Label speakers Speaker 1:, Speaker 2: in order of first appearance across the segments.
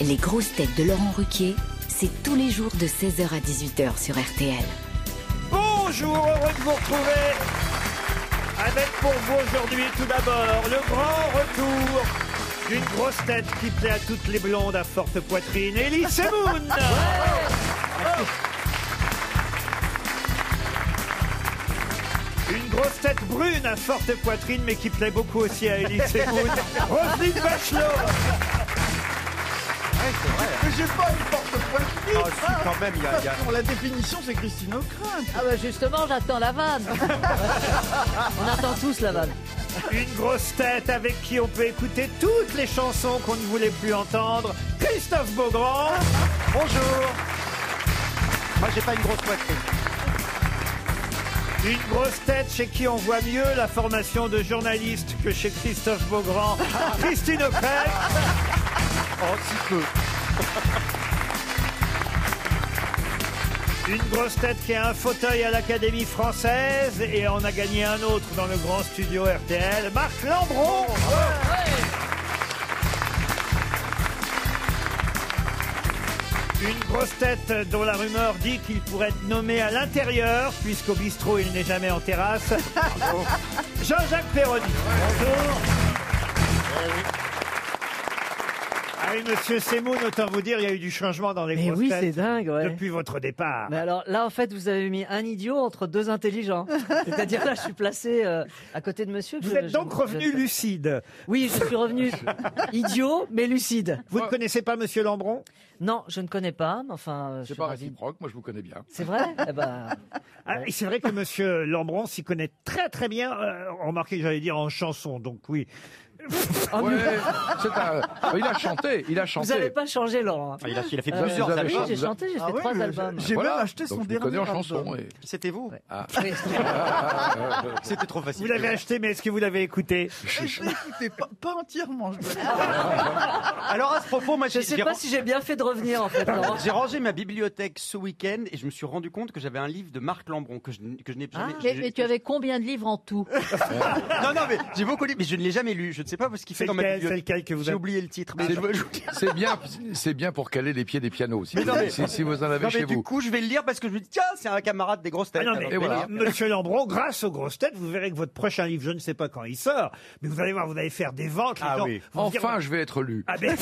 Speaker 1: Les grosses têtes de Laurent Ruquier, c'est tous les jours de 16h à 18h sur RTL.
Speaker 2: Bonjour, heureux de vous retrouver avec pour vous aujourd'hui tout d'abord le grand retour d'une grosse tête qui plaît à toutes les blondes à forte poitrine, Elie Semoun Une grosse tête brune à forte poitrine mais qui plaît beaucoup aussi à Elie Semoun, Roselyne Bachelot
Speaker 3: Mais j'ai pas une porte-poitrine
Speaker 4: Ah, si, quand même, il y a- il y a-
Speaker 3: hein. La définition, c'est Christine O'Crinte
Speaker 5: Ah bah justement, j'attends la vanne.
Speaker 2: Ah,
Speaker 6: Ah,
Speaker 5: On attend tous la vanne.
Speaker 2: Une grosse tête avec qui on peut écouter toutes les chansons qu'on ne voulait plus entendre. Christophe Beaugrand. Bonjour.
Speaker 4: Moi, j'ai pas une grosse poitrine.
Speaker 2: Une grosse tête chez qui on voit mieux la formation de journaliste que chez Christophe Beaugrand. Christine O'Crête.
Speaker 4: Oh, si peu.
Speaker 2: Une grosse tête qui a un fauteuil à l'Académie française et en a gagné un autre dans le grand studio RTL. Marc Lambron. Une grosse tête dont la rumeur dit qu'il pourrait être nommé à l'intérieur, puisqu'au bistrot il n'est jamais en terrasse. Jean-Jacques Perroni. Bonjour. Ah oui, monsieur Semoun, autant vous dire, il y a eu du changement dans les
Speaker 5: Mais
Speaker 2: grosses
Speaker 5: oui,
Speaker 2: têtes
Speaker 5: c'est dingue, ouais.
Speaker 2: depuis votre départ.
Speaker 5: Mais alors là, en fait, vous avez mis un idiot entre deux intelligents. C'est-à-dire là, je suis placé euh, à côté de monsieur. que
Speaker 2: Vous
Speaker 5: je-
Speaker 2: êtes donc
Speaker 5: je-
Speaker 2: revenu
Speaker 5: je-
Speaker 2: lucide.
Speaker 5: Oui, je suis revenu idiot, mais lucide.
Speaker 2: Vous ne connaissez pas monsieur Lambron
Speaker 5: Non, je ne connais pas, mais enfin, euh, je
Speaker 7: C'est
Speaker 5: suis
Speaker 7: pas
Speaker 5: ravi.
Speaker 7: réciproque, moi je vous connais bien.
Speaker 5: C'est vrai Eh ben,
Speaker 2: Ah, et C'est vrai que monsieur Lambron s'y connaît très très bien, euh, remarquez, j'allais dire en chanson, donc oui.
Speaker 7: Ouais, c'est un- euh, Il a chanté, il a chanté.
Speaker 5: Oh,
Speaker 7: Ah,
Speaker 5: Vous n'avez pas changé, Laurent.
Speaker 4: il, a, fait
Speaker 5: Euh,
Speaker 7: plusieurs
Speaker 5: oui,
Speaker 7: albums.
Speaker 5: j'ai chanté, j'ai fait
Speaker 3: Ah oui,
Speaker 5: trois
Speaker 3: mais
Speaker 5: albums.
Speaker 3: j'ai-
Speaker 7: Voilà.
Speaker 3: même acheté son
Speaker 7: Donc, je vous connais en
Speaker 3: dernier
Speaker 7: chanson. Ah.
Speaker 3: album.
Speaker 7: et-
Speaker 4: C'était vous
Speaker 5: Oui.
Speaker 4: C'était trop facile.
Speaker 2: Vous l'avez acheté, mais est-ce que vous l'avez écouté
Speaker 3: Et Je l'écoutais pas, pas entièrement. Je dois dire.
Speaker 4: Alors, à ce propos, moi,
Speaker 5: Je
Speaker 4: j'ai
Speaker 5: ne sais
Speaker 4: j'ai
Speaker 5: pas
Speaker 4: ran-
Speaker 5: si j'ai bien fait de revenir, en fait, Laurent.
Speaker 4: j'ai rangé ma bibliothèque ce week-end et je me suis rendu compte que j'avais un livre de Marc Lambron que je, n- que je n'ai
Speaker 5: Ah,
Speaker 4: jamais.
Speaker 6: Mais,
Speaker 4: je-
Speaker 6: mais tu avais combien de livres en tout
Speaker 4: Non, non, mais j'ai beaucoup lu, mais je ne l'ai jamais lu. Je ne sais pas ce qu'il
Speaker 2: C'est
Speaker 4: fait dans ma
Speaker 2: lequel, c'est
Speaker 4: bibliothèque.
Speaker 2: lequel que vous
Speaker 4: J'ai
Speaker 2: avez
Speaker 4: oublié le titre. Mais,
Speaker 7: C'est-
Speaker 4: je veux- je vous dis-
Speaker 7: C'est bien, c'est bien pour caler les pieds des pianos, si,
Speaker 4: Mais non,
Speaker 7: vous,
Speaker 4: mais-
Speaker 7: si- si vous en avez
Speaker 4: Non, mais
Speaker 7: chez
Speaker 4: du
Speaker 7: vous.
Speaker 4: coup, je vais le lire parce que je me dis, tiens, c'est un camarade des grosses têtes.
Speaker 2: Ah non, mais
Speaker 4: Alors,
Speaker 7: Et voilà.
Speaker 2: Monsieur Lambron, grâce aux grosses têtes, vous verrez que votre prochain livre, je ne sais pas quand il sort, mais vous allez voir, vous allez faire des ventes. Les
Speaker 4: Ah
Speaker 2: gens
Speaker 4: oui.
Speaker 2: vont se
Speaker 7: Enfin,
Speaker 2: dire-
Speaker 7: je vais être lu.
Speaker 2: Ah ben-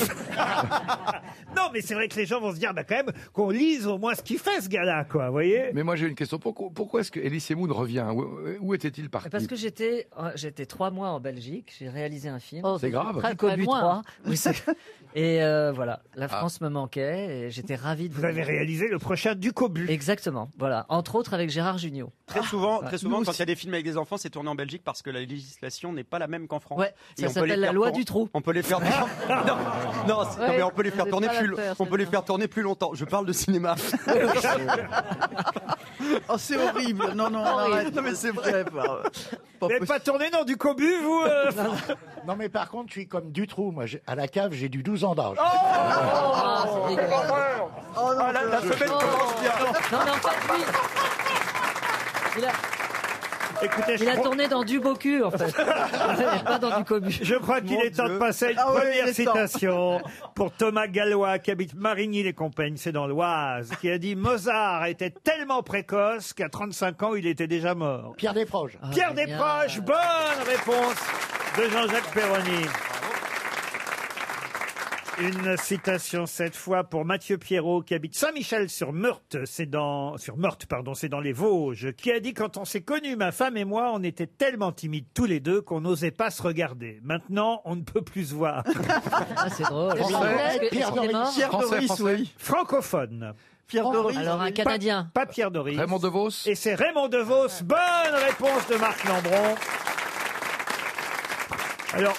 Speaker 2: non, mais c'est vrai que les gens vont se dire, bah, quand même, qu'on lise au moins ce qu'il fait, ce gars-là, quoi, vous voyez
Speaker 7: Mais moi, j'ai une question. Pourquoi, pourquoi est-ce que Elie Semoun revient Où, où était-il parti
Speaker 5: Parce que j'étais, euh, j'étais trois mois en Belgique, j'ai réalisé un film.
Speaker 6: Oh,
Speaker 7: C'est grave.
Speaker 6: Très, très
Speaker 5: Cobu
Speaker 6: loin.
Speaker 2: hein.
Speaker 5: 3. Oui, c'est- et euh, voilà,
Speaker 7: Ah.
Speaker 5: la France me manquait et j'étais ravi de
Speaker 2: Vous avez réalisé le prochain Ducobu.
Speaker 5: Exactement, voilà. Entre autres avec Gérard Junior.
Speaker 4: Très souvent, très souvent
Speaker 5: Ah, bah, Nous
Speaker 4: quand il y a des films avec des enfants, c'est tourné en Belgique parce que la législation n'est pas la même qu'en France.
Speaker 5: Ouais,
Speaker 4: Et
Speaker 5: ça
Speaker 4: on peut les
Speaker 5: s'appelle la
Speaker 4: faire
Speaker 5: loi
Speaker 4: tour-
Speaker 5: du trou.
Speaker 4: On peut les faire. non, non, c'est- non,
Speaker 6: Ouais,
Speaker 4: mais on peut les
Speaker 6: on
Speaker 4: faire
Speaker 6: n'est
Speaker 4: tourner
Speaker 6: pas la
Speaker 4: plus. lo-
Speaker 6: faire,
Speaker 4: on peut les
Speaker 6: celle-là.
Speaker 4: faire tourner plus longtemps. Je parle de cinéma.
Speaker 3: Oh, c'est horrible. Non, non,
Speaker 5: Ah
Speaker 6: Horrible.
Speaker 3: arrête. Non, mais c'est vrai. Pas, pas
Speaker 2: Vous n'avez
Speaker 3: possible.
Speaker 2: pas tourné dans Ducobu, vous euh
Speaker 8: Non, mais par contre, je suis comme Dutroux. Moi, j'ai- à la cave, j'ai du 12 ans d'âge.
Speaker 4: Oh
Speaker 5: Ah, c'est dégueulasse.
Speaker 3: Oh, non,
Speaker 4: Ah, la, la semaine commence bien.
Speaker 5: Non, mais enfin, lui, il a,
Speaker 2: Écoutez, je
Speaker 5: il a
Speaker 2: crois-
Speaker 5: tourné dans du bocu, en fait. Et pas dans du cobu.
Speaker 2: Je crois qu'il
Speaker 4: Mon
Speaker 2: est temps de
Speaker 4: Dieu.
Speaker 2: passer à une
Speaker 3: Ah ouais,
Speaker 2: première
Speaker 3: il est temps.
Speaker 2: citation pour Thomas Gallois, qui habite Marigny-les-Compagnes, c'est dans l'Oise, qui a dit Mozart était tellement précoce qu'à 35 ans, il était déjà mort.
Speaker 8: Pierre Desproges.
Speaker 5: Ah,
Speaker 2: Pierre
Speaker 5: génial.
Speaker 2: Desproges, bonne réponse de Jean-Jacques Perroni. Une citation cette fois pour Mathieu Pierrot qui habite Saint-Michel sur Meurthe, c'est dans sur Meurthe pardon, c'est dans les Vosges, qui a dit quand on s'est connus ma femme et moi, on était tellement timides tous les deux qu'on n'osait pas se regarder. Maintenant, on ne peut plus se voir.
Speaker 5: Ah, c'est drôle.
Speaker 6: Français,
Speaker 5: Est-ce que- est-ce qu'il est
Speaker 8: Pierre Doris.
Speaker 5: mort Oh,
Speaker 3: Pierre
Speaker 7: Français,
Speaker 3: Doris,
Speaker 7: français.
Speaker 3: oui.
Speaker 2: Francophone.
Speaker 3: Pierre Doris.
Speaker 5: Alors, un Canadien.
Speaker 2: Pas, pas Pierre Doris.
Speaker 7: Raymond DeVos
Speaker 2: Et c'est Raymond DeVos. Bonne réponse de Marc Lambron. Alors,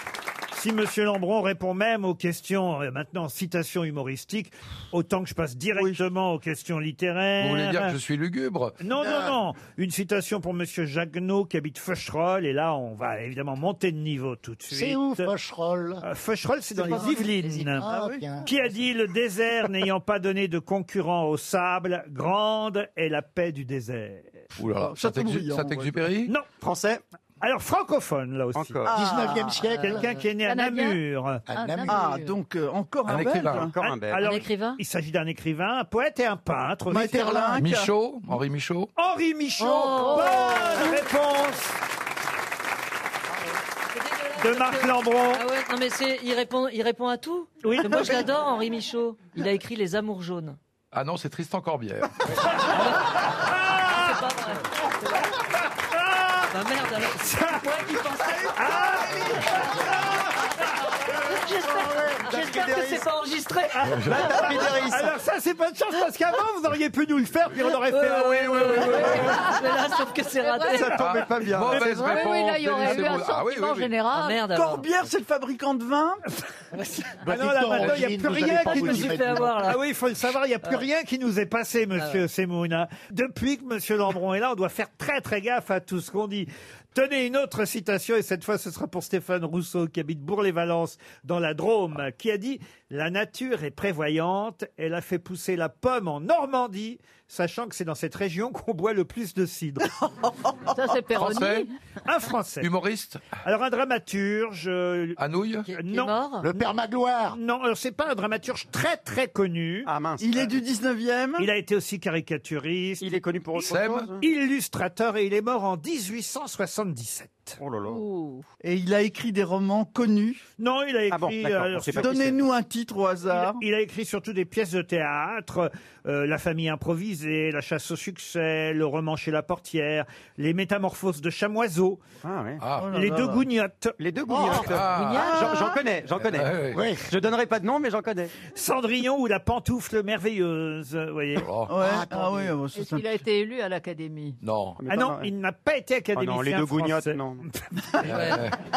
Speaker 2: si Monsieur Lambron répond même aux questions, euh, maintenant, citations humoristiques, autant que je passe directement aux questions littéraires.
Speaker 7: Vous voulez dire que je suis lugubre Ah.
Speaker 2: Non, non, non. Une citation pour Monsieur Jagneau qui habite Feucherolles. Et là, on va évidemment monter de niveau tout de suite.
Speaker 8: C'est où, Pocherol
Speaker 2: Euh, Feucherolles, c'est dans
Speaker 5: pas
Speaker 2: les
Speaker 5: dans les
Speaker 2: Yvelines.
Speaker 5: Yvelines.
Speaker 8: Ah,
Speaker 3: oui.
Speaker 8: bien.
Speaker 2: Qui a dit le désert n'ayant pas donné de concurrent au sable, grande est la paix du désert
Speaker 7: Ouh là là,
Speaker 3: Chateaubriand,
Speaker 7: Saint-Exu- Saint-Exupéry
Speaker 2: Non,
Speaker 4: Français.
Speaker 2: Alors, francophone, là aussi.
Speaker 4: Encore.
Speaker 3: Ah.
Speaker 8: 19e siècle.
Speaker 2: Quelqu'un qui est né à
Speaker 6: Canadien
Speaker 2: Namur.
Speaker 8: à Namur.
Speaker 3: Ah, donc euh, encore
Speaker 7: Un
Speaker 3: un,
Speaker 7: écrivain.
Speaker 3: Belge.
Speaker 4: Encore un bel.
Speaker 2: Alors,
Speaker 6: Un écrivain
Speaker 2: il s'agit d'un écrivain, un poète et un peintre. aussi.
Speaker 3: Maeterlinck.
Speaker 7: Michaud, Henri Michaud.
Speaker 2: Henri Michaud.
Speaker 6: Oh.
Speaker 2: Bonne réponse de Marc Lambron.
Speaker 5: Ah ouais, non mais c'est, il répond, il répond à tout.
Speaker 2: Oui.
Speaker 5: Mais Moi je l'adore, Henri Michaud. Il a écrit Les Amours Jaunes.
Speaker 7: Ah non, c'est Tristan Corbière.
Speaker 5: C'est pas vrai. Bah merde alors. Ouais, il pense-
Speaker 4: Ah. Ah.
Speaker 3: J'espère-
Speaker 5: J'espère que c'est pas enregistré. Ah.
Speaker 3: Madame Médéris.
Speaker 2: Alors ça, c'est pas de chance parce qu'avant, vous auriez pu nous le faire, puis on aurait fait... ah oui, oui, oui.
Speaker 5: Mais là, sauf que c'est raté.
Speaker 4: Ça tombait pas bien.
Speaker 7: Mauvaise
Speaker 6: Oui,
Speaker 7: réponse.
Speaker 6: oui, là, il y aurait
Speaker 7: Denis
Speaker 6: eu un
Speaker 7: Sémoul.
Speaker 6: sentiment
Speaker 7: Ah oui, oui, oui.
Speaker 5: Ah,
Speaker 6: général.
Speaker 5: merde. alors.
Speaker 3: Corbière, c'est le fabricant de vin Bah,
Speaker 2: Ah non, là,
Speaker 8: Dites-donc,
Speaker 2: maintenant, il n'y a
Speaker 8: Roselyne,
Speaker 2: plus
Speaker 8: vous
Speaker 2: rien
Speaker 8: allez pas
Speaker 2: qui
Speaker 8: vous
Speaker 5: Je me
Speaker 2: nous
Speaker 8: y
Speaker 5: suis
Speaker 8: mettre
Speaker 5: fait avoir là.
Speaker 2: Ah oui, il faut le savoir, il n'y a plus rien qui nous est passé, monsieur Semouna. Depuis que monsieur Lambron est là, on doit faire très très gaffe à tout ce qu'on dit. Tenez une autre citation, et cette fois ce sera pour Stéphane Rousseau, qui habite Bourg-les-Valences, dans la Drôme, qui a dit « La nature est prévoyante, elle a fait pousser la pomme en Normandie, sachant que c'est dans cette région qu'on boit le plus de cidre.
Speaker 6: Ça, c'est
Speaker 7: Français,
Speaker 6: Perroni.
Speaker 2: Un Français.
Speaker 7: humoriste,
Speaker 2: Alors un dramaturge... euh,
Speaker 7: Anouille.
Speaker 6: Qui, qui
Speaker 2: Non.
Speaker 6: est mort.
Speaker 8: Le Père Magloire.
Speaker 2: Non, alors c'est pas un dramaturge très très connu.
Speaker 4: Ah mince.
Speaker 3: Il est du 19e.
Speaker 2: Il a été aussi caricaturiste.
Speaker 4: Il est connu pour autre
Speaker 7: Seb.
Speaker 4: chose
Speaker 2: illustrateur et il est mort en 1877.
Speaker 4: Oh là là.
Speaker 6: Ouh.
Speaker 3: Et il a écrit des romans connus.
Speaker 2: Non, il a écrit.
Speaker 4: Ah bon, d'accord,
Speaker 2: alors,
Speaker 4: on sait pas qui c'est.
Speaker 3: Donnez-nous un titre au hasard.
Speaker 2: il a écrit surtout des pièces de théâtre, euh, La famille improvisée, La chasse au succès, Le roman chez la portière, Les métamorphoses de chamoiseau,
Speaker 4: Ah, ouais.
Speaker 7: Ah,
Speaker 3: là
Speaker 2: Les
Speaker 3: là
Speaker 2: deux
Speaker 3: là.
Speaker 2: gougnottes, Oh,
Speaker 4: Les deux gougnottes.
Speaker 7: Ah.
Speaker 4: J'en- J'en connais, j'en connais.
Speaker 7: Ouais, ouais.
Speaker 8: Oui.
Speaker 4: Je donnerai pas de nom, mais j'en connais.
Speaker 2: Cendrillon ou La pantoufle merveilleuse. vous voyez.
Speaker 7: Oh,
Speaker 3: Ouais.
Speaker 8: Ah,
Speaker 3: Ah,
Speaker 8: attendez.
Speaker 3: oui, bon, ça,
Speaker 6: Est-ce
Speaker 3: ça-
Speaker 6: qu'il a été élu à l'Académie
Speaker 7: Non.
Speaker 2: Ah non, il n'a pas été
Speaker 4: Ah
Speaker 2: académicien
Speaker 4: hein. non, les deux gougnottes,
Speaker 2: français.
Speaker 4: non.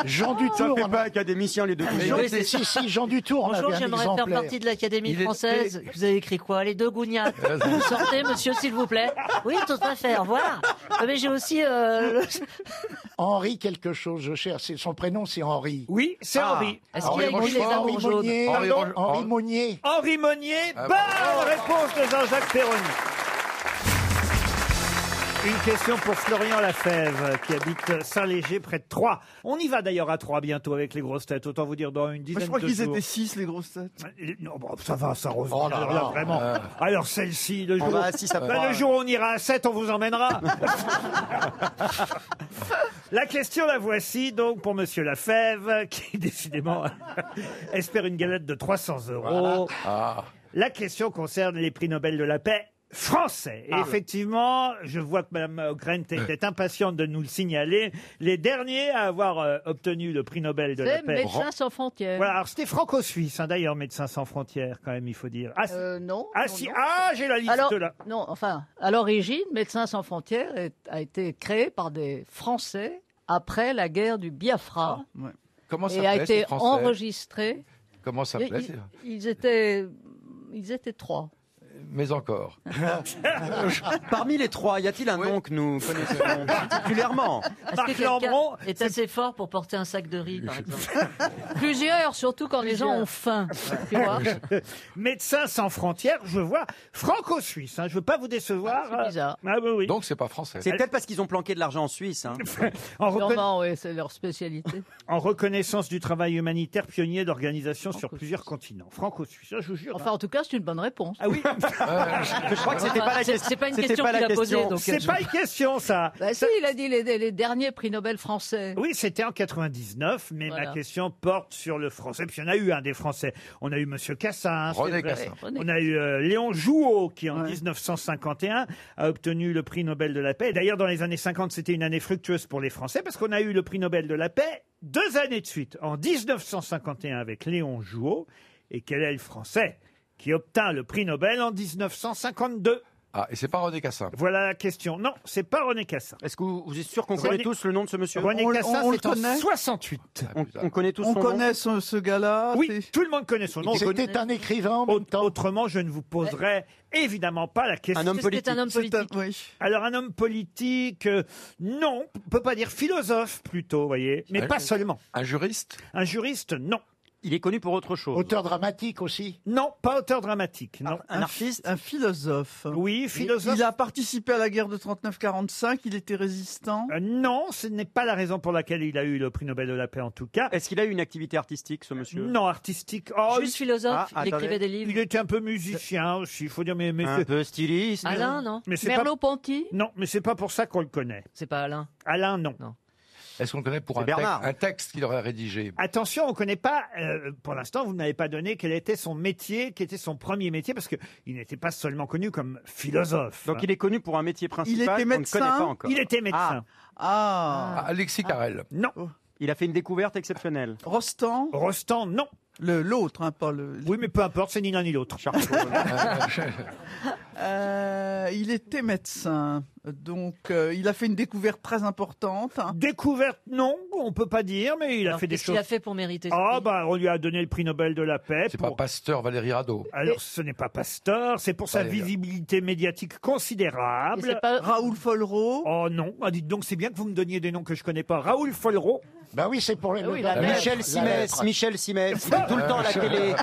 Speaker 8: Jean
Speaker 4: Ça
Speaker 8: Dutour.
Speaker 4: fait
Speaker 2: hein.
Speaker 4: pas académicien, les deux
Speaker 8: Jean-
Speaker 4: gougnottes.
Speaker 5: Oui, c'est
Speaker 8: si, si, Jean Dutour, on
Speaker 5: Bonjour,
Speaker 8: avait un
Speaker 5: j'aimerais faire
Speaker 8: exemplaire.
Speaker 5: partie de l'Académie
Speaker 7: Il est-
Speaker 5: française. Vous avez écrit quoi Les deux gougnacs.
Speaker 7: Euh,
Speaker 5: Vous sortez, monsieur, s'il vous plaît. Oui, tout à fait, au revoir. Euh, Mais j'ai aussi... euh, le-
Speaker 8: Henri quelque chose, je cherche. C'est- Son prénom, c'est Henri.
Speaker 2: Oui, c'est
Speaker 3: Ah.
Speaker 2: Henri.
Speaker 5: Est-ce qu'il
Speaker 7: Henri
Speaker 5: a écrit Les
Speaker 7: Rochefort,
Speaker 8: Henri
Speaker 5: Amours Jaunes
Speaker 7: Henri
Speaker 8: Monnier. Pardon,
Speaker 7: Roche-
Speaker 8: Henri
Speaker 7: Henri-
Speaker 8: Monnier.
Speaker 2: Henri Monnier,
Speaker 7: Ah,
Speaker 2: bonne réponse de Jean-Jacques Perroni. Une question pour Florian Lafèvre, qui habite Saint-Léger, près de Troyes. On y va d'ailleurs à Troyes bientôt avec les grosses têtes. Autant vous dire dans une
Speaker 3: Moi,
Speaker 2: dizaine
Speaker 3: je crois
Speaker 2: de
Speaker 3: qu'ils
Speaker 2: jours. Ah,
Speaker 3: étaient 6, les grosses têtes.
Speaker 2: Non, bon, ça va, ça revient.
Speaker 8: Oh là
Speaker 2: Alors
Speaker 8: là.
Speaker 2: vraiment.
Speaker 7: Euh.
Speaker 2: Alors celle-ci, le jour,
Speaker 4: On va à six à
Speaker 2: Bah,
Speaker 4: Troyes.
Speaker 2: le jour où on ira à 7, on vous emmènera. la question, la voici donc pour Monsieur Lafèvre, qui décidément espère une galette de 300 euros.
Speaker 7: Ah.
Speaker 2: La question concerne les prix Nobel de la paix français. Et effectivement, je vois que Mme Grant était impatiente de nous le signaler. Les derniers à avoir euh, obtenu le prix Nobel de la
Speaker 6: C'est
Speaker 2: paix.
Speaker 6: Médecins sans frontières.
Speaker 2: Voilà, alors c'était franco-suisse, hein, d'ailleurs, Médecins sans frontières, quand même, il faut dire. Ah, si,
Speaker 6: Euh, non.
Speaker 2: ah,
Speaker 6: non,
Speaker 2: si.
Speaker 6: non.
Speaker 2: Ah, j'ai la liste
Speaker 6: Alors,
Speaker 2: là.
Speaker 6: non, enfin, à l'origine, Médecins sans frontières est- a été créé par des Français après la guerre du Biafra
Speaker 2: Ah.
Speaker 3: Ouais.
Speaker 7: Comment
Speaker 6: et a
Speaker 7: s'appelait
Speaker 6: été
Speaker 7: ce français
Speaker 6: enregistré.
Speaker 7: Comment
Speaker 6: Ils,
Speaker 7: s'appelait
Speaker 6: ils- ils étaient, ils étaient trois.
Speaker 7: Mais encore.
Speaker 4: Parmi les trois, y a-t-il un
Speaker 7: Oui.
Speaker 4: nom que nous connaissons particulièrement
Speaker 5: Est-ce
Speaker 2: Marc
Speaker 5: que
Speaker 2: Lambron,
Speaker 5: quelqu'un est assez fort pour porter un sac de riz, par exemple
Speaker 6: Plusieurs, surtout quand les gens ont faim. tu vois.
Speaker 2: Médecins sans frontières, je vois franco-suisse. hein, je veux pas vous décevoir.
Speaker 6: Ah, c'est bizarre.
Speaker 2: Ah oui, oui.
Speaker 7: Donc c'est pas français.
Speaker 4: C'est peut-être parce qu'ils ont planqué de l'argent en Suisse. hein.
Speaker 2: en, reconna-
Speaker 6: Sûrement, oui, c'est leur spécialité.
Speaker 2: en reconnaissance du travail humanitaire pionnier d'organisations sur
Speaker 6: Franco-suisse.
Speaker 2: plusieurs continents. Franco-suisse, ah, je vous jure.
Speaker 6: Enfin, en tout cas, c'est une bonne réponse.
Speaker 2: Ah oui,
Speaker 4: Je crois que c'était
Speaker 5: Enfin,
Speaker 4: pas la
Speaker 5: c'est-
Speaker 4: question.
Speaker 5: c'est pas une
Speaker 4: C'était
Speaker 5: question
Speaker 4: pas la
Speaker 5: qu'il a posée,
Speaker 4: question.
Speaker 5: donc-
Speaker 2: c'est pas une question ça.
Speaker 6: Bah, si, il a dit les, les derniers prix Nobel français.
Speaker 2: Oui, c'était en 99, mais
Speaker 6: Voilà.
Speaker 2: ma question porte sur le français. Puis il y en a eu un des français. On a eu Monsieur Cassin. hein, c'est
Speaker 7: René
Speaker 2: vrai.
Speaker 7: Cassin.
Speaker 6: René.
Speaker 2: On a eu euh, Léon Jouot, qui en
Speaker 3: Ouais.
Speaker 2: 1951 a obtenu le prix Nobel de la paix. Et D'ailleurs, dans les années 50, c'était une année fructueuse pour les Français parce qu'on a eu le prix Nobel de la paix deux années de suite. En 1951 avec Léon Jouot. Et quel est le français qui obtint le prix Nobel en 1952
Speaker 7: Ah, et c'est pas René Cassin.
Speaker 2: Voilà la question. Non, c'est pas René Cassin.
Speaker 4: Est-ce que vous, vous êtes sûr qu'on
Speaker 2: René-
Speaker 4: connaît tous le nom de ce monsieur
Speaker 2: René
Speaker 3: on-
Speaker 2: Cassin,
Speaker 3: on le
Speaker 2: c'est en
Speaker 3: connaît
Speaker 2: 68.
Speaker 7: Ah,
Speaker 4: on,
Speaker 7: putain.
Speaker 4: on connaît tous
Speaker 3: On
Speaker 4: son nom
Speaker 3: connaît ce, ce gars-là.
Speaker 2: Oui,
Speaker 3: c'est-
Speaker 2: tout le monde connaît son nom.
Speaker 8: C'était un écrivain en même
Speaker 2: Autre-
Speaker 8: temps.
Speaker 2: Autrement, je ne vous poserai évidemment pas la question.
Speaker 4: Un homme
Speaker 5: Est-ce que c'est un
Speaker 4: politique.
Speaker 5: homme
Speaker 3: c'est
Speaker 5: politique
Speaker 3: un- oui.
Speaker 2: Alors un homme politique, euh, non, on peut pas dire philosophe plutôt, voyez, mais
Speaker 7: Ouais.
Speaker 2: pas seulement.
Speaker 7: Un juriste
Speaker 2: Un juriste, non.
Speaker 4: il est connu pour autre chose.
Speaker 8: Auteur dramatique aussi.
Speaker 2: Non, pas auteur dramatique. Non.
Speaker 4: Un artiste
Speaker 3: Un philosophe.
Speaker 2: Oui, philosophe.
Speaker 3: Il a participé à la guerre de 39-45, il était résistant.
Speaker 2: Euh, non, ce n'est pas la raison pour laquelle il a eu le prix Nobel de la paix en tout cas.
Speaker 4: Est-ce qu'il a eu une activité artistique, ce monsieur
Speaker 2: Non, artistique. Oh,
Speaker 9: Juste philosophe,
Speaker 4: Ah,
Speaker 9: il écrivait
Speaker 4: attendez.
Speaker 9: des
Speaker 2: il,
Speaker 9: livres.
Speaker 2: il était un peu musicien aussi, il faut dire, mais, mais
Speaker 4: Un
Speaker 2: c'est-
Speaker 4: peu styliste.
Speaker 9: Alain, non
Speaker 2: mais c'est pas,
Speaker 6: Merleau-Ponty
Speaker 2: non, mais c'est pas pour ça qu'on le connaît.
Speaker 9: C'est pas Alain.
Speaker 2: Alain, non.
Speaker 7: Est-ce qu'on le connaît pour
Speaker 4: C'est
Speaker 7: un texte,
Speaker 4: Bernard.
Speaker 7: un texte qu'il aurait rédigé
Speaker 2: Attention, on ne connaît pas, euh, pour l'instant, vous n'avez pas donné quel était son métier, qui était son premier métier, parce qu'il n'était pas seulement connu comme philosophe.
Speaker 4: Donc il est connu pour un métier principal
Speaker 3: était
Speaker 4: qu'on ne
Speaker 3: médecin,
Speaker 4: connaît pas encore.
Speaker 2: Il était médecin.
Speaker 3: Ah,
Speaker 7: Ah, Alexis Carrel.
Speaker 2: Non.
Speaker 4: Il a fait une découverte exceptionnelle.
Speaker 3: Rostand
Speaker 2: Rostand, non.
Speaker 3: le L'autre, hein, pas le.
Speaker 2: Oui, mais peu importe, c'est ni l'un ni l'autre.
Speaker 3: Euh, il était médecin, donc euh, il a fait une découverte très importante. hein.
Speaker 2: Découverte, non, on peut pas dire, mais il a
Speaker 9: Alors,
Speaker 2: fait des
Speaker 9: qu'est-ce qu'il
Speaker 2: choses.
Speaker 9: a fait pour mériter ce
Speaker 2: Ah,
Speaker 9: prix
Speaker 2: bah, on lui a donné le prix Nobel de la paix.
Speaker 7: C'est
Speaker 2: pour-
Speaker 7: pas Pasteur Valérie Rado.
Speaker 2: Alors, ce n'est pas Pasteur, c'est pour sa
Speaker 7: Allez, là.
Speaker 2: visibilité médiatique
Speaker 6: Et
Speaker 2: considérable.
Speaker 6: c'est pas-
Speaker 3: Raoul Follereau.
Speaker 2: Oh non, ah, dites donc, c'est bien que vous me donniez des noms que je connais pas. Raoul Follereau,
Speaker 4: Bah
Speaker 8: Ben oui, c'est pour les.
Speaker 6: Ah Oui, la
Speaker 8: la
Speaker 6: lettre.
Speaker 8: la
Speaker 4: Michel Simès,
Speaker 8: lettre.
Speaker 4: Michel Simès, il est tout le temps à la télé.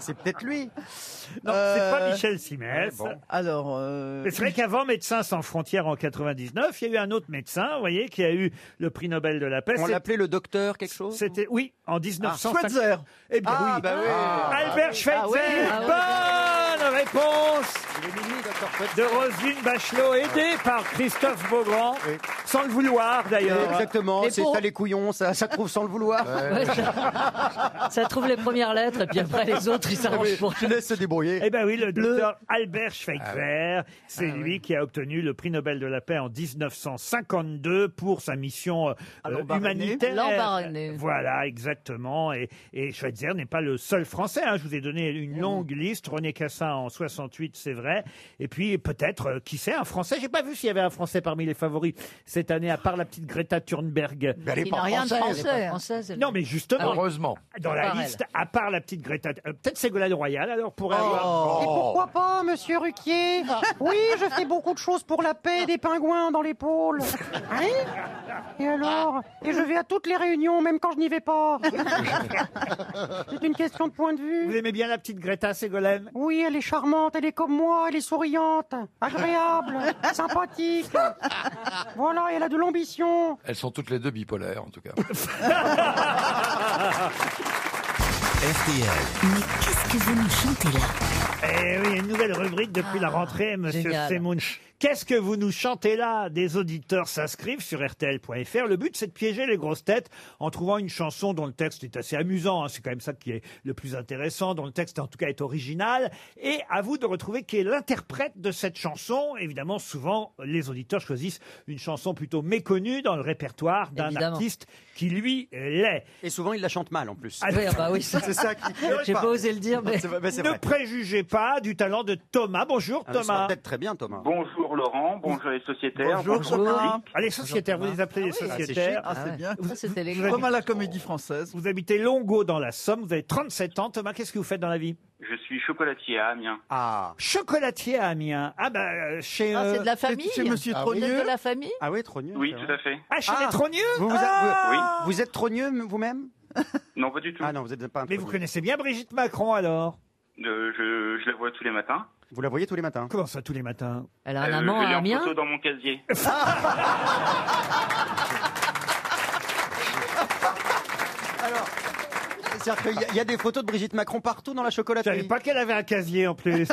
Speaker 4: C'est peut-être lui.
Speaker 2: non, c'est
Speaker 3: Euh,
Speaker 2: pas Michel Simès.
Speaker 4: ouais, bon.
Speaker 3: Alors, euh,
Speaker 2: Mais C'est vrai qu'avant Médecins sans frontières en 99, il y a eu un autre médecin, vous voyez, qui a eu le prix Nobel de la paix.
Speaker 4: On
Speaker 2: C'est-
Speaker 4: l'appelait le docteur quelque chose
Speaker 2: C'était, oui, en 1950.
Speaker 3: Ah, Schweitzer.
Speaker 2: Ah, Eh bien,
Speaker 4: Ah,
Speaker 2: oui. Ah
Speaker 4: bah oui. Ah,
Speaker 2: Albert Schweitzer. Bonne réponse de Roselyne Bachelot, aidée par Christophe Beaugrand,
Speaker 4: Oui.
Speaker 2: sans le vouloir d'ailleurs.
Speaker 4: Exactement,
Speaker 6: Mais
Speaker 4: c'est
Speaker 6: pour-
Speaker 4: ça les couillons, ça, ça trouve sans le vouloir.
Speaker 9: Ça trouve les premières lettres et puis après les autres, ils s'arrangent pour.
Speaker 4: Je laisse se débrouiller.
Speaker 2: Eh bien oui, le docteur Albert
Speaker 8: Ah
Speaker 2: Schweitzer, c'est lui qui a obtenu le prix Nobel de la paix en 1952 pour sa mission euh,
Speaker 3: l'embarras
Speaker 2: humanitaire.
Speaker 6: L'embarras-né.
Speaker 2: Voilà, exactement. Et, et Schweitzer n'est pas le seul Français. hein. Je vous ai donné
Speaker 8: Ah
Speaker 2: une longue liste. René Cassin en 68, c'est vrai. Et puis peut-être, euh, qui sait, un Français. J'ai pas vu s'il y avait un Français parmi les favoris cette année, à part la petite Greta Thunberg.
Speaker 8: Mais elle est
Speaker 6: Il
Speaker 8: pas
Speaker 6: n'a rien de
Speaker 8: française.
Speaker 6: français. hein.
Speaker 9: Française, elle-
Speaker 2: Non, mais justement,
Speaker 7: Heureusement.
Speaker 2: dans la
Speaker 6: Par elle.
Speaker 2: liste, à part la petite Greta, euh, peut-être Ségolène Royal, alors pourrait avoir...
Speaker 8: Oh.
Speaker 4: pas, monsieur Ruquier Oui, je fais beaucoup de choses pour la paix, des pingouins dans l'épaule. Oui Et alors Et je vais à toutes les réunions, même quand je n'y vais pas. C'est une question de point de
Speaker 2: Vous
Speaker 4: vue.
Speaker 2: aimez bien la petite Greta Ségolène
Speaker 4: Oui, elle est charmante, elle est comme moi, elle est souriante, agréable, sympathique. Voilà, elle a de l'ambition.
Speaker 7: Elles sont toutes les deux bipolaires, en tout cas.
Speaker 4: Ah,
Speaker 1: Mais qu'est-ce que vous nous chantez là Ah,
Speaker 2: Eh oui, une nouvelle rubrique depuis la rentrée, monsieur
Speaker 9: génial.
Speaker 2: Semoun. Qu'est-ce que vous nous chantez là Des auditeurs s'inscrivent sur RTL.fr. Le but, c'est de piéger les grosses têtes en trouvant une chanson dont le texte est assez amusant. hein. C'est quand même ça qui est le plus intéressant, dont le texte, en tout cas, est original. Et à vous de retrouver qui est l'interprète de cette chanson. Évidemment, souvent, les auditeurs choisissent une chanson plutôt méconnue dans le répertoire d'un
Speaker 9: Évidemment.
Speaker 2: artiste qui, lui, l'est.
Speaker 4: Et souvent, il la chante mal en plus.
Speaker 2: Ah,
Speaker 9: Oui, ah bah oui, ça,
Speaker 4: C'est ça qui.
Speaker 9: j'ai pas osé le dire, mais.
Speaker 2: Ne préjugez pas du talent de Thomas.
Speaker 4: Ah,
Speaker 2: Bonjour, Thomas.
Speaker 4: peut-être très bien, Thomas.
Speaker 10: Bonjour Laurent, bonjour les sociétaires.
Speaker 3: Bonjour, Thomas.
Speaker 2: Ah, les sociétaires, vous les appelez les
Speaker 4: oui. Ah, c'est
Speaker 2: sociétaires.
Speaker 3: Ah, c'est
Speaker 6: ouais.
Speaker 3: bien.
Speaker 6: Ça, c'était les
Speaker 3: Comme à la comédie française.
Speaker 2: Vous habitez Longo dans la Somme, vous avez 37 ans. Thomas, qu'est-ce que vous faites dans la vie
Speaker 10: Je suis chocolatier à Amiens.
Speaker 4: Ah.
Speaker 2: Chocolatier à Amiens. Ah bah euh, chez
Speaker 6: Ah, c'est de la
Speaker 3: C'est-
Speaker 6: famille
Speaker 3: C'est Monsieur
Speaker 8: Ah
Speaker 6: Vous
Speaker 8: oui.
Speaker 6: êtes
Speaker 3: Trogneux.
Speaker 6: de la famille
Speaker 4: Ah oui, Trogneux.
Speaker 10: Oui,
Speaker 4: c'est
Speaker 10: tout
Speaker 4: vrai.
Speaker 10: à fait.
Speaker 2: Ah, chez
Speaker 4: Ah
Speaker 2: les Trogneux
Speaker 4: Vous, vous, êtes-
Speaker 2: Ah
Speaker 4: vous- vous êtes Trogneux m- vous-même
Speaker 10: Non, pas du tout.
Speaker 4: Ah non, vous n'êtes pas un
Speaker 2: Mais vous
Speaker 4: Trogneux.
Speaker 2: connaissez bien Brigitte Macron alors
Speaker 10: Euh, je, je la vois tous les matins.
Speaker 4: Vous la voyez tous les matins
Speaker 2: Comment ça tous les matins
Speaker 9: Elle a un
Speaker 10: Euh,
Speaker 9: amant
Speaker 10: je l'ai
Speaker 9: à
Speaker 10: en
Speaker 9: Amiens.
Speaker 10: photo dans mon casier.
Speaker 4: C'est-à-dire qu'il y a- il y, a des photos de Brigitte Macron partout dans la
Speaker 2: Je savais
Speaker 4: chocolaterie.
Speaker 2: pas qu'elle avait un casier en plus.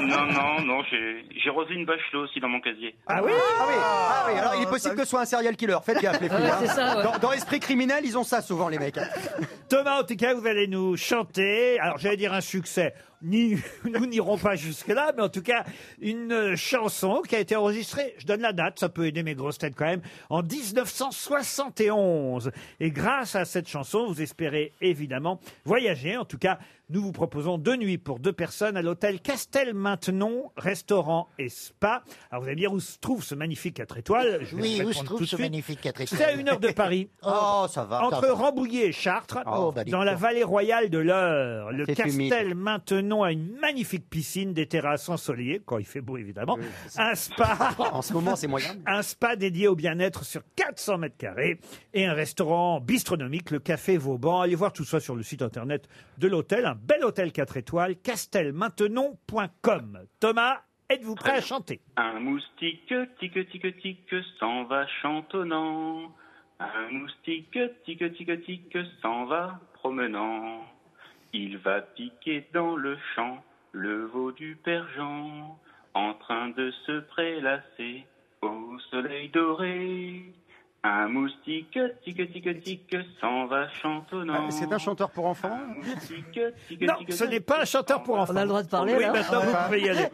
Speaker 10: non, non, non, j'ai j'ai Roselyne Bachelot aussi dans mon casier.
Speaker 2: ah oui
Speaker 4: Ah oui, ah oui, alors il est
Speaker 3: Ah,
Speaker 4: possible
Speaker 3: ça-
Speaker 4: que ce soit un serial killer. Faites gaffe, les filles.
Speaker 9: Ouais,
Speaker 4: hein.
Speaker 9: c'est ça, ouais.
Speaker 4: dans, dans Esprit criminel, ils ont ça souvent, les mecs. hein.
Speaker 2: Thomas, en tout cas, vous allez nous chanter. Alors, j'allais dire un succès. Ni, nous n'irons pas jusque-là, mais en tout cas, une euh, chanson qui a été enregistrée, je donne la date, ça peut aider mes grosses têtes quand même, en 1971. Et grâce à cette chanson, vous espérez évidemment voyager. En tout cas, nous vous proposons deux nuits pour deux personnes à l'hôtel Castel Maintenon, restaurant et spa. Alors, vous allez me dire où se trouve ce magnifique 4 étoiles. Je vais
Speaker 8: Oui,
Speaker 2: vous
Speaker 8: où se
Speaker 2: répondre
Speaker 8: trouve
Speaker 2: tout de
Speaker 8: ce
Speaker 2: suite.
Speaker 8: magnifique 4
Speaker 2: C'est à une heure de Paris
Speaker 4: Oh, ça va.
Speaker 2: entre Rambouillet et Chartres,
Speaker 8: Oh, bah,
Speaker 2: dans la
Speaker 8: dis-donc.
Speaker 2: vallée royale de l'Eure, le
Speaker 4: C'est
Speaker 2: Castel
Speaker 4: humide.
Speaker 2: Maintenon nom à une magnifique piscine, des terrasses ensoleillées, quand il fait beau évidemment, un spa.
Speaker 11: En ce moment, c'est moyen.
Speaker 2: Un spa dédié au bien-être sur 400 mètres carrés et un restaurant bistronomique, le Café Vauban. Allez voir tout ça sur le site internet de l'hôtel, un bel hôtel 4 étoiles, castelmaintenon.com. Thomas, êtes-vous prêt à chanter
Speaker 10: Un moustique, tic tic tic, s'en va chantonnant. Un moustique, tic tic tic, s'en va promenant. Il va piquer dans le champ le veau du père Jean, en train de se prélasser au soleil doré. Un moustique, tic tic tic, s'en va
Speaker 5: Bah,
Speaker 10: chantonnant.
Speaker 11: C'est un chanteur pour enfants
Speaker 2: Bah, Non, ce n'est pas un chanteur pour enfants.
Speaker 5: On a le droit de parler,
Speaker 2: Oui,
Speaker 5: là Ah,
Speaker 2: maintenant vous pouvez y aller.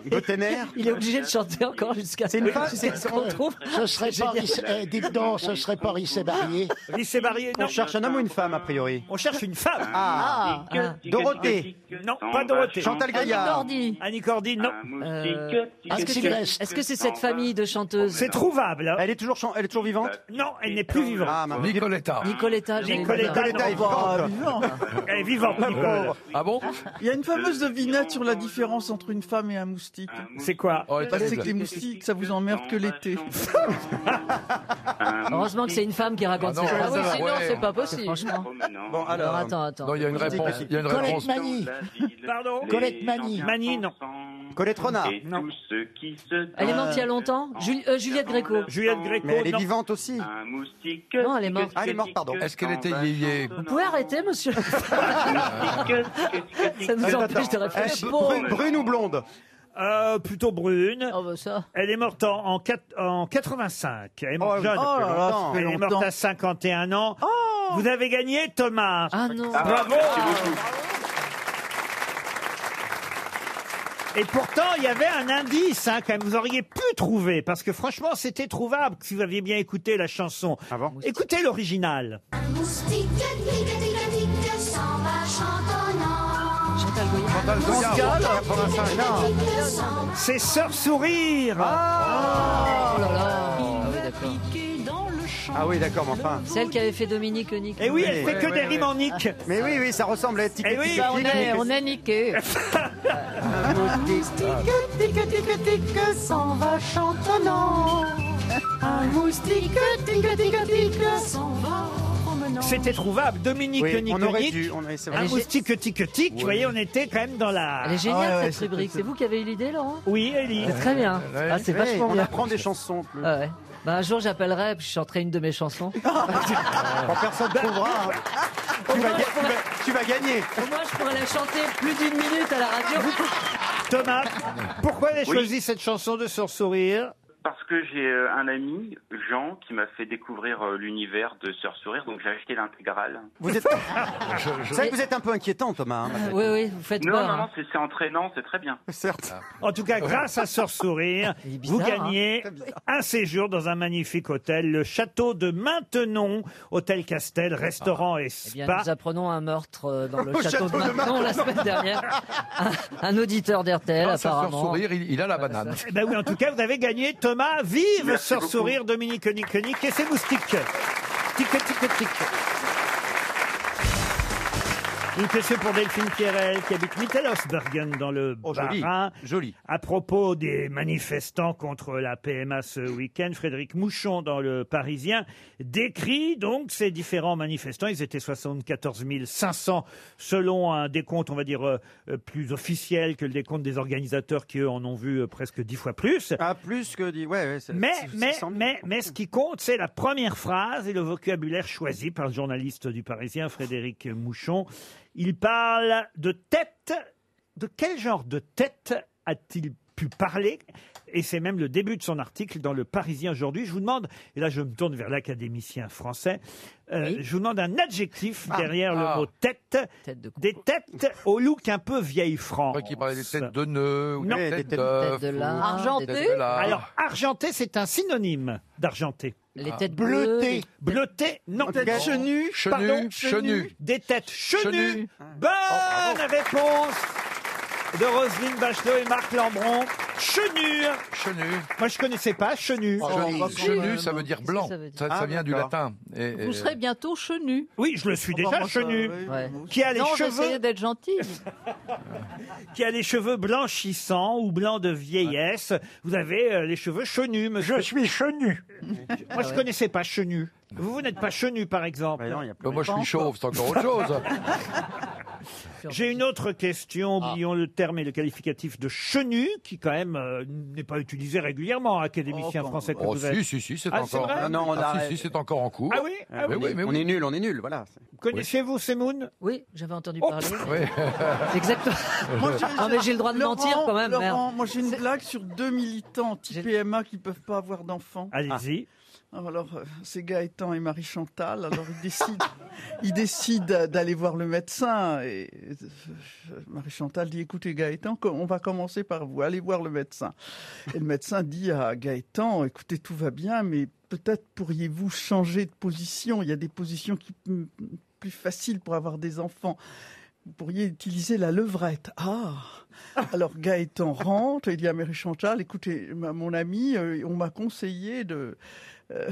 Speaker 5: Il est obligé de chanter encore jusqu'à
Speaker 2: C'est une
Speaker 5: jusqu'à
Speaker 2: femme, c'est-
Speaker 5: ce qu'on trouve.
Speaker 8: Ce serait
Speaker 5: C'est
Speaker 8: pas
Speaker 5: génial.
Speaker 8: Riss-
Speaker 4: euh,
Speaker 8: eh, dites donc, ce serait pas Rissé Barrier.
Speaker 2: Rissé Barrier,
Speaker 11: On cherche un homme ou une femme, a priori
Speaker 2: On cherche une femme.
Speaker 11: Ah,
Speaker 10: Ah.
Speaker 11: Dorothée.
Speaker 2: Non, pas Dorothée.
Speaker 11: bah, Chantal Gaillard.
Speaker 2: Annie Cordy, non.
Speaker 5: Euh, Est-ce que c'est est-ce que c'est cette famille de chanteuses
Speaker 2: C'est trouvable. hein.
Speaker 11: Elle est toujours, chan- elle est toujours vivante
Speaker 2: Non, elle n'est plus vivante.
Speaker 11: Ah, ma-
Speaker 7: Nicoletta.
Speaker 5: Nicoletta, j'allais
Speaker 2: Nicoletta,
Speaker 5: dire.
Speaker 11: Nicoletta est
Speaker 3: Ah,
Speaker 11: vivante.
Speaker 3: vivant.
Speaker 2: Elle est vivante, Nicole.
Speaker 7: Ah bon
Speaker 3: Il y a une fameuse devinette sur la différence entre une femme et un moustique.
Speaker 2: C'est quoi
Speaker 7: Oh, elle est
Speaker 3: Bah, c'est
Speaker 7: terrible.
Speaker 3: que les moustiques, ça vous emmerde que l'été.
Speaker 5: Heureusement que c'est une femme qui raconte
Speaker 7: Ah non,
Speaker 5: cette
Speaker 7: ouais,
Speaker 6: Ah oui,
Speaker 7: ça va,
Speaker 6: sinon,
Speaker 7: ouais.
Speaker 6: c'est pas possible.
Speaker 5: Franchement.
Speaker 11: Bon,
Speaker 5: Alors,
Speaker 11: alors.
Speaker 5: attends, attends.
Speaker 7: Non, il y a une réponse. Il y a une réponse.
Speaker 8: Colette Mani.
Speaker 2: Pardon
Speaker 8: Colette Mani.
Speaker 2: Mani, non.
Speaker 11: Colette Renard.
Speaker 10: Et
Speaker 2: Non.
Speaker 10: tous ceux qui se
Speaker 5: Elle est morte il y a longtemps Ju- euh, Juliette Gréco.
Speaker 2: Juliette Gréco,
Speaker 11: Mais elle est
Speaker 2: non.
Speaker 11: vivante aussi.
Speaker 10: Un moustique.
Speaker 5: Non, Ah, elle est morte.
Speaker 11: Ah, elle est morte, pardon.
Speaker 7: Est-ce qu'elle était liée
Speaker 5: Vous pouvez arrêter, monsieur Ça nous
Speaker 11: Attends,
Speaker 5: empêche de
Speaker 11: attends.
Speaker 5: réfléchir.
Speaker 11: Eh, brune, brune ou blonde
Speaker 2: Euh, plutôt brune.
Speaker 6: Oh, bah ça.
Speaker 2: Elle est morte en, en, quat- en 85. Elle est morte
Speaker 11: Oh,
Speaker 2: jeune.
Speaker 3: Oh là là, ça fait
Speaker 2: elle est
Speaker 3: longtemps.
Speaker 2: morte à 51 ans. Vous avez gagné, Thomas.
Speaker 5: Ah non.
Speaker 2: Bravo. Et pourtant, il y avait un indice, hein, quand même, vous auriez pu trouver, parce que franchement, c'était trouvable si vous aviez bien écouté la chanson.
Speaker 11: Avant
Speaker 2: Écoutez l'original.
Speaker 12: Un moustique tic tic tic s'en va chantonnant.
Speaker 5: Chantal Goya.
Speaker 7: Chantal Goya.
Speaker 12: Tic tic tic s'en va
Speaker 2: C'est Sœur Sourire.
Speaker 5: Ah oui, d'accord.
Speaker 11: Ah oui, d'accord, mais enfin.
Speaker 5: Celle qui avait fait Dominique Nick.
Speaker 2: Et Eh oui, elle
Speaker 11: Oui,
Speaker 2: fait
Speaker 11: oui,
Speaker 2: que
Speaker 11: oui,
Speaker 2: des
Speaker 11: oui.
Speaker 2: rimes en nick.
Speaker 5: Ah,
Speaker 11: Mais oui, oui, ça ressemble à Tic
Speaker 2: Eh oui.
Speaker 11: Tic,
Speaker 6: Bah, on,
Speaker 11: Tic,
Speaker 6: est,
Speaker 11: Tic.
Speaker 6: on est niqué.
Speaker 11: Ah,
Speaker 4: Tic tic tic tic s'en va chantonnant. Un moustique tic tic tic s'en va promenant.
Speaker 2: C'était trouvable. Dominique
Speaker 11: Oui,
Speaker 2: Nick
Speaker 11: on aurait dû. On aurait- c'est
Speaker 2: Un
Speaker 11: vrai.
Speaker 2: moustique tic tic. Vous voyez, on était quand même dans la.
Speaker 5: Elle est géniale
Speaker 3: Ah ouais, ouais,
Speaker 5: cette rubrique. C'est vous qui avez eu l'idée, Laurent
Speaker 2: Oui, Ellie.
Speaker 5: C'est très bien.
Speaker 7: Ouais.
Speaker 5: Ah, c'est
Speaker 11: Ouais,
Speaker 5: vachement
Speaker 11: on
Speaker 5: bien.
Speaker 11: apprend des chansons. plus.
Speaker 5: Ah ouais. Bah, un jour, j'appellerai puis je chanterai une de mes chansons.
Speaker 11: Quand personne trouvera. hein. tu, vas, ga- tu vas- tu vas gagner.
Speaker 5: Au moins, je pourrais la chanter plus d'une minute à la radio. Ah,
Speaker 2: Thomas, pourquoi avez
Speaker 10: Oui.
Speaker 2: choisi cette chanson de Sœur Sourire
Speaker 10: Parce que j'ai euh, un ami, Jean, qui m'a fait découvrir euh, l'univers de Sœur Sourire, donc j'ai acheté l'intégrale.
Speaker 11: Vous êtes... C'est vrai que vous êtes un peu inquiétant, Thomas. hein.
Speaker 5: Oui, oui, vous faites
Speaker 10: Non,
Speaker 5: peur.
Speaker 10: non,
Speaker 5: hein.
Speaker 10: non, c'est c'est entraînant, c'est très bien.
Speaker 11: Certes.
Speaker 2: En tout cas, grâce à Sœur Sourire,
Speaker 5: Il est bizarre,
Speaker 2: vous gagnez un séjour dans un magnifique hôtel, le château de Maintenon, hôtel Castel, restaurant et
Speaker 5: Eh bien,
Speaker 2: spa.
Speaker 5: nous apprenons un meurtre euh, dans le
Speaker 11: Au
Speaker 5: château,
Speaker 11: château
Speaker 5: de
Speaker 11: de
Speaker 5: Maintenon la semaine dernière. Un, un auditeur d'RTL,
Speaker 7: Grâce à Sœur
Speaker 5: apparemment.
Speaker 7: Sourire, il, il a la banane.
Speaker 2: Eh ben oui, en tout cas, vous avez gagné, Thomas. Vive
Speaker 10: Merci
Speaker 2: Sœur
Speaker 10: beaucoup.
Speaker 2: Sourire, Dominique Nick Nick et ses moustiques. Tic, tic, tic, tic. Une question pour Delphine Pierrel qui habite Mittelhausbergen dans le
Speaker 11: Oh, joli.
Speaker 2: Bas-Rhin.
Speaker 11: Joli.
Speaker 2: À propos des manifestants contre la PMA ce week-end, Frédéric Mouchon dans le Parisien décrit donc ces différents manifestants. Ils étaient 74 500 selon un décompte, on va dire, euh, euh, plus officiel que le décompte des organisateurs qui, eux, en ont vu euh, presque dix fois plus.
Speaker 11: Ah, plus que dit. Ouais, ouais, c'est-
Speaker 2: Mais,
Speaker 11: c'est-
Speaker 2: mais,
Speaker 11: 600 000.
Speaker 2: mais, mais ce qui compte, c'est la première phrase et le vocabulaire choisi par le journaliste du Parisien, Frédéric Mouchon. Il parle de tête. De quel genre de tête a-t-il pu parler Et c'est même le début de son article dans le Parisien aujourd'hui. Je vous demande, et là je me tourne vers l'académicien français, euh, je vous demande un adjectif derrière
Speaker 7: Ah.
Speaker 2: le mot tête.
Speaker 5: Tête de con.
Speaker 2: Des têtes au look un peu vieille
Speaker 7: Je
Speaker 2: France.
Speaker 7: crois qu'il parlait des têtes de nœuds ou
Speaker 2: Non.
Speaker 7: des
Speaker 11: Des
Speaker 7: têtes
Speaker 11: têtes-
Speaker 7: d'œufs.
Speaker 5: Tête de lard.
Speaker 6: Argentée.
Speaker 7: des têtes de lard.
Speaker 2: Alors, argenté, c'est un synonyme d'argenté.
Speaker 5: Les têtes bleues.
Speaker 8: Bleuté.
Speaker 2: Bleuté, non.
Speaker 11: Des têtes
Speaker 2: chenues, pardon,
Speaker 7: Ah. Chenu, chenu. Oh,
Speaker 2: Des têtes chenues.
Speaker 7: Chenues.
Speaker 2: Bonne réponse de Roselyne Bachelot et Marc Lambron. Chenure. Chenure. Moi, je connaissais pas Chenure.
Speaker 6: Oh,
Speaker 7: Chenu, Oh, chenu, ça veut dire blanc.
Speaker 6: Qu'est-ce que ça veut dire
Speaker 7: Ça, ça
Speaker 6: Ah,
Speaker 7: vient du
Speaker 6: d'accord.
Speaker 7: latin. Et-
Speaker 6: Vous
Speaker 2: Euh.
Speaker 7: et-
Speaker 6: serez bientôt chenu.
Speaker 2: Oui, je le suis déjà, Chenu. Qui a les
Speaker 6: non,
Speaker 2: cheveux
Speaker 6: j'essayais d'être gentil.
Speaker 2: qui a les cheveux blanchissants ou blancs de vieillesse. Vous avez euh, les cheveux chenus, monsieur. Je suis chenu. Moi, je connaissais pas chenu. Vous, vous n'êtes pas chenu, par exemple.
Speaker 7: Bah, moi, je suis chauve, c'est encore autre chose.
Speaker 2: J'ai une autre question.
Speaker 7: Ah.
Speaker 2: Oublions le terme et le qualificatif de chenu, qui quand même euh, n'est pas utilisé régulièrement, hein, académicien français que
Speaker 7: Oh,
Speaker 2: vous êtes.
Speaker 7: si, si, si, c'est
Speaker 2: Ah,
Speaker 7: encore. Non,
Speaker 2: vrai
Speaker 7: non, on Ah, si, arrête. si, c'est encore en cours.
Speaker 2: Ah
Speaker 11: Euh,
Speaker 2: oui, ah
Speaker 7: Mais
Speaker 2: oui.
Speaker 7: oui, mais
Speaker 11: on
Speaker 7: oui.
Speaker 11: est nul, on est nul, voilà.
Speaker 2: Connaissez-vous Semoun
Speaker 5: Oui, j'avais entendu
Speaker 2: Oh,
Speaker 5: parler.
Speaker 7: C'est
Speaker 5: Exactement.
Speaker 3: Moi, j'ai-
Speaker 5: Ah, mais j'ai le droit de
Speaker 3: Laurent,
Speaker 5: mentir quand même.
Speaker 3: Laurent,
Speaker 5: merde.
Speaker 3: moi j'ai une blague sur deux militants anti-PMA qui peuvent pas avoir d'enfants.
Speaker 2: Allez-y.
Speaker 3: Alors, euh, c'est Gaëtan et Marie Chantal. Alors, ils décident, ils décident d'aller voir le médecin. Et euh, Marie Chantal dit Écoutez, Gaëtan, com- on va commencer par vous. Allez voir le médecin. Et le médecin dit à Gaëtan Écoutez, tout va bien, mais peut-être pourriez-vous changer de position. Il y a des positions qui mm, plus faciles pour avoir des enfants. Vous pourriez utiliser la levrette. Ah Alors Gaëtan rentre et dit à Marie Chantal, écoutez, ma- mon ami, euh, on m'a conseillé de, euh,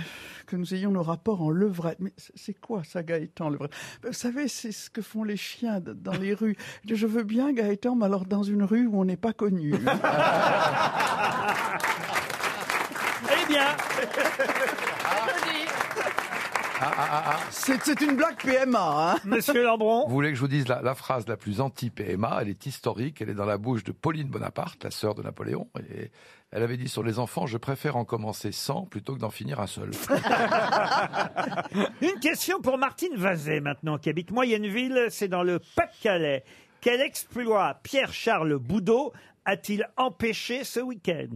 Speaker 3: que nous ayons nos rapports en levrette. Mais c- c'est quoi ça, Gaëtan, levrette Vous savez, c'est ce que font les chiens d- dans les rues. Je veux bien, Gaëtan, mais alors dans une rue où on n'est pas connu.
Speaker 2: Eh bien.
Speaker 3: c'est c'est une blague PMA, hein
Speaker 2: Monsieur Lambron
Speaker 7: Vous voulez que je vous dise la, la phrase la plus anti-PMA Elle est historique, elle est dans la bouche de Pauline Bonaparte, la sœur de Napoléon. Et elle avait dit sur les enfants, je préfère en commencer 100 plutôt que d'en finir un seul.
Speaker 2: Une question pour Martine Vazet maintenant, qui habite Moyenneville, c'est dans le Pas-de-Calais. Quel exploit Pierre-Charles Boudot a-t-il empêché ce week-end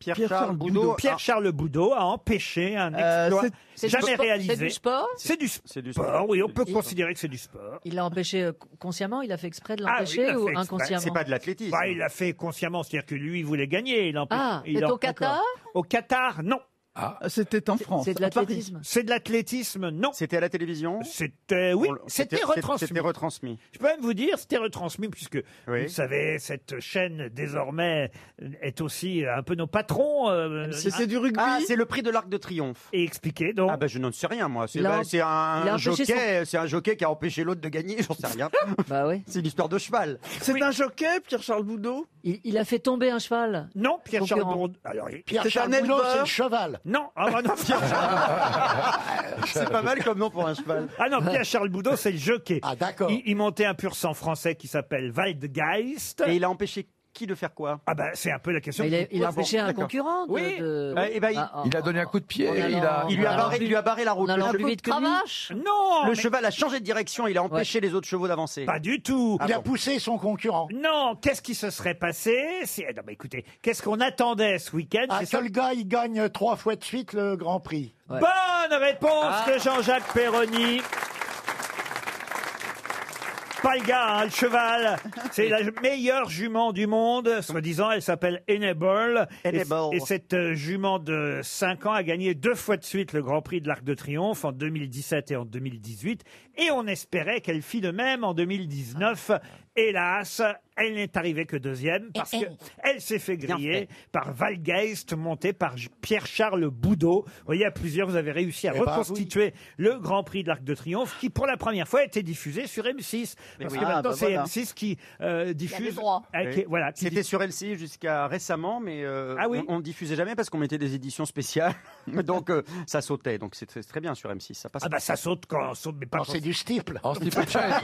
Speaker 11: Pierre-Charles Pierre-Charles Boudot
Speaker 2: ah.
Speaker 11: a-
Speaker 2: Pierre-Charles Boudot a empêché un
Speaker 6: Euh,
Speaker 2: exploit
Speaker 6: c'est- c'est du
Speaker 2: jamais
Speaker 6: sport-
Speaker 2: réalisé.
Speaker 6: c'est du sport
Speaker 2: C'est du sport, oui, on peut considérer que c'est du sport.
Speaker 5: Il l'a empêché euh, consciemment, il a fait exprès de
Speaker 2: Ah oui, il
Speaker 5: l'empêcher
Speaker 2: l'a
Speaker 5: ou
Speaker 2: fait exprès.
Speaker 5: inconsciemment
Speaker 2: l'athlétisme. Bah, il l'a fait consciemment, c'est-à-dire que lui, il voulait gagner. Il en-
Speaker 5: Ah,
Speaker 2: il
Speaker 5: c'est
Speaker 2: en-
Speaker 5: au Qatar
Speaker 2: Au Qatar, non.
Speaker 3: C'était en France.
Speaker 5: c'est de
Speaker 3: à Paris.
Speaker 5: l'athlétisme.
Speaker 2: C'est de l'athlétisme, non.
Speaker 11: C'était à la télévision
Speaker 2: C'était, oui, c'était retransmis.
Speaker 11: C'était retransmis.
Speaker 2: Je peux même vous dire, c'était retransmis, puisque
Speaker 11: Oui.
Speaker 2: vous savez, cette chaîne désormais est aussi un peu nos patrons. euh,
Speaker 3: C'était du rugby.
Speaker 11: Ah, c'est le prix de l'Arc de Triomphe.
Speaker 2: Et expliquez donc.
Speaker 11: Ah ben je n'en sais rien moi. C'est
Speaker 5: Il a-
Speaker 11: bah, c'est
Speaker 5: il a
Speaker 11: un
Speaker 5: empêché
Speaker 11: jockey, c'est un jockey qui a empêché l'autre de gagner. J'en sais rien.
Speaker 5: Bah oui.
Speaker 11: C'est l'histoire de cheval.
Speaker 3: C'est un jockey, Pierre-Charles Boudot
Speaker 5: Il, il a fait tomber un cheval.
Speaker 2: Non, Pierre-Charles
Speaker 5: Concurrent.
Speaker 2: Bourdon.
Speaker 11: Ah,
Speaker 2: Alors,
Speaker 8: Pierre
Speaker 3: C'est
Speaker 8: Charles
Speaker 3: un
Speaker 8: Boudot,
Speaker 3: éleveur.
Speaker 8: c'est le cheval.
Speaker 2: Non, ah bah non, Pierre
Speaker 11: C'est pas mal comme nom pour un cheval.
Speaker 2: Ah non, Pierre-Charles Boudot, c'est le jockey.
Speaker 8: Ah d'accord.
Speaker 2: Il, il montait un pur sang français qui s'appelle Waldgeist.
Speaker 11: Et il a empêché qui de faire quoi
Speaker 2: Ah bah, c'est un peu la question.
Speaker 5: Bah, il a, il a
Speaker 11: Ah bon,
Speaker 5: empêché un
Speaker 11: d'accord.
Speaker 5: concurrent de.
Speaker 11: Oui.
Speaker 5: de- Ah,
Speaker 11: Bah, eh ben, il-
Speaker 5: en-
Speaker 7: Il a donné un coup de pied,
Speaker 5: en
Speaker 7: il a...
Speaker 5: allant-
Speaker 11: Il lui a
Speaker 5: en allant
Speaker 11: barré,
Speaker 5: plus-
Speaker 11: il lui a barré la route.
Speaker 5: en allant
Speaker 11: Le,
Speaker 5: plus vite que lui.
Speaker 6: Cravache
Speaker 2: Non,
Speaker 11: le
Speaker 2: Oh, mais
Speaker 11: cheval a changé de direction. Il a empêché les autres chevaux d'avancer.
Speaker 2: pas du tout.
Speaker 11: Ah
Speaker 8: Il a
Speaker 11: bon.
Speaker 8: poussé son concurrent.
Speaker 2: Non, qu'est-ce qui se serait passé si... Non, mais écoutez, qu'est-ce qu'on attendait ce week-end
Speaker 8: Ah,
Speaker 2: C'est ça-
Speaker 8: quel gars, il gagne trois fois de suite le Grand Prix.
Speaker 5: Ouais.
Speaker 2: Bonne réponse de Jean-Jacques Perroni. Pas le gars, hein, le cheval. C'est la meilleure jument du monde. Soi-disant, elle s'appelle Enable. Et-
Speaker 11: Enable.
Speaker 2: Et, cette euh, jument de 5 ans a gagné deux fois de suite le Grand Prix de l'Arc de Triomphe en 2017 et en 2018. Et on espérait qu'elle fît de même en 2019. Hélas, elle n'est arrivée que deuxième parce que elle s'est fait griller par Valgeist, monté par J- Pierre-Charles Boudot. Vous voyez, à plusieurs, vous avez réussi à
Speaker 8: Eh ben,
Speaker 2: reconstituer le Grand Prix de l'Arc de Triomphe qui, pour la première fois, a été diffusé sur M6. Parce
Speaker 11: oui.
Speaker 2: que
Speaker 11: Ah,
Speaker 2: maintenant,
Speaker 3: bah
Speaker 2: c'est
Speaker 3: voilà.
Speaker 2: M6 qui euh, diffuse.
Speaker 6: droits.
Speaker 2: Ah, qui-
Speaker 11: Oui.
Speaker 2: voilà, qui
Speaker 11: C'était
Speaker 2: dit-
Speaker 11: sur LCI jusqu'à récemment, mais euh,
Speaker 2: Ah oui.
Speaker 11: on, on diffusait jamais parce qu'on mettait des éditions spéciales. donc euh, ça sautait. Donc c'est c'est très bien sur M6. Ça passe. Oh,
Speaker 2: Ah bah ça saute quand on saute, mais pas
Speaker 3: Oh,
Speaker 8: Non,
Speaker 2: quand-
Speaker 8: c'est du steeple.
Speaker 7: En steeple chase,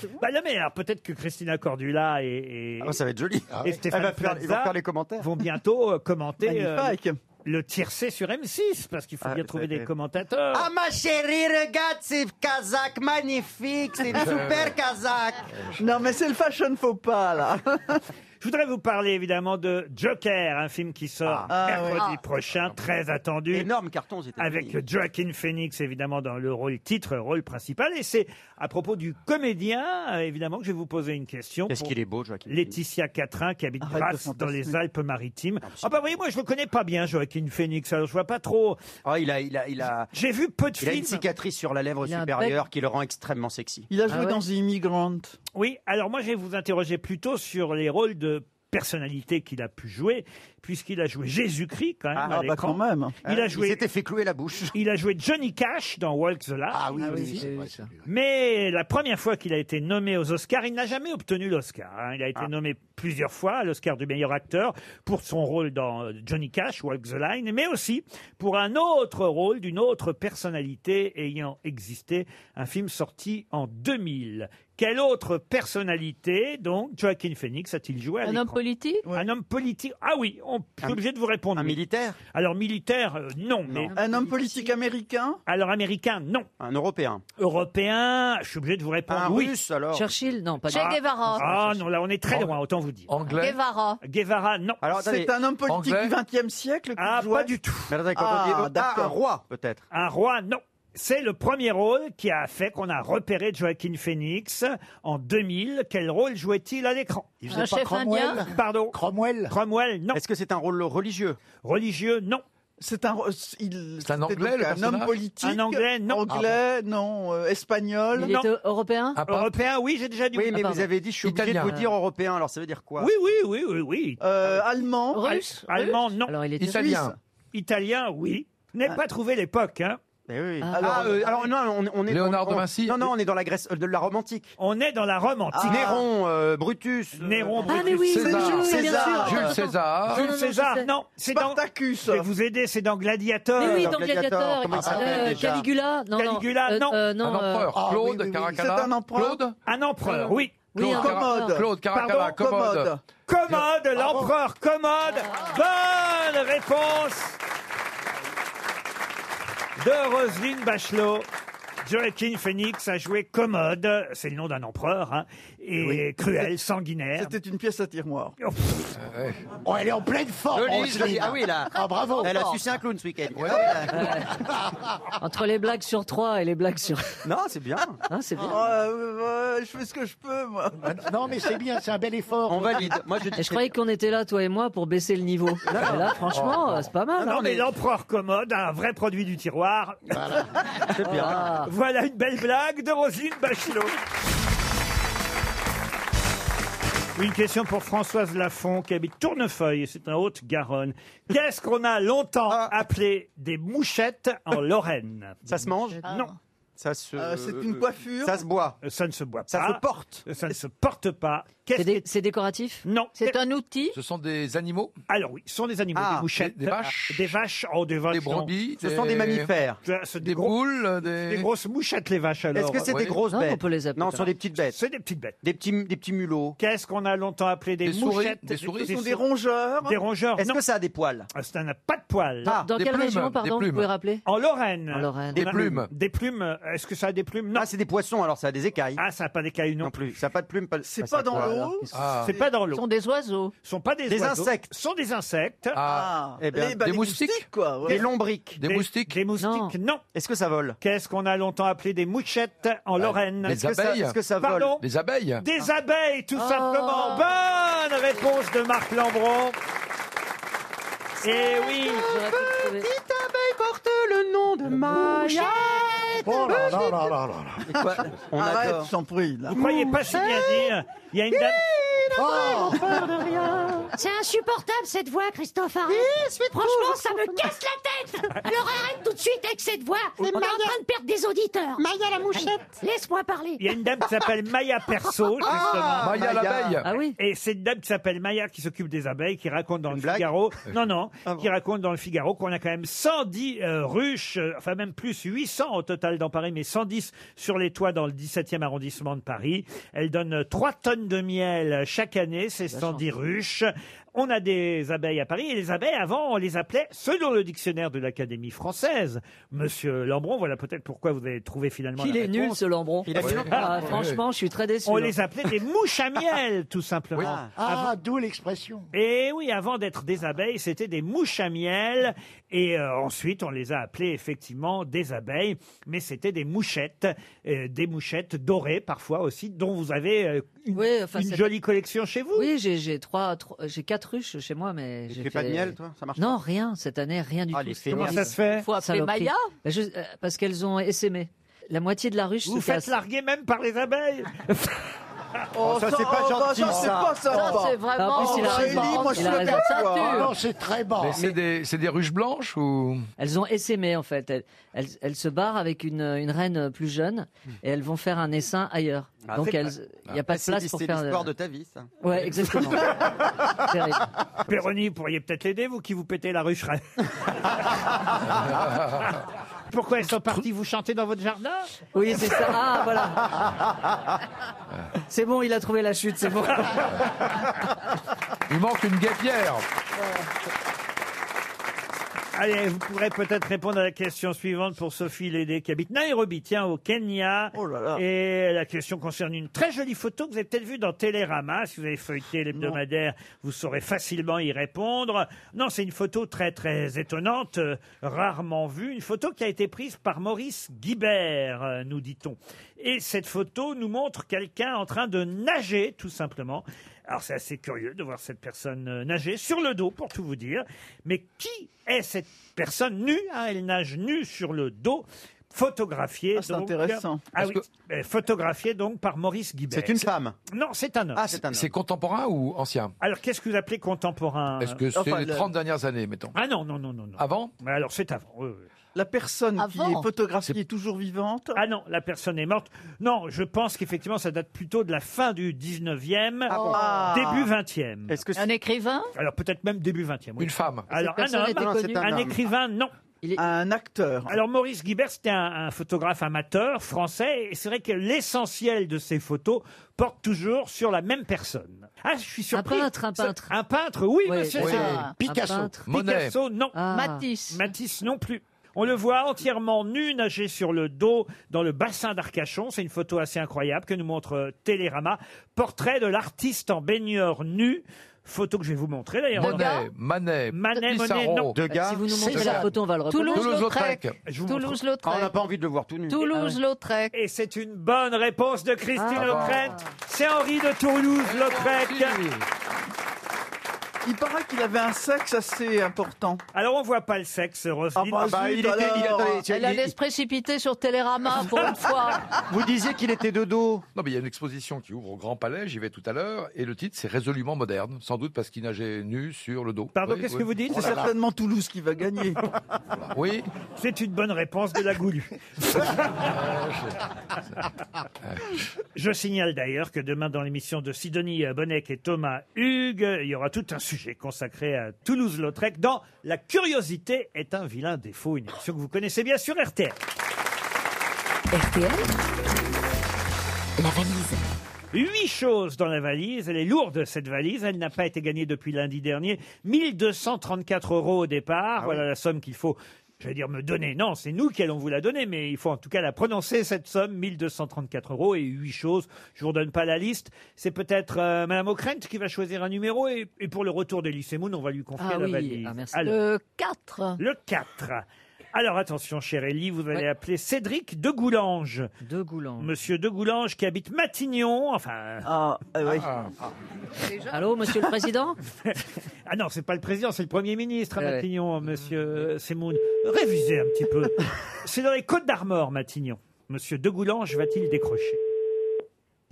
Speaker 7: c'est bon.
Speaker 2: Bah non, mais alors, peut-être que Christina Cordula et, et,
Speaker 11: Ah bah, ça va être joli.
Speaker 2: et
Speaker 11: Elle
Speaker 2: Stéphane
Speaker 11: va faire, ils vont
Speaker 2: Plaza
Speaker 11: faire les commentaires.
Speaker 2: vont bientôt euh, commenter euh,
Speaker 3: Magnifique.
Speaker 2: le tiercé sur M6 parce qu'il faut
Speaker 11: Ah,
Speaker 2: bien
Speaker 11: ça
Speaker 2: trouver
Speaker 11: a été-
Speaker 2: des commentateurs.
Speaker 11: Ah ma chérie, regarde ces Kazakh magnifique, c'est des super Kazakh.
Speaker 3: Euh. Non, mais c'est le fashion faux pas, là.
Speaker 2: Je voudrais vous parler évidemment de Joker, un film qui sort
Speaker 3: Ah,
Speaker 2: mercredi prochain, très attendu.
Speaker 11: Énorme carton, c'était
Speaker 2: Avec Joaquin Phoenix, évidemment, dans le rôle titre, rôle principal. Et c'est à propos du comédien, euh, évidemment, que je vais vous poser une question.
Speaker 11: Qu'est-ce
Speaker 2: pour
Speaker 11: qu'il est beau, Joaquin
Speaker 2: Laetitia Catrin, qui habite
Speaker 3: Arrête de
Speaker 2: Grasse, dans
Speaker 3: fantasmer.
Speaker 2: les Alpes-Maritimes. Ah bah oui, moi, je le connais pas bien, Joaquin Phoenix. Alors, je vois pas trop.
Speaker 11: Ah, il a, il a, il a,
Speaker 2: J'ai vu peu de
Speaker 11: il a une
Speaker 2: films.
Speaker 11: cicatrice sur la lèvre
Speaker 5: Il a un
Speaker 11: supérieure qui le rend extrêmement sexy.
Speaker 3: Il a
Speaker 5: Ah
Speaker 3: joué
Speaker 5: ouais
Speaker 3: dans The Immigrant.
Speaker 2: Oui, alors moi, je vais vous interroger plutôt sur les rôles de personnalités qu'il a pu jouer, puisqu'il a joué Jésus-Christ quand même.
Speaker 3: Ah,
Speaker 2: à
Speaker 3: bah,
Speaker 2: l'écran.
Speaker 3: quand même. Hein,
Speaker 2: Il a
Speaker 3: Il
Speaker 2: joué.
Speaker 3: s'était
Speaker 2: fait clouer la bouche. Il a joué Johnny Cash dans Walk the Line.
Speaker 8: Ah oui, Ah oui, oui, oui, c'est vrai,
Speaker 2: Mais la première fois qu'il a été nommé aux Oscars, il n'a jamais obtenu l'Oscar. hein. Il a
Speaker 8: Ah.
Speaker 2: été nommé plusieurs fois à l'Oscar du meilleur acteur pour son rôle dans euh, Johnny Cash, Walk the Line, mais aussi pour un autre rôle d'une autre personnalité ayant existé, un film sorti en 2000. Quelle autre personnalité, donc, Joaquin Phoenix a-t-il joué à
Speaker 9: Un
Speaker 2: l'écran
Speaker 9: homme politique
Speaker 2: Un homme politique. Ah oui, on, je suis obligé de vous répondre. Un militaire Alors, militaire, euh, non. mais-
Speaker 3: Un homme politique américain
Speaker 2: Alors, américain, non.
Speaker 11: Un Européen.
Speaker 2: Européen, je suis obligé de vous répondre.
Speaker 11: Un
Speaker 2: oui.
Speaker 11: Russe, alors
Speaker 5: Churchill, non,
Speaker 11: pas Che du- Guevara.
Speaker 2: Ah non, là on est très loin, autant vous dire.
Speaker 7: Anglais.
Speaker 6: Guevara.
Speaker 2: Guevara, non.
Speaker 11: Alors, attendez.
Speaker 3: C'est un homme politique
Speaker 11: Anglais
Speaker 3: du XXe siècle qui
Speaker 2: Ah,
Speaker 3: jouait
Speaker 2: pas du tout.
Speaker 11: Mais attendez, quand
Speaker 2: Ah,
Speaker 11: on dit- ah, un
Speaker 2: d'accord.
Speaker 11: roi, peut-être.
Speaker 2: Un roi, non. C'est le premier rôle qui a fait qu'on a repéré Joaquin Phoenix en 2000. Quel rôle jouait-il à l'écran
Speaker 11: Il faisait Un pas chef Cromwell indien
Speaker 2: Pardon Cromwell Cromwell, non.
Speaker 11: Est-ce que c'est un rôle religieux
Speaker 2: Religieux, non.
Speaker 3: C'est un, euh, il,
Speaker 11: C'est un
Speaker 3: c'était
Speaker 11: Anglais,
Speaker 3: donc
Speaker 11: le
Speaker 3: un homme
Speaker 11: personnage Ah
Speaker 3: politique.
Speaker 2: Un Anglais, non.
Speaker 3: Anglais, non. euh, espagnol,
Speaker 2: Il
Speaker 3: non.
Speaker 2: était
Speaker 5: européen
Speaker 2: Européen, oui, j'ai déjà dû
Speaker 11: Oui, mais vous avez dit, je suis obligé de vous dire européen, alors ça veut dire quoi
Speaker 2: Oui, oui, oui, oui, oui.
Speaker 3: Euh, allemand.
Speaker 2: Al- Allemand, non.
Speaker 5: Alors, il était
Speaker 11: Italien.
Speaker 5: Suisse.
Speaker 2: Italien, oui. Vous
Speaker 3: Ah.
Speaker 2: n'avez pas trouvé l'époque, hein
Speaker 11: Mais oui.
Speaker 2: Ah.
Speaker 11: alors,
Speaker 2: Ah,
Speaker 11: euh,
Speaker 2: oui.
Speaker 11: alors, non, on, on est.
Speaker 2: Léonard
Speaker 11: on-
Speaker 2: de
Speaker 11: on-
Speaker 2: Vinci.
Speaker 11: Non, non, on est dans la Grèce euh, de la Rome antique.
Speaker 2: On est dans la Rome antique.
Speaker 11: Néron, euh, Brutus. euh,
Speaker 2: Néron,
Speaker 5: Ah,
Speaker 2: Brutus,
Speaker 11: César. César.
Speaker 2: Jules César. Jules César, non. C'est dans... Je vais vous aider, c'est dans Gladiateur.
Speaker 5: Mais oui, dans Gladiator,
Speaker 2: comment il
Speaker 5: euh,
Speaker 2: s'appelle déjà
Speaker 5: Caligula, non, non.
Speaker 2: Caligula,
Speaker 5: Euh,
Speaker 2: non.
Speaker 5: euh, non, Un empereur,
Speaker 11: Ah,
Speaker 5: euh, Claude,
Speaker 7: Caracalla. Claude
Speaker 2: Un empereur, oui.
Speaker 7: Oui, Claude un Cara- Commode. Claude Caracalla,
Speaker 2: Pardon
Speaker 7: Commode.
Speaker 2: Commode, l'empereur Commode.
Speaker 11: Ah.
Speaker 2: Bonne réponse de Roselyne Bachelot. Joaquin Phoenix a joué Commode, c'est le nom d'un empereur, hein, et cruel, sanguinaire.
Speaker 3: C'était une pièce à tiroir.
Speaker 8: Oh, elle est en pleine forme.
Speaker 11: Jolie,
Speaker 8: Roselyne.
Speaker 11: jolie. Ah oui, là.
Speaker 8: Ah bravo.
Speaker 11: Elle a sucé un clown ce week-end.
Speaker 5: Entre les blagues sur 3 et les blagues sur.
Speaker 11: Non, c'est bien.
Speaker 5: Hein, c'est bien.
Speaker 3: Ah, euh, euh, je fais ce que je peux, moi.
Speaker 8: Non, mais c'est bien, c'est un bel effort.
Speaker 11: On valide. Moi,
Speaker 5: Et je croyais qu'on était là, toi et moi, pour baisser le niveau. Mais là, franchement, euh, c'est pas mal.
Speaker 2: Ah Non,
Speaker 5: hein,
Speaker 2: mais l'empereur commode, un vrai produit du tiroir. Voilà, une belle blague de Roselyne
Speaker 11: Bah,
Speaker 2: Bachelot. Une question pour Françoise Lafont qui habite Tournefeuille, c'est en Haute-Garonne. Qu'est-ce qu'on a longtemps appelé des mouchettes en Lorraine
Speaker 11: Ah. Ça se mange
Speaker 2: Non.
Speaker 11: Ça se.
Speaker 3: Ah. Euh, c'est une coiffure
Speaker 11: Ça se boit.
Speaker 2: Euh, Ça ne se boit pas. Euh,
Speaker 11: Ça se porte.
Speaker 2: Ça ne se porte pas.
Speaker 5: C'est dé- c'est décoratif
Speaker 2: Non.
Speaker 6: C'est un outil
Speaker 7: Ce sont des animaux
Speaker 2: Alors oui, ce sont des animaux,
Speaker 7: Ah,
Speaker 2: des mouchettes,
Speaker 7: des- des vaches
Speaker 2: des vaches, oh, des vaches,
Speaker 7: Des
Speaker 2: non.
Speaker 7: brebis
Speaker 11: Ce sont des mammifères.
Speaker 2: Tu vois, c'est
Speaker 7: Des
Speaker 2: gros-
Speaker 7: boules Des,
Speaker 2: des grosses mouchettes les vaches alors.
Speaker 11: Est-ce que c'est des grosses
Speaker 5: Non,
Speaker 11: bêtes
Speaker 5: on peut les appeler
Speaker 11: Non,
Speaker 5: ça.
Speaker 11: ce sont des petites bêtes.
Speaker 2: C'est des petites bêtes.
Speaker 11: Des petits, des petits mulots.
Speaker 2: Qu'est-ce qu'on a longtemps appelé des,
Speaker 7: Des souris,
Speaker 2: mouchettes
Speaker 7: des souris.
Speaker 3: Ce sont
Speaker 2: sou-
Speaker 3: des rongeurs.
Speaker 2: des rongeurs.
Speaker 11: Est-ce
Speaker 2: Non,
Speaker 11: que ça a des poils Ah,
Speaker 2: Ah, ça n'a pas de poils.
Speaker 5: Dans- dans
Speaker 7: des
Speaker 5: quelle
Speaker 7: plumes,
Speaker 5: région,
Speaker 7: des
Speaker 5: pardon, vous
Speaker 7: plumes.
Speaker 5: pouvez rappeler
Speaker 2: En Lorraine.
Speaker 5: En Lorraine.
Speaker 7: Des
Speaker 2: On a-
Speaker 7: plumes.
Speaker 2: Des plumes. euh, Est-ce que ça a des plumes Non.
Speaker 11: Ah, c'est des poissons, alors ça a des écailles.
Speaker 2: Ah, ça n'a pas d'écailles non.
Speaker 11: Non plus. Ça n'a pas de plumes. pas-
Speaker 3: C'est
Speaker 11: ça
Speaker 3: pas
Speaker 11: a
Speaker 3: dans
Speaker 11: quoi, alors
Speaker 3: l'eau.
Speaker 7: Ah.
Speaker 2: C'est pas dans
Speaker 6: Ce
Speaker 2: l'eau.
Speaker 6: sont des oiseaux.
Speaker 2: Ce sont pas des,
Speaker 11: Des
Speaker 2: oiseaux.
Speaker 11: insectes.
Speaker 2: Ce sont des insectes.
Speaker 7: Ah,
Speaker 3: Ah,
Speaker 11: Eh bien,
Speaker 3: les- bah,
Speaker 7: des
Speaker 3: les
Speaker 7: moustiques.
Speaker 3: quoi. ouais.
Speaker 11: Des lombriques.
Speaker 7: Des moustiques
Speaker 2: Des moustiques. Non.
Speaker 11: Est-ce que ça vole Bah,
Speaker 2: Qu'est-ce qu'on a longtemps appelé des mouchettes en Lorraine
Speaker 7: les
Speaker 11: Est-ce que ça-
Speaker 7: abeilles
Speaker 11: Est-ce que ça vole
Speaker 2: Pardon
Speaker 7: Des abeilles
Speaker 2: Des abeilles, tout simplement. Bonne réponse de Marc Lambron. Et Eh oui.
Speaker 5: J'aurais pu le trouver.
Speaker 4: Petite abeille porte le nom de Maya.
Speaker 8: Oh là là là là là.
Speaker 11: Et quoi On
Speaker 3: Arrête,
Speaker 11: adore.
Speaker 3: je t'en prie, là.
Speaker 2: Vous croyez pas si bien dire Il y a une dame.
Speaker 8: Oh,
Speaker 4: Peur de rien.
Speaker 12: C'est insupportable cette voix, Christophe Arrête. Franchement, ça me casse la tête. Alors arrête tout de suite avec cette voix. On est en
Speaker 4: Maya.
Speaker 12: train de perdre des auditeurs.
Speaker 4: Maya la mouchette.
Speaker 12: Laisse-moi parler.
Speaker 2: Il y a une dame qui s'appelle Maya Perso, justement.
Speaker 7: Maya
Speaker 11: Ah, Maya.
Speaker 7: l'abeille
Speaker 5: Ah oui
Speaker 2: Et c'est une dame qui s'appelle Maya qui s'occupe des abeilles, qui raconte dans
Speaker 11: Une
Speaker 2: le
Speaker 11: blague Euh.
Speaker 2: Figaro.
Speaker 11: Ah
Speaker 2: Non, non,
Speaker 11: bon.
Speaker 2: qui raconte dans le Figaro qu'on a quand même 110 euh, ruches, euh, enfin même plus 800 au total dans Paris, mais 110 sur les toits dans le 17e arrondissement de Paris. Elle donne euh, 3 tonnes de miel euh, chaque année, ces 110 ruches. On a des abeilles à Paris et les abeilles avant on les appelait, selon le dictionnaire de l'Académie française, Monsieur Lambron, voilà peut-être pourquoi vous avez trouvé finalement
Speaker 5: Il
Speaker 2: la
Speaker 5: est nul
Speaker 2: réponse.
Speaker 5: ce Lambron.
Speaker 11: Il a mis longtemps.
Speaker 5: Ah, franchement, je suis très déçu.
Speaker 2: On
Speaker 5: hein.
Speaker 2: les appelait des mouches à miel, tout simplement.
Speaker 11: Ah.
Speaker 8: Ah, d'où l'expression.
Speaker 2: Et oui, avant d'être des abeilles, c'était des mouches à miel. Et euh, ensuite, on les a appelées effectivement des abeilles, mais c'était des mouchettes, euh, des mouchettes dorées parfois aussi, dont vous avez euh, une,
Speaker 5: Oui, enfin,
Speaker 2: une
Speaker 5: ça-
Speaker 2: jolie collection chez vous.
Speaker 5: Oui, j'ai j'ai trois, trois- j'ai quatre ruches chez moi, mais
Speaker 11: Tu
Speaker 5: j'ai
Speaker 11: fais pas de
Speaker 5: fait-
Speaker 11: miel, toi Ça marche
Speaker 5: Non, rien cette année, rien du
Speaker 11: Ah,
Speaker 5: tout.
Speaker 11: les
Speaker 5: C'est
Speaker 2: Comment
Speaker 11: fainéants.
Speaker 5: horrible.
Speaker 2: ça se fait
Speaker 6: Faut appeler
Speaker 5: Saloperie.
Speaker 6: Maya
Speaker 5: Bah, je- euh, Parce qu'elles ont essaimé. La moitié de la ruche
Speaker 2: Vous vous
Speaker 5: se casse.
Speaker 2: faites larguer même par les abeilles
Speaker 3: Oh,
Speaker 8: ça, c'est pas
Speaker 3: oh, bah,
Speaker 8: gentil,
Speaker 3: ça, c'est
Speaker 8: ça.
Speaker 3: pas sympa.
Speaker 8: Ça, c'est vraiment- En plus, il a
Speaker 3: Chélie,
Speaker 8: raison.
Speaker 3: moi, je suis
Speaker 8: Il a raison.
Speaker 3: d'accord.
Speaker 8: Ça tue.
Speaker 3: Non,
Speaker 8: c'est très
Speaker 7: Mais c'est des, c'est des ruches blanches ou
Speaker 5: Elles ont essaimé en fait. Elles, elles, elles se barrent avec une, une reine plus jeune et elles vont faire un essaim ailleurs.
Speaker 11: Ah,
Speaker 5: Donc
Speaker 11: c'est
Speaker 5: elles-
Speaker 11: pas-
Speaker 5: il n'y a pas de
Speaker 11: C'est-
Speaker 5: place pour
Speaker 11: c'est
Speaker 5: faire. euh,
Speaker 11: l'histoire de ta vie, ça.
Speaker 5: Ouais, exactement. Terrible.
Speaker 2: Péroni, pourriez peut-être l'aider, vous qui vous pétez la rucherelle. Pourquoi elles sont parties vous chanter dans votre jardin
Speaker 5: Oui, c'est ça. Ah, voilà. C'est bon, il a trouvé la chute, c'est bon.
Speaker 7: Il manque une guêpière.
Speaker 2: Allez, vous pourrez peut-être répondre à la question suivante pour Sophie Lédé qui habite Nairobi, tiens, au Kenya. Et la question concerne une très jolie photo que vous avez peut-être vue dans Télérama. Si vous avez feuilleté l'hebdomadaire, vous saurez facilement y répondre. Non, c'est une photo très très étonnante, euh, rarement vue. Une photo qui a été prise par Maurice Guibert, euh, nous dit-on. Et cette photo nous montre quelqu'un en train de nager, tout simplement. Alors c'est assez curieux de voir cette personne euh, nager sur le dos, pour tout vous dire. Mais qui est cette personne nue hein Elle nage nue sur le dos, photographiée.
Speaker 3: Ah, c'est
Speaker 2: donc-
Speaker 3: intéressant.
Speaker 2: Ah
Speaker 3: Parce
Speaker 2: oui,
Speaker 3: que-
Speaker 2: euh, photographiée donc par Maurice Guibert.
Speaker 7: C'est une femme Ah,
Speaker 2: Non, Ah, c'est un homme.
Speaker 7: C'est contemporain ou ancien
Speaker 2: Alors qu'est-ce que vous appelez contemporain euh
Speaker 7: Est-ce que c'est les 30 dernières années, mettons
Speaker 2: Ah non, non, non, non. non.
Speaker 7: Avant
Speaker 2: Mais alors c'est avant. oui, oui.
Speaker 3: La personne qui
Speaker 2: Avant.
Speaker 3: est photographiée est toujours vivante
Speaker 2: Ah non, la personne est morte. Non, je pense qu'effectivement, ça date plutôt de la fin du 19e,
Speaker 6: Ah bon
Speaker 2: début 20e. Est-ce que
Speaker 6: Un écrivain
Speaker 2: Alors peut-être même début 20e.
Speaker 7: Une femme.
Speaker 2: Alors ah
Speaker 6: Cette
Speaker 2: un
Speaker 6: personne était
Speaker 2: homme,
Speaker 6: connue
Speaker 2: un,
Speaker 6: Non, c'est un homme.
Speaker 2: écrivain, non.
Speaker 3: Un acteur.
Speaker 2: Alors Maurice Guibert, c'était un, un photographe amateur français, et c'est vrai que l'essentiel de ses photos porte toujours sur la même personne. Ah, je suis surpris.
Speaker 5: peintre, un
Speaker 2: Ça-
Speaker 5: peintre.
Speaker 2: Un peintre, oui,
Speaker 5: Oui,
Speaker 2: monsieur.
Speaker 5: oui.
Speaker 2: c'est
Speaker 5: Ah, un
Speaker 2: Picasso.
Speaker 5: peintre. Ah.
Speaker 2: Picasso, non.
Speaker 5: Matisse.
Speaker 2: Matisse non plus. On le voit entièrement nu, nager sur le dos dans le bassin d'Arcachon. C'est une photo assez incroyable que nous montre euh, Télérama. Portrait de l'artiste en baigneur nu. Photo que je vais vous montrer d'ailleurs.
Speaker 7: Monet, Manet,
Speaker 2: Manet,
Speaker 7: Pissarro,
Speaker 2: Monet, non.
Speaker 7: Degas,
Speaker 2: Si vous nous montrez
Speaker 7: Cézanne.
Speaker 2: la photo, on va le reconnaître.
Speaker 7: Toulouse-Lautrec.
Speaker 2: Toulouse-Lautrec. Je vous montre.
Speaker 11: Ah, on n'a pas envie de le voir tout nu.
Speaker 2: Toulouse-Lautrec. Et c'est une bonne réponse de Christine
Speaker 11: Ah.
Speaker 2: Lautrec. C'est Henri de Toulouse-Lautrec.
Speaker 3: Il paraît qu'il avait un sexe assez important.
Speaker 2: Alors on voit pas le sexe, Roselyne.
Speaker 3: Ah bah, Ah bah, zut, il était- il-
Speaker 2: Oh,
Speaker 3: alors. attendez,
Speaker 6: Elle allait se précipiter sur Télérama pour une fois.
Speaker 7: Vous disiez qu'il était de dos. Non, mais il y a une exposition qui ouvre au Grand Palais, j'y vais tout à l'heure, et le titre c'est Résolument moderne, sans doute parce qu'il nageait nu sur le dos.
Speaker 2: Pardon, qu'est-ce que vous dites
Speaker 3: C'est certainement Toulouse qui va gagner.
Speaker 7: Oui.
Speaker 2: C'est une bonne réponse de la goulue. Euh, Je signale d'ailleurs que demain, dans l'émission de Sidonie Bonnec et Thomas Hugues, il y aura tout un sujet consacré à Toulouse-Lautrec dans La curiosité est un vilain défaut, une émission que vous connaissez bien sur RTL.
Speaker 1: RTL La valise.
Speaker 2: Huit choses dans la valise. Elle est lourde, cette valise. Elle n'a pas été gagnée depuis lundi dernier. 1234 euros au départ. voilà la somme qu'il faut. J'allais dire me donner. Non, c'est nous qui allons vous la donner, mais il faut en tout cas la prononcer, cette somme, 1234 euros et huit choses. Je vous redonne pas la liste. C'est peut-être euh, Madame O'Krent qui va choisir un numéro et, et pour le retour d'Elysée Moon, on va lui confier
Speaker 6: Ah
Speaker 2: la
Speaker 6: oui,
Speaker 2: valise.
Speaker 6: ah, merci.
Speaker 2: Alors,
Speaker 6: Le 4.
Speaker 2: le 4. Alors attention, chère Ellie, vous allez appeler Cédric de Goulange.
Speaker 5: De Goulange.
Speaker 2: Monsieur de Goulange qui habite Matignon, enfin...
Speaker 3: Ah, oui.
Speaker 5: Allô, monsieur le président Eh
Speaker 2: Ah non, c'est pas le président, c'est le Premier ministre à
Speaker 5: Ouais, ouais.
Speaker 2: Matignon, monsieur euh, Semoun. Révisez un petit peu. c'est dans les Côtes d'Armor, Matignon. Monsieur de Goulange va-t-il décrocher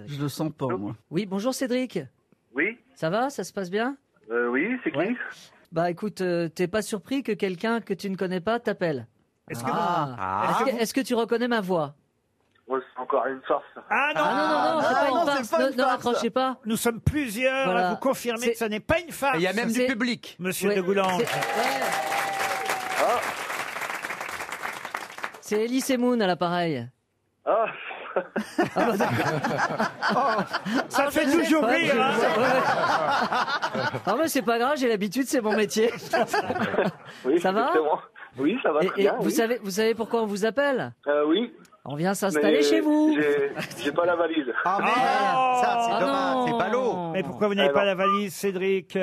Speaker 3: Je le sens pas, moi.
Speaker 5: Oui, bonjour Cédric.
Speaker 10: Oui
Speaker 5: Ça va Ça se passe bien
Speaker 10: Euh, oui, c'est qui
Speaker 5: Bah écoute, euh, t'es pas surpris que quelqu'un que tu ne connais pas t'appelle
Speaker 2: Est-ce que
Speaker 5: Ah.
Speaker 2: vous- Ah.
Speaker 5: Est-ce que- est-ce que tu reconnais ma voix
Speaker 10: Oh, c'est encore une farce.
Speaker 2: Ah non,
Speaker 5: Ah non, non, non, c'est
Speaker 2: Ah
Speaker 5: pas
Speaker 2: non,
Speaker 5: une farce.
Speaker 2: c'est pas
Speaker 5: Ne-
Speaker 2: une
Speaker 5: ne
Speaker 2: farce.
Speaker 5: raccrochez pas.
Speaker 2: Nous sommes plusieurs
Speaker 5: Voilà.
Speaker 2: à vous confirmer
Speaker 5: C'est-
Speaker 2: que ça n'est pas une farce.
Speaker 5: Et il y a même du C'est- public.
Speaker 2: Monsieur
Speaker 5: Ouais,
Speaker 2: de Goulange.
Speaker 5: C'est Elie Semoun à l'appareil. bah,
Speaker 10: Ah.
Speaker 11: Oh.
Speaker 2: Ça fait toujours rire, hein.
Speaker 5: Ah mais c'est pas grave, j'ai l'habitude, c'est mon métier.
Speaker 10: Oui,
Speaker 5: ça va
Speaker 10: exactement. Oui, ça va
Speaker 5: Et-
Speaker 10: très
Speaker 5: et
Speaker 10: bien.
Speaker 5: vous,
Speaker 10: oui.
Speaker 5: savez, vous savez pourquoi on vous appelle
Speaker 10: Euh, oui.
Speaker 5: On vient s'installer
Speaker 10: Mais
Speaker 5: chez vous.
Speaker 10: j'ai- J'ai pas la valise.
Speaker 11: Ah merde Ah, Ça, c'est dommage, c'est ballot.
Speaker 2: Mais Oh, pourquoi vous n'avez
Speaker 10: Alors.
Speaker 2: pas la valise, Cédric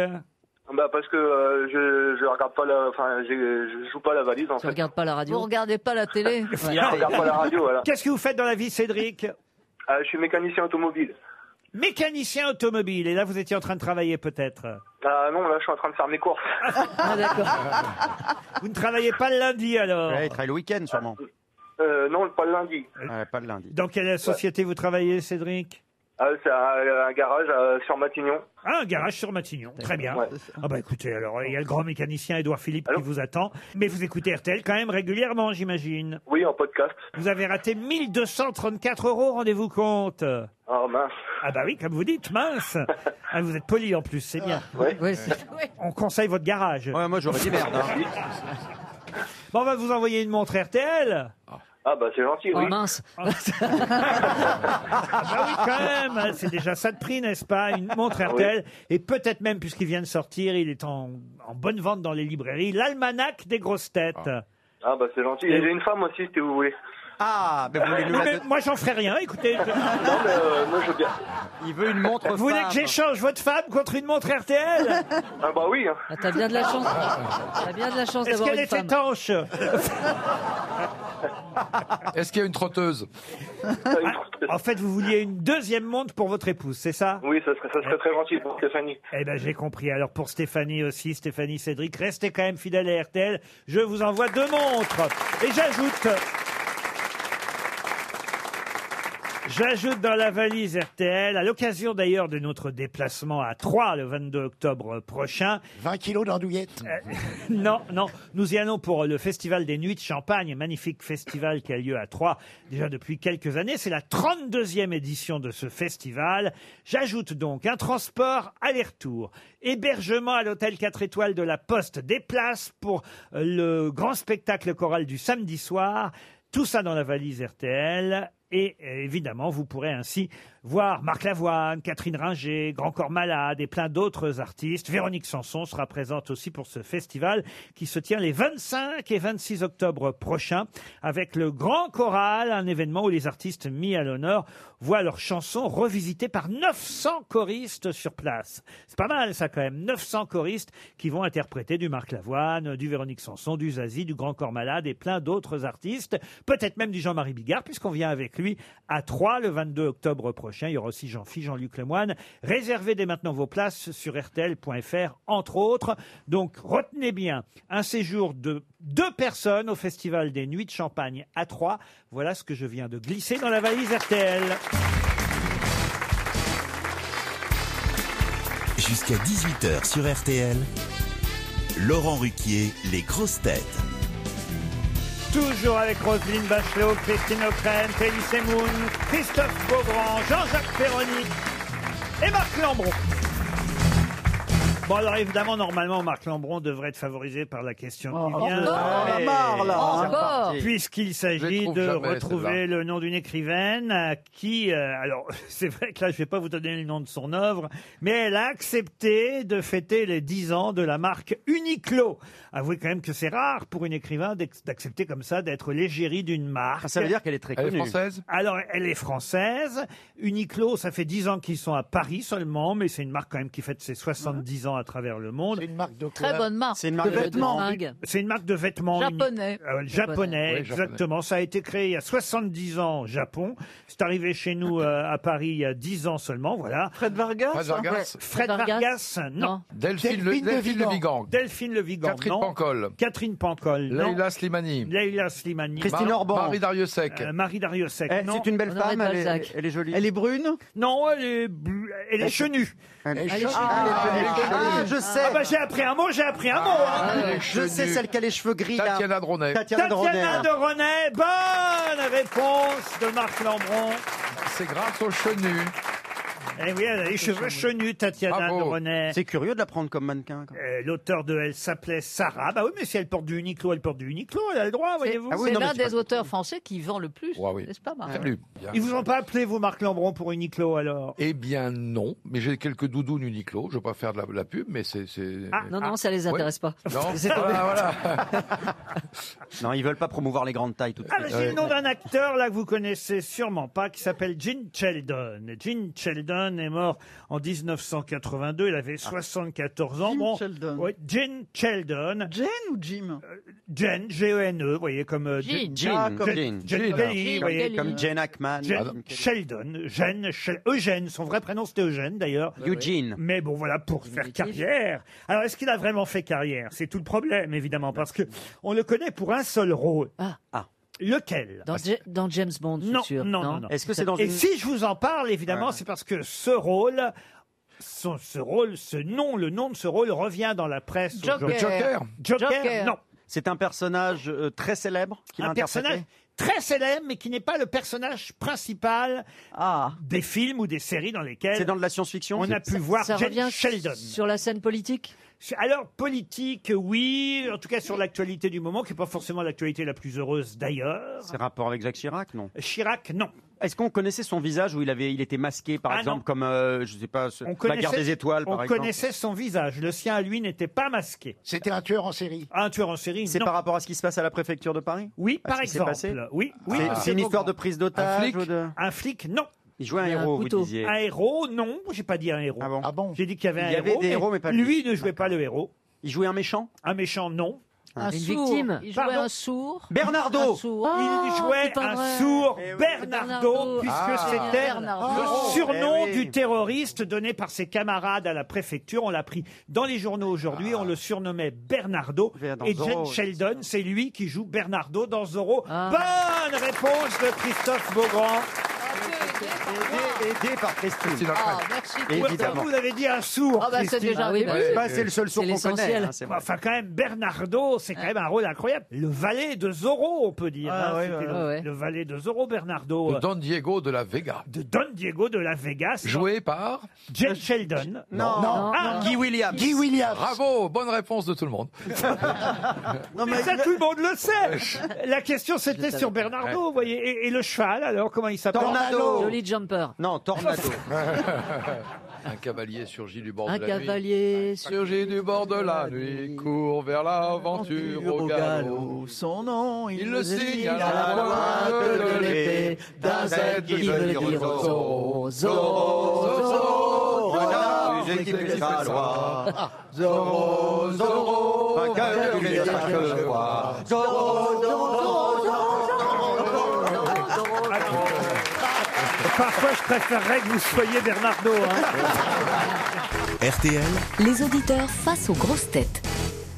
Speaker 10: Bah parce que euh, je je regarde pas la enfin j'ai- je joue pas la valise en
Speaker 5: Tu
Speaker 10: fait.
Speaker 5: regardes pas la radio.
Speaker 6: Vous regardez pas la télé Ouais.
Speaker 10: Je regarde pas la radio voilà.
Speaker 2: Qu'est-ce que vous faites dans la vie, Cédric
Speaker 10: Euh, je suis mécanicien automobile.
Speaker 2: Mécanicien automobile. Et là, vous étiez en train de travailler peut-être.
Speaker 10: Ah non là je suis en train de faire mes courses.
Speaker 5: Ah d'accord.
Speaker 2: Vous ne travaillez pas le lundi alors
Speaker 11: Ouais, il travaille le week-end sûrement.
Speaker 10: Euh, non pas le lundi.
Speaker 11: Ouais, pas le lundi.
Speaker 2: Dans quelle société vous travaillez, Cédric
Speaker 13: Euh, c'est un, un garage euh, sur Matignon.
Speaker 2: Ah, un garage sur Matignon. Très bien. Ah bah écoutez, alors il y a le grand mécanicien Édouard Philippe qui vous attend. Mais vous écoutez RTL quand même régulièrement, j'imagine.
Speaker 13: Oui, en podcast.
Speaker 2: Vous avez raté 1234 euros, rendez-vous compte.
Speaker 13: Oh mince.
Speaker 2: Ah bah oui, comme vous dites, mince. Ah, vous êtes poli en plus, c'est bien. Euh,
Speaker 13: Ouais.
Speaker 2: On conseille votre garage.
Speaker 11: moi j'aurais dit merde. hein.
Speaker 2: Bon, on va vous envoyer une montre RTL.
Speaker 13: Ah bah c'est
Speaker 7: Oh,
Speaker 13: gentil, oui.
Speaker 2: Ah bah oui, quand même, c'est déjà ça de prix, n'est-ce pas Une montre
Speaker 13: Ah
Speaker 2: RTL. Et peut-être même, puisqu'il vient de sortir, il est en, en bonne vente dans les librairies, l'almanach des grosses têtes.
Speaker 13: Ah bah c'est gentil. Et j'ai une femme aussi, si vous voulez.
Speaker 11: Ah, mais
Speaker 2: Non, mais moi, j'en ferai rien, écoutez.
Speaker 13: Non, mais euh, moi je veux bien.
Speaker 11: Il veut une montre
Speaker 2: Vous voulez que j'échange votre femme contre une montre RTL
Speaker 13: Ah bah oui. hein.
Speaker 5: T'as bien de la chance. T'as bien de la chance
Speaker 2: Est-ce
Speaker 5: d'avoir
Speaker 2: qu'elle
Speaker 5: une
Speaker 2: est
Speaker 5: femme.
Speaker 2: étanche
Speaker 7: Est-ce qu'il y a une trotteuse
Speaker 13: Ah,
Speaker 2: Ah, En fait, vous vouliez une deuxième montre pour votre épouse, c'est ça
Speaker 13: Oui, ça serait, ça serait très gentil pour Stéphanie.
Speaker 2: Eh ben, j'ai compris. Alors, pour Stéphanie aussi, Stéphanie Cédric, restez quand même fidèle à RTL. Je vous envoie deux montres. Et j'ajoute. J'ajoute dans la valise RTL, à l'occasion d'ailleurs de notre déplacement à Troyes le 22 octobre prochain. Euh,
Speaker 8: 20 kilos d'andouillette.
Speaker 2: Non, non, nous y allons pour le Festival des Nuits de Champagne, un magnifique festival qui a lieu à Troyes déjà depuis quelques années. C'est la 32e édition de ce festival. J'ajoute donc un transport aller-retour, hébergement à l'hôtel 4 étoiles de la Poste, des places pour euh, le grand spectacle choral du samedi soir. Tout ça dans la valise RTL. Et euh, évidemment, vous pourrez ainsi voir Marc Lavoine, Catherine Ringer, Grand Corps Malade et plein d'autres artistes. Véronique Sanson sera présente aussi pour ce festival qui se tient les 25 et 26 octobre prochains avec le Grand Choral, un événement où les artistes mis à l'honneur voient leurs chansons revisitées par 900 choristes sur place. C'est pas mal ça quand même, 900 choristes qui vont interpréter du Marc Lavoine, du Véronique Sanson, du Zazie, du Grand Corps Malade et plein d'autres artistes, peut-être même du Jean-Marie Bigard puisqu'on vient avec lui à Troyes le 22 octobre prochain. Il y aura aussi Jean-Philippe, Jean-Luc Lemoine. Réservez dès maintenant vos places sur rtl.fr entre autres. Donc retenez bien un séjour de deux personnes au Festival des Nuits de Champagne à Troyes. Voilà ce que je viens de glisser dans la valise RTL.
Speaker 14: Jusqu'à 18h sur RTL, Laurent Ruquier, les grosses têtes.
Speaker 2: Toujours avec Roselyne Bachelot, Christine O'Crane, Télé Semoun, Christophe Beaugrand, Jean-Jacques Ferroni et Marc Lambron. Bon alors évidemment normalement Marc Lambron devrait être favorisé par la question qui vient.
Speaker 3: Oh, encore, on en a marre, là, hein.
Speaker 2: Ah, C'est reparti. Puisqu'il s'agit
Speaker 3: trouve
Speaker 2: de
Speaker 3: jamais,
Speaker 2: retrouver le nom d'une écrivaine à qui euh, alors c'est vrai que là je vais pas vous donner le nom de son œuvre mais elle a accepté de fêter les 10 ans de la marque Uniqlo. Avouez quand même que c'est rare pour une écrivain d'ex- d'accepter comme ça d'être l'égérie d'une marque.
Speaker 11: Ah, Ça veut dire qu'elle est très Elle est connue. française
Speaker 2: Alors, elle est française. Uniqlo, ça fait 10 ans qu'ils sont à Paris seulement, mais c'est une marque quand même qui fête ses 70 ans à travers le monde. C'est une marque de
Speaker 6: Très bonne marque.
Speaker 2: C'est une marque de,
Speaker 6: De
Speaker 2: vêtements.
Speaker 6: fringues.
Speaker 2: C'est une marque de vêtements. Uni-
Speaker 6: Japonais.
Speaker 2: Euh,
Speaker 6: Japonais.
Speaker 2: japonais,
Speaker 6: Oui, japonais.
Speaker 2: exactement. Ça a été créé il y a 70 ans au Japon. C'est arrivé chez nous euh, à Paris il y a 10 ans seulement, voilà.
Speaker 3: Fred Vargas
Speaker 7: Fred Vargas. Ouais.
Speaker 2: Fred Vargas, non.
Speaker 7: Delphine Le- Delphine Delphine Le Le Vigan. Vigan.
Speaker 2: Delphine Le Vigan,
Speaker 7: Catherine
Speaker 2: non.
Speaker 7: Pancol.
Speaker 2: Catherine Pancol, non.
Speaker 7: Leïla Slimani.
Speaker 2: Leïla Slimani.
Speaker 7: Christine Mar- Orban. Marie Dariussec.
Speaker 2: Euh, Marie Dariussec,
Speaker 7: Eh,
Speaker 2: non.
Speaker 7: c'est une belle Honoré femme, de elle est- Balzac. elle est jolie. Elle est
Speaker 2: brune Non, elle est, blu- elle est chenue. Elle
Speaker 15: est chenue. Ah, elle est chenue. Ah, je sais.
Speaker 2: Ah bah j'ai appris un mot, j'ai appris
Speaker 7: Ah,
Speaker 2: un mot.
Speaker 11: Ah,
Speaker 2: hein.
Speaker 15: Je sais celle qui a les cheveux gris.
Speaker 7: Tatiana
Speaker 15: là.
Speaker 7: Dronet.
Speaker 15: Tatiana Dronet. hein.
Speaker 2: Tatiana hein. Doronet, bonne réponse de Marc Lambron.
Speaker 7: C'est grâce aux chenus.
Speaker 2: Eh oui, elle a les cheveux chenus,
Speaker 7: Ah
Speaker 2: Tatiana Doronet.
Speaker 11: C'est curieux de la prendre comme
Speaker 15: hein,
Speaker 11: mannequin. quoi.
Speaker 2: Euh, L'auteur de Elle s'appelait Sarah. Bah oui, mais si elle porte du Uniqlo, elle porte du Uniqlo, elle a le droit, voyez-vous.
Speaker 6: C'est l'un des auteurs français qui vend le plus, n'est-ce pas, Marc
Speaker 2: Ils vous ont pas appelé, vous, Marc Lambron, pour Uniqlo, alors
Speaker 7: Eh bien non, mais j'ai quelques doudounes Uniqlo, je vais pas faire de la, la pub, mais c'est... c'est-
Speaker 2: Ah,
Speaker 5: non, non, ça les intéresse
Speaker 7: Ouais.
Speaker 5: pas.
Speaker 7: Non,
Speaker 5: C'est
Speaker 7: voilà, voilà.
Speaker 11: Non, ils veulent pas promouvoir les grandes tailles tout de
Speaker 2: Ah, mais
Speaker 11: suite.
Speaker 2: c'est le nom d'un acteur là que vous connaissez sûrement pas qui s'appelle Gene Sheldon. Gene Sheldon est mort en 1982, il avait 74 ans.
Speaker 3: Jim
Speaker 2: Bon,
Speaker 3: Ah. Sheldon.
Speaker 2: ouais, Gene Sheldon. Euh,
Speaker 3: Jen ou Jim
Speaker 2: Gene, G-E-N-E, vous voyez, comme... euh,
Speaker 3: Gene.
Speaker 2: Gene-
Speaker 3: Ah, comme
Speaker 2: Gene-
Speaker 11: Gene.
Speaker 2: Gene
Speaker 11: Gene.
Speaker 2: Kelly, vous
Speaker 11: Comme-
Speaker 2: voyez.
Speaker 11: comme Gene Hackman.
Speaker 2: Gene
Speaker 11: Adam Kelly.
Speaker 2: Sheldon, Gene, Shel- Eugène, son vrai prénom c'était Eugène d'ailleurs.
Speaker 11: Eugene.
Speaker 2: Mais bon, voilà, pour faire carrière. Alors, est-ce qu'il a vraiment fait carrière C'est tout le problème, évidemment, parce que on le connaît pour un seul rôle.
Speaker 5: Ah.
Speaker 2: Lequel
Speaker 5: dans, Ja- dans James Bond, je suis
Speaker 2: non,
Speaker 5: sûr.
Speaker 2: non, non, non. Et si je vous en parle, évidemment, c'est parce que ce rôle, son- ce rôle, ce nom, le nom de ce rôle Oh, revient dans la presse. aujourd'hui. Joker, non.
Speaker 11: C'est un personnage euh, très célèbre qu'il a
Speaker 2: Un
Speaker 11: interprété.
Speaker 2: personnage très célèbre, mais qui n'est pas le personnage principal des films ou des séries dans lesquelles.
Speaker 11: Ah. C'est dans de la science-fiction
Speaker 2: On a
Speaker 11: c'est-
Speaker 2: pu voir Jane Sheldon. Sur
Speaker 5: la scène politique
Speaker 2: alors, politique, oui, en tout cas sur l'actualité du moment, qui n'est pas forcément l'actualité la plus heureuse d'ailleurs.
Speaker 11: C'est rapport avec Jacques Chirac, non
Speaker 2: Chirac, non.
Speaker 11: Est-ce qu'on connaissait son visage où il avait, il était masqué, par
Speaker 2: Ah,
Speaker 11: exemple,
Speaker 2: non.
Speaker 11: comme euh, je sais pas, ce-
Speaker 2: On
Speaker 11: la
Speaker 2: connaissait-
Speaker 11: guerre des étoiles,
Speaker 2: on
Speaker 11: par exemple.
Speaker 2: connaissait son visage. Le sien à lui n'était pas masqué.
Speaker 8: C'était un tueur en série.
Speaker 2: Un tueur en série.
Speaker 11: C'est par rapport à ce qui se passe à la préfecture de Paris
Speaker 2: Oui,
Speaker 11: À ce
Speaker 2: par
Speaker 11: qui s'est
Speaker 2: exemple.
Speaker 11: passé
Speaker 2: Oui, oui.
Speaker 11: C'est-
Speaker 2: parce
Speaker 11: C'est une
Speaker 2: que-
Speaker 11: histoire de prise
Speaker 2: Un
Speaker 11: d'otage
Speaker 2: flic
Speaker 11: ou de-
Speaker 2: Un flic, non.
Speaker 11: Il jouait un Il y a un héros, vous couteau. disiez.
Speaker 2: Un héros, non. J'ai pas dit un héros. Ah bon, J'ai dit qu'il y avait un
Speaker 11: Il y avait
Speaker 2: héros.
Speaker 11: des héros, mais pas
Speaker 2: lui.
Speaker 11: lui.
Speaker 2: ne jouait pas le héros.
Speaker 11: Il jouait un méchant
Speaker 2: Un méchant, non.
Speaker 16: Un sourd. Il jouait
Speaker 2: Ah, Pardon
Speaker 16: un sourd.
Speaker 2: Bernardo.
Speaker 16: Un sourd.
Speaker 2: Il jouait
Speaker 16: c'est pas
Speaker 2: un
Speaker 16: vrai.
Speaker 2: sourd
Speaker 16: Eh oui.
Speaker 2: Bernardo, puisque
Speaker 16: Ah.
Speaker 2: c'était
Speaker 16: Bernardo.
Speaker 2: le
Speaker 16: Oh.
Speaker 2: surnom
Speaker 16: Eh oui.
Speaker 2: du terroriste donné par ses camarades à la préfecture. On l'a pris dans les journaux aujourd'hui. On le surnommait Bernardo.
Speaker 11: dans
Speaker 2: Et
Speaker 11: Zorro, Ah.
Speaker 2: Jen
Speaker 11: oui.
Speaker 2: Sheldon, c'est lui qui joue Bernardo dans Zorro. Bonne réponse de Christophe Beaugrand.
Speaker 11: Aidé, aidé par Christine.
Speaker 2: Ah,
Speaker 16: merci,
Speaker 11: Évidemment.
Speaker 2: Vous avez dit un sourd.
Speaker 16: Ah, bah, c'est
Speaker 2: Christine.
Speaker 16: déjà Ah oui, bah, arrivé.
Speaker 11: bah, c'est le seul sourd
Speaker 2: C'est
Speaker 11: qu'on connaît,
Speaker 2: l'essentiel.
Speaker 11: hein, c'est vrai.
Speaker 2: enfin, quand même, Bernardo, c'est quand même un rôle incroyable. Le valet de Zorro, on peut dire.
Speaker 11: Ah,
Speaker 2: hein.
Speaker 11: ouais,
Speaker 2: C'était
Speaker 11: ouais,
Speaker 2: le,
Speaker 11: ouais.
Speaker 2: le valet de Zorro, Bernardo.
Speaker 7: De Don Diego de la Vega.
Speaker 2: De Don Diego de la Vegas.
Speaker 7: Joué par
Speaker 2: Jane Sheldon.
Speaker 7: Non. Non.
Speaker 2: Ah,
Speaker 7: Guy Williams.
Speaker 2: Guy Williams.
Speaker 7: Bravo, bonne réponse de tout le monde.
Speaker 2: mais, ça, tout le monde le sait. La question, c'était sur Bernardo, vous voyez. Et, et le cheval, alors, comment il s'appelle
Speaker 5: Jolly Jumper.
Speaker 11: Non, Tornado.
Speaker 7: Un cavalier surgit du bord
Speaker 5: Un
Speaker 7: de la nuit.
Speaker 5: cavalier
Speaker 7: surgit du bord de la nuit, court vers l'aventure au galop.
Speaker 3: Son nom, il,
Speaker 7: Il le signe à la
Speaker 3: pointe
Speaker 7: pointe de l'épée d'un Z qui veut dire Zorro. Zorro, Zorro, renard,
Speaker 11: Les équipes
Speaker 7: les
Speaker 11: gallois.
Speaker 7: Ah.
Speaker 11: Zorro, Zorro,
Speaker 2: Oh,
Speaker 11: vainqueur du meilleur que roi.
Speaker 2: Ah.
Speaker 11: Zorro, Zorro,
Speaker 2: Parfois, je préférerais que vous soyez Bernardo. hein.
Speaker 14: RTL,
Speaker 1: Les auditeurs face aux grosses têtes.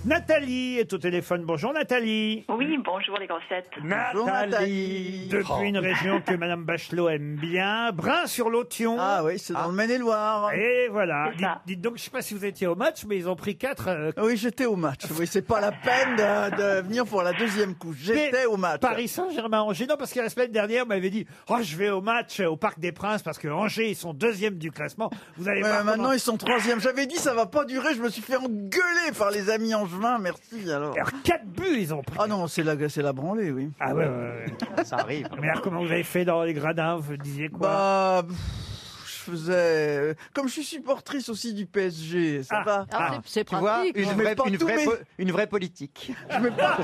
Speaker 2: Nathalie est au téléphone. Bonjour Nathalie.
Speaker 17: Oui, bonjour les grossettes.
Speaker 2: Nathalie. Depuis
Speaker 3: Oh.
Speaker 2: une région que Madame Bachelot aime bien, Brun-sur-Lotion. Ah oui, c'est dans le Maine-et-Loire. Et voilà.
Speaker 3: C'est
Speaker 2: Dites,
Speaker 3: ça.
Speaker 2: dites donc, je sais pas si vous étiez au match, mais ils ont pris quatre. euh,
Speaker 3: Oui, j'étais au match. Oui, c'est pas la peine de, de venir pour la deuxième couche. J'étais au match.
Speaker 2: Paris Saint-Germain Angers. Non, parce que la semaine dernière, on m'avait dit Oh, je vais au match euh, au Parc des Princes parce que Angers, ils sont deuxième du classement. Vous allez
Speaker 3: Ouais,
Speaker 2: voir
Speaker 3: maintenant,
Speaker 2: comment-
Speaker 3: ils sont troisième. J'avais dit, ça va pas durer. Je me suis fait engueuler par les amis angevins. Merci, alors.
Speaker 2: Alors, quatre buts, ils ont pris.
Speaker 3: Ah non, c'est la, c'est la branlée, oui.
Speaker 2: Ah ouais, ouais,
Speaker 11: Ça arrive.
Speaker 2: Mais alors, comment vous avez fait dans les gradins Vous disiez quoi
Speaker 3: Bah, pff, je faisais. euh, Comme je suis supportrice aussi du PSG, ça va.
Speaker 11: Ah, c'est- c'est Tu vois, pratique, une ouais. vraie-
Speaker 3: mets pas
Speaker 11: une
Speaker 3: tous
Speaker 11: vraie
Speaker 3: mes-
Speaker 11: po- une vraie politique.
Speaker 3: Je mets pas.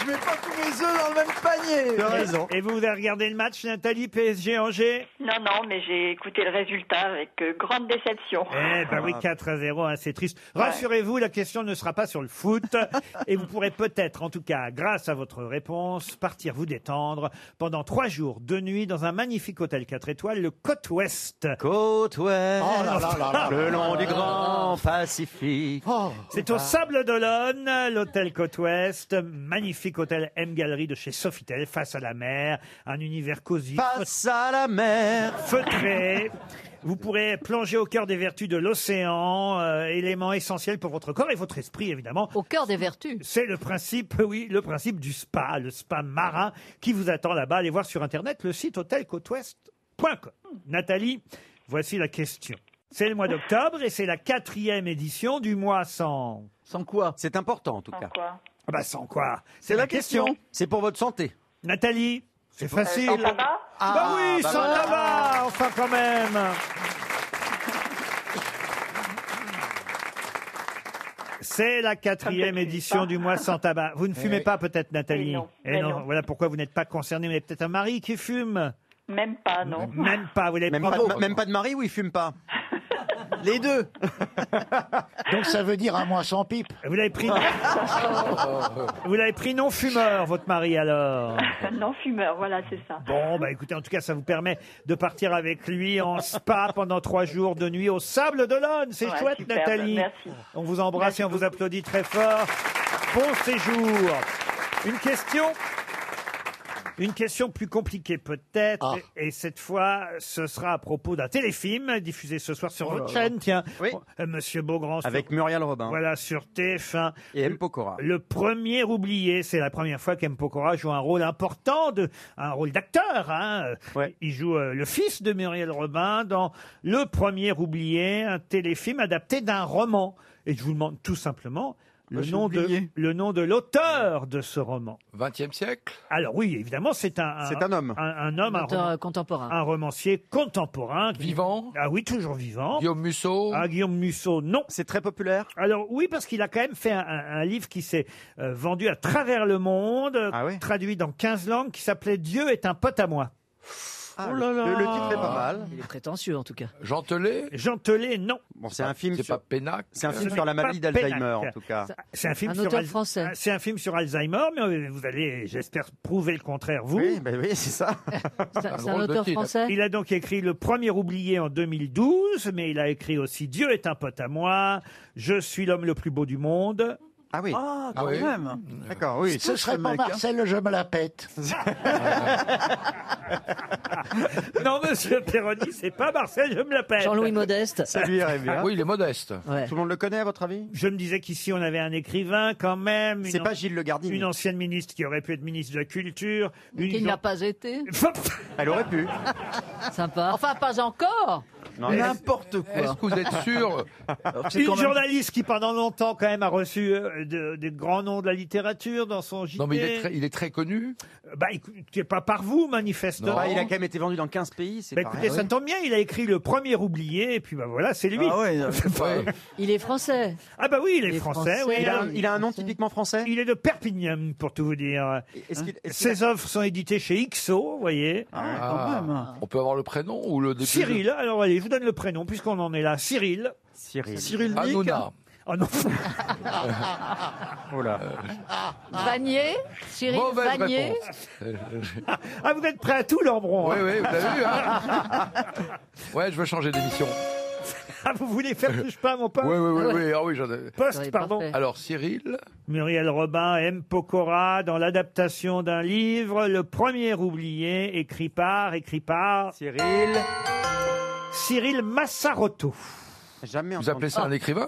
Speaker 3: Je mets pas tous mes œufs dans le même panier.
Speaker 2: Et- Et vous, vous avez regardé le match, Nathalie, PSG Angers
Speaker 17: Non, non, mais j'ai écouté le résultat avec euh, grande déception.
Speaker 2: Eh ben
Speaker 11: Ah.
Speaker 2: oui, 4 à 0, hein, c'est triste. Rassurez-vous, la question ne sera pas sur le foot. et vous pourrez peut-être, en tout cas, grâce à votre réponse, partir vous détendre pendant trois jours, deux nuits, dans un magnifique hôtel 4 étoiles, le Côte Ouest.
Speaker 11: Côte Ouest.
Speaker 2: Oh là là là Oh. là.
Speaker 11: Le long du grand Pacifique.
Speaker 2: C'est au Sable d'Olonne, l'hôtel Côte Ouest, magnifique hôtel M Galerie de chez Sofitel, face à la mer, un univers cosy.
Speaker 11: Face à la mer.
Speaker 2: Feutré. Vous pourrez plonger au cœur des vertus de l'océan, euh, élément essentiel pour votre corps et votre esprit, évidemment.
Speaker 16: Au cœur des vertus.
Speaker 2: C'est le principe, oui, le principe du spa, le spa marin qui vous attend là-bas. Allez voir sur Internet le site hôtelcôteouest.com. Nathalie, voici la question. C'est le mois d'octobre et c'est la quatrième édition du mois sans...
Speaker 3: Sans quoi
Speaker 11: C'est important en tout cas.
Speaker 2: Ah bah sans quoi
Speaker 11: C'est la question. C'est pour votre santé.
Speaker 2: Nathalie, c'est
Speaker 11: pour-
Speaker 2: facile.
Speaker 11: Euh, sans tabac
Speaker 2: Ah, bah
Speaker 11: Ah,
Speaker 2: oui,
Speaker 11: bah
Speaker 2: sans
Speaker 11: voilà.
Speaker 2: tabac, enfin quand même. C'est la quatrième édition du mois sans tabac. Vous ne
Speaker 17: Eh
Speaker 2: fumez
Speaker 17: oui.
Speaker 2: pas peut-être, Nathalie
Speaker 17: Eh non,
Speaker 2: Eh
Speaker 17: eh
Speaker 2: non,
Speaker 17: non.
Speaker 2: Voilà pourquoi vous n'êtes pas concernée. Vous avez peut-être un mari qui fume.
Speaker 17: Même pas, non.
Speaker 2: Même pas. Vous l'avez
Speaker 11: Même pas, de, même pas de mari ou il fume pas Les deux.
Speaker 8: Donc ça veut dire un mois sans pipe.
Speaker 2: Vous l'avez pris. Vous l'avez pris non fumeur, votre mari alors.
Speaker 17: non fumeur, voilà, c'est ça.
Speaker 2: Bon, bah écoutez, en tout cas, ça vous permet de partir avec lui en spa pendant trois jours de nuit au Sable d'Olonne. C'est
Speaker 17: Ouais,
Speaker 2: chouette,
Speaker 17: superbe,
Speaker 2: Nathalie.
Speaker 17: merci.
Speaker 2: On vous embrasse et on vous applaudit très fort. Bon séjour. Une question une question plus compliquée peut-être,
Speaker 11: Ah.
Speaker 2: et et cette fois, ce sera à propos d'un téléfilm diffusé ce soir sur
Speaker 11: Oh là
Speaker 2: votre
Speaker 11: là.
Speaker 2: chaîne, tiens,
Speaker 11: Oui.
Speaker 2: Euh, Monsieur Beaugrand. sur-
Speaker 11: Avec Muriel Robin.
Speaker 2: Voilà, sur TF1.
Speaker 11: Et M. Pokora.
Speaker 2: Le premier oublié, c'est la première fois qu'M. Pokora joue un rôle important, de, un rôle d'acteur. hein. Il joue euh, le fils de Muriel Robin dans Le premier oublié, un téléfilm adapté d'un roman. Et je vous demande tout simplement le,
Speaker 11: Moi, j'ai
Speaker 2: nom, de,
Speaker 11: oublié.
Speaker 2: le nom de l'auteur de ce roman. 20e siècle Alors oui, évidemment, c'est un,
Speaker 11: C'est un homme.
Speaker 2: Un, un homme, un,
Speaker 5: Auteur,
Speaker 2: roman-
Speaker 5: euh, contemporain.
Speaker 2: un romancier contemporain. Vivant Ah oui, toujours vivant. Guillaume Musso Ah, Guillaume Musso, non. C'est très populaire Alors oui, parce qu'il a quand même fait un, un- un livre qui s'est euh, vendu à travers le monde,
Speaker 11: Ah
Speaker 2: traduit dans 15 langues, qui s'appelait Dieu est un pote à moi.
Speaker 11: Oh là là. le- le titre est pas
Speaker 7: Ah.
Speaker 11: mal.
Speaker 5: Il est prétentieux en tout cas.
Speaker 2: Jean Telet Jean Telet, non.
Speaker 11: Bon, c'est un film. C'est pas Pénac. C'est un film
Speaker 2: Euh,
Speaker 11: sur la
Speaker 2: pas
Speaker 11: maladie
Speaker 2: Pénac.
Speaker 11: d'Alzheimer, en tout cas.
Speaker 2: C'est un film
Speaker 11: Un
Speaker 2: sur
Speaker 11: auteur
Speaker 2: Al-
Speaker 11: français.
Speaker 2: C'est un film sur Alzheimer, mais euh, vous allez, j'espère, prouver le contraire, vous.
Speaker 11: Oui, ben oui, c'est ça.
Speaker 2: C'est
Speaker 11: un drôle Ah, de auteur titre. français
Speaker 2: Il a donc écrit Le Premier oublié en 2012, mais il a écrit aussi Dieu est un pote à moi, Je suis l'homme le plus beau du monde.
Speaker 11: Ah oui.
Speaker 2: Ah,
Speaker 11: quand Ah oui. même. D'accord, oui.
Speaker 8: Ce serait
Speaker 11: pas
Speaker 8: pour Marcel, je me la pète.
Speaker 2: Non, monsieur Perroni, c'est pas Marcel, je me la pète.
Speaker 5: Jean-Louis Modeste.
Speaker 11: Ça lui irait bien.
Speaker 2: Oui, il
Speaker 11: Ah est modeste. Tout le monde le connaît, à votre avis
Speaker 2: Je me disais qu'ici, on avait un écrivain quand même.
Speaker 11: C'est
Speaker 2: une
Speaker 11: pas
Speaker 2: an-
Speaker 11: Gilles Le Gardini.
Speaker 2: Une ancienne ministre qui aurait pu être ministre de la Culture. Une
Speaker 16: Qu'il
Speaker 2: gen-
Speaker 16: n'a pas été.
Speaker 11: Elle aurait pu.
Speaker 5: Sympa.
Speaker 16: Enfin, pas encore.
Speaker 11: Non, mais- N'importe quoi.
Speaker 2: Est-ce que vous êtes sûr
Speaker 11: c'est
Speaker 2: Une
Speaker 11: quand même-
Speaker 2: journaliste qui pendant longtemps quand même a reçu euh, de- des grands noms de la littérature dans son JT.
Speaker 7: Non, mais il est très, il est très connu.
Speaker 2: Bah écoutez, pas par vous manifestement.
Speaker 11: Bah, il a quand même été vendu dans 15 pays, c'est
Speaker 2: Bah,
Speaker 11: pas
Speaker 2: écoutez,
Speaker 11: rien.
Speaker 2: ça tombe bien, il a écrit le premier oublié, et puis bah voilà, c'est lui.
Speaker 11: Ah ouais,
Speaker 2: ouais.
Speaker 5: Il est français.
Speaker 2: Ah bah oui, il est français. oui.
Speaker 11: Il a un- il a un nom typiquement français
Speaker 2: Il est de Perpignan, pour tout vous dire.
Speaker 11: Est-ce qu'il- est-ce qu'il a-
Speaker 2: Ses œuvres sont éditées chez XO, vous voyez.
Speaker 7: Ah. On peut avoir le prénom ou le début
Speaker 2: Cyril, alors allez, je vous donne le prénom, puisqu'on en est là. Cyril.
Speaker 11: Cyril.
Speaker 2: Cyril Dick.
Speaker 7: Hanouna.
Speaker 2: Oh non.
Speaker 11: Oh là.
Speaker 16: Vanier, Euh, Cyril
Speaker 2: Mauvaise
Speaker 16: Vanier.
Speaker 2: Ah, vous êtes prêt à tout, hein Lambron
Speaker 7: Oui, oui, vous avez vu, Ouais, je veux changer d'émission.
Speaker 2: Ah, vous voulez faire touche pas, à mon pote
Speaker 7: Oui, oui, oui, oui. Ah, oui j'en ai-
Speaker 2: Poste, pardon.
Speaker 7: Alors, Cyril
Speaker 2: Muriel Robin, M. Pokora, dans l'adaptation d'un livre, Le Premier Oublié, écrit par, écrit par...
Speaker 11: Cyril.
Speaker 2: Cyril Massarotto.
Speaker 11: Jamais Ah.
Speaker 7: Vous appelez ça un écrivain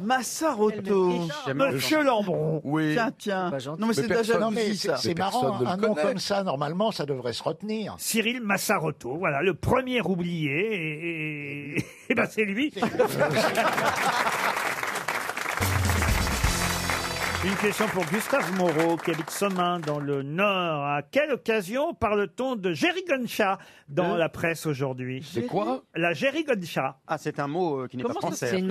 Speaker 3: Massarotto.
Speaker 2: Monsieur Lambron.
Speaker 7: Oui.
Speaker 3: Tiens, tiens.
Speaker 11: Bah,
Speaker 3: Non, mais c'est de la
Speaker 8: personne-
Speaker 3: jalousie,
Speaker 8: c'est-
Speaker 3: ça.
Speaker 8: C'est marrant,
Speaker 11: hein,
Speaker 8: un nom comme ça, normalement, ça devrait se retenir.
Speaker 2: Cyril Massarotto, voilà, le premier oublié, et, et- et ben c'est lui. Une question pour Gustave Moreau, qui habite Sommin, dans le Nord. À quelle occasion parle-t-on de Jerry Goncha dans
Speaker 11: Hein
Speaker 2: la presse aujourd'hui
Speaker 11: De quoi
Speaker 2: La Jerry Goncha.
Speaker 11: Ah, c'est un mot euh, qui n'est pas français.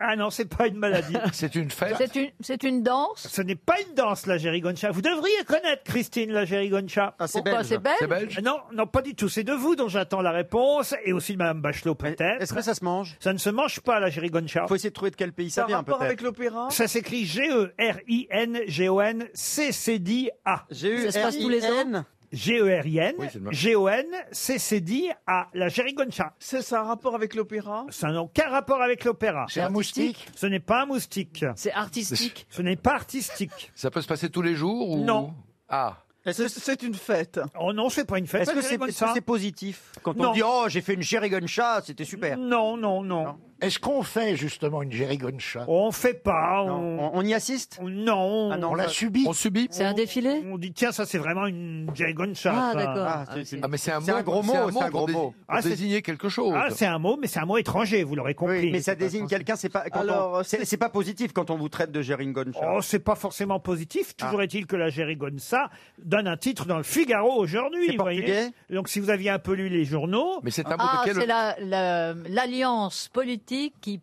Speaker 2: Ah non, c'est pas une maladie.
Speaker 7: c'est une
Speaker 16: C'est une, c'est une danse.
Speaker 2: Ce n'est pas une danse, la Gérigoncha. Vous devriez connaître Christine, la Gérigoncha. Ah,
Speaker 11: c'est Pourquoi, belge. c'est belge C'est belge
Speaker 2: Non, non, pas du tout. C'est de vous dont j'attends la réponse, et aussi de Mme Bachelot, peut-être.
Speaker 11: Est-ce que ça se mange
Speaker 2: Ça ne se mange pas, la Gérigoncha.
Speaker 11: Faut essayer de trouver de quel pays ça
Speaker 3: Ça
Speaker 11: vient,
Speaker 3: rapport
Speaker 11: peut-être.
Speaker 3: avec l'opéra
Speaker 2: Ça s'écrit E G-E-R-I-N-G-O-N-C-C-D-A.
Speaker 7: E
Speaker 11: J'ai eu Ça se passe tous les ans R-I-N?
Speaker 2: G-E-R-I-N,
Speaker 11: Oui, c'est le même.
Speaker 2: G-O-N-C-C-D-A, la Gérigoncha.
Speaker 3: C'est ça, un rapport avec l'opéra
Speaker 2: Ça n'a aucun rapport avec l'opéra.
Speaker 8: C'est un moustique
Speaker 2: Ce n'est pas un moustique.
Speaker 5: C'est artistique.
Speaker 2: Ce n'est pas artistique.
Speaker 7: Ça peut se passer tous les jours ou...
Speaker 2: Non.
Speaker 7: Ah.
Speaker 3: C'est c'est une fête.
Speaker 2: Oh non, c'est pas une fête.
Speaker 11: Est-ce que
Speaker 2: la
Speaker 11: c'est
Speaker 2: Gérigoncha.
Speaker 11: est-ce que c'est positif Quand on
Speaker 2: Non.
Speaker 11: dit Oh, j'ai fait une Sherigoncha, c'était super.
Speaker 2: Non, non, non.
Speaker 8: Est-ce qu'on fait justement une Gérigoncha
Speaker 2: On fait pas. On,
Speaker 11: on y assiste
Speaker 2: Non.
Speaker 11: Ah non,
Speaker 2: on
Speaker 11: On
Speaker 2: la
Speaker 11: la ça-
Speaker 2: subit.
Speaker 7: On subit
Speaker 5: C'est un défilé
Speaker 2: On dit tiens, ça c'est vraiment une Dragonshot.
Speaker 5: Ah, d'accord. Ah,
Speaker 7: Ah, mais c'est un,
Speaker 11: C'est
Speaker 7: mot-
Speaker 11: un gros mot, c'est un
Speaker 7: pour
Speaker 11: gros
Speaker 7: dési-
Speaker 11: mot.
Speaker 7: pour
Speaker 2: Ah, c'est-
Speaker 7: désigner quelque chose.
Speaker 2: Ah, c'est un mot, mais c'est un mot étranger, vous l'aurez compris.
Speaker 11: Oui, mais ça désigne quelqu'un, c'est pas. quand
Speaker 3: Alors,
Speaker 2: euh,
Speaker 11: on- c'est c'est pas positif quand on vous traite de Geringoncha.
Speaker 2: Oh, c'est pas forcément positif.
Speaker 11: Ah.
Speaker 2: Toujours est-il que la Gérigonça donne un titre dans le Figaro aujourd'hui.
Speaker 11: C'est
Speaker 2: vous voyez.
Speaker 11: portugais
Speaker 2: Donc, si vous aviez un peu lu les journaux.
Speaker 7: Mais c'est un mot
Speaker 16: Ah,
Speaker 7: de
Speaker 16: c'est
Speaker 7: quel...
Speaker 16: la- la- l'alliance politique qui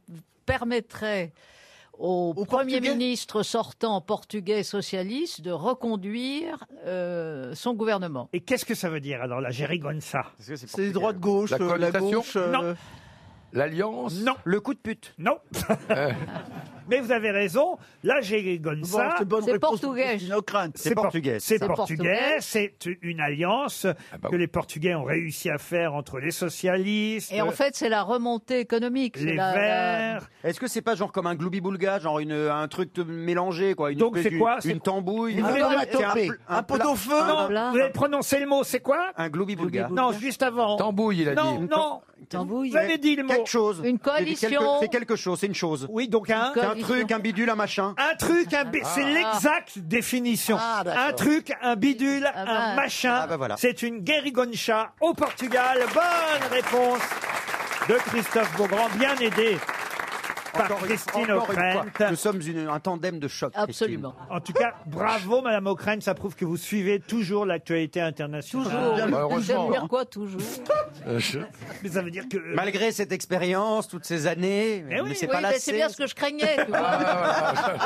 Speaker 16: permettrait au, Premier ministre sortant portugais socialiste de reconduire euh, son gouvernement.
Speaker 2: Et qu'est-ce que ça veut dire alors la Gérigonça
Speaker 3: C'est les droits de gauche,
Speaker 7: La
Speaker 3: euh, la,
Speaker 7: cohabitation
Speaker 3: gauche. euh,
Speaker 2: Non.
Speaker 7: L'alliance
Speaker 2: Non.
Speaker 11: Le coup de pute.
Speaker 2: Non.
Speaker 7: Euh,
Speaker 2: Mais vous avez raison. Là, j'ai
Speaker 3: Bon,
Speaker 2: ça.
Speaker 3: c'est bonne C'est réponse pour portugais.
Speaker 2: C'est por-
Speaker 11: portugais. Ah, bah
Speaker 2: C'est
Speaker 11: C'est
Speaker 2: portugais.
Speaker 11: portugais.
Speaker 2: C'est une alliance que les Portugais ont réussi à faire entre les socialistes.
Speaker 11: Euh,
Speaker 6: Et en fait, c'est la remontée économique. c'est
Speaker 2: les
Speaker 6: la- la-
Speaker 2: Verts.
Speaker 11: Est-ce que c'est pas genre comme un gloubi-boulga, genre une, un truc de- mélangé quoi une
Speaker 2: Donc
Speaker 11: espèce
Speaker 2: c'est
Speaker 11: du-
Speaker 2: quoi
Speaker 11: Une tambouille,
Speaker 2: Vous voulez
Speaker 11: plat-
Speaker 2: le taper.
Speaker 11: pl- plat-
Speaker 2: Non,
Speaker 11: plat-
Speaker 2: vous avez prononcé le mot, c'est quoi
Speaker 11: Un gloubi-boulga.
Speaker 2: Non, juste avant.
Speaker 11: Tambouille, il a
Speaker 2: Non,
Speaker 11: dit.
Speaker 2: non.
Speaker 11: Tambouille.
Speaker 2: Vous avez dit le mot.
Speaker 11: Quelque chose.
Speaker 2: Une
Speaker 11: C'est quelque-
Speaker 2: coalition.
Speaker 11: C'est quelque chose, c'est une chose.
Speaker 2: Oui, donc un.
Speaker 11: C'est un truc, un bidule, un machin.
Speaker 2: Un truc, un bi-
Speaker 6: Ah.
Speaker 2: c'est l'exacte définition.
Speaker 11: Ah, d'accord.
Speaker 2: un truc, un bidule, un
Speaker 11: bah.
Speaker 2: machin.
Speaker 11: Ah, bah voilà.
Speaker 2: C'est une guérigoncha au Portugal. Bonne réponse de Christophe Beaugrand, bien aidé par
Speaker 11: Encore une-
Speaker 2: Christine
Speaker 11: encore une fois,
Speaker 2: O'Krent.
Speaker 11: Nous sommes une- un tandem de choc.
Speaker 2: Absolument. En tout cas, bravo Madame O'Krent, ça prouve que vous suivez toujours l'actualité internationale.
Speaker 6: Toujours.
Speaker 11: Bah,
Speaker 6: J'aime dire quoi, toujours
Speaker 2: Mais ça veut dire que. euh, Eh
Speaker 11: Malgré cette expérience, toutes ces années, mais,
Speaker 6: Oui,
Speaker 11: c'est pas Ah,
Speaker 6: mais c'est
Speaker 11: lassé.
Speaker 6: bien ce que je craignais. tu vois.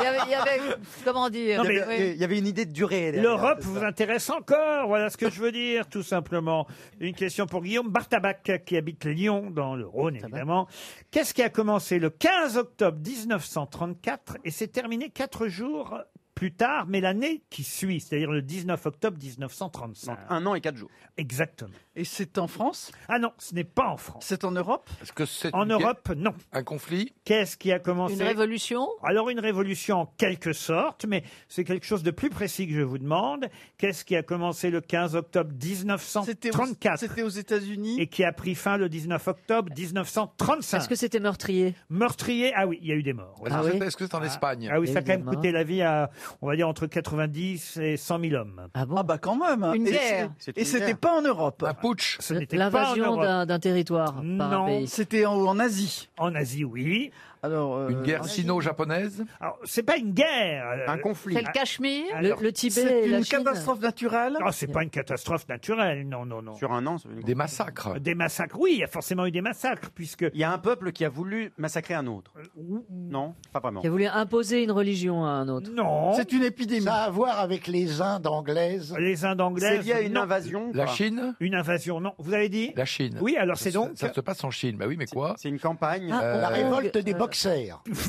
Speaker 6: il, y avait, il y avait- comment dire
Speaker 11: Il y
Speaker 6: oui.
Speaker 11: avait- euh, il y avait une idée de durée. derrière.
Speaker 2: L'Europe vous intéresse encore, voilà ce que je veux dire, tout simplement. Une question pour Guillaume Bartabac, qui habite Lyon, dans le Rhône, évidemment. Qu'est-ce qui a commencé le 15 octobre 1934 et s'est terminé quatre jours plus tard, mais l'année qui suit, c'est-à-dire le 19 octobre 1935
Speaker 11: Un an et quatre jours.
Speaker 2: Exactement.
Speaker 3: Et c'est en France
Speaker 2: Ah non, ce n'est pas en France.
Speaker 3: C'est en Europe
Speaker 7: Est-ce que c'est
Speaker 2: En
Speaker 7: une-
Speaker 2: Europe, non.
Speaker 7: Un conflit
Speaker 2: Qu'est-ce qui a commencé
Speaker 6: Une révolution
Speaker 2: Alors une révolution en quelque sorte, mais c'est quelque chose de plus précis que je vous demande. Qu'est-ce qui a commencé le 15 octobre 1934 C'était
Speaker 3: aux États-Unis
Speaker 2: et qui a pris fin le 19 octobre 1935
Speaker 5: Est-ce que c'était meurtrier
Speaker 2: Meurtrier Ah oui, il y a eu des morts.
Speaker 7: Est-ce que c'est- est-ce que c'est en Espagne
Speaker 2: Ah oui, ça a quand même
Speaker 7: Évidemment.
Speaker 2: coûté la vie à, on va dire, entre 90 et 100 000 hommes.
Speaker 5: Ah bon
Speaker 3: bah quand même. hein.
Speaker 2: Une
Speaker 3: Et
Speaker 2: guerre.
Speaker 3: c'est-
Speaker 2: C'est
Speaker 3: Et
Speaker 2: une
Speaker 3: c'était
Speaker 2: guerre.
Speaker 3: pas en Europe.
Speaker 2: Un putsch. Ce n'était pas en
Speaker 5: L'invasion
Speaker 2: Europe.
Speaker 5: d'un d'un territoire par un
Speaker 2: Non,
Speaker 5: pays.
Speaker 3: c'était en, en Asie.
Speaker 2: En Asie, oui.
Speaker 3: Alors, euh,
Speaker 7: Une guerre sino-japonaise
Speaker 2: Alors, c'est pas une guerre. euh,
Speaker 7: Un conflit.
Speaker 6: C'est le Cachemire
Speaker 2: Alors-
Speaker 5: Le Tibet
Speaker 3: C'est
Speaker 5: et la
Speaker 3: une
Speaker 5: Chine.
Speaker 3: catastrophe naturelle
Speaker 2: Ah, Non, c'est pas une catastrophe naturelle, non, non, non.
Speaker 11: Sur un an, ça veut dire- des massacres.
Speaker 2: Des massacres, oui, il y a forcément eu des massacres, puisque...
Speaker 11: Il y a un peuple qui a voulu massacrer un autre.
Speaker 2: Euh,
Speaker 11: Non, pas vraiment.
Speaker 5: Qui a voulu imposer une religion à un autre.
Speaker 2: Non.
Speaker 8: C'est
Speaker 3: une épidémie.
Speaker 8: Ça a à voir avec les Indes anglaises.
Speaker 2: Les Indes anglaises.
Speaker 11: C'est lié à une
Speaker 2: non.
Speaker 11: invasion,
Speaker 7: La quoi. Chine
Speaker 2: Une invasion, non. Vous avez dit
Speaker 7: La Chine.
Speaker 2: Oui, alors c'est
Speaker 7: Ça-
Speaker 2: donc-
Speaker 7: Ça se passe en Chine. Bah oui, mais quoi
Speaker 11: C'est une campagne.
Speaker 7: Ah,
Speaker 8: euh,
Speaker 7: Euh,
Speaker 8: La révolte des boxers.
Speaker 7: Non,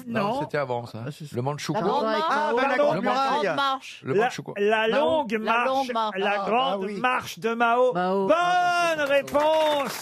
Speaker 2: Non. Ah,
Speaker 7: c'était avant ça. Le Mandchou.
Speaker 6: La grande marche.
Speaker 11: Ah, bah, la grande
Speaker 6: La
Speaker 11: muraille.
Speaker 6: grande marche.
Speaker 7: Le
Speaker 2: La,
Speaker 7: Mandchou quoi
Speaker 2: la
Speaker 6: Mao.
Speaker 2: longue
Speaker 6: La
Speaker 2: marche, la,
Speaker 6: longue marche. Ah,
Speaker 2: grande
Speaker 6: bah oui.
Speaker 2: marche de Mao. Bonne réponse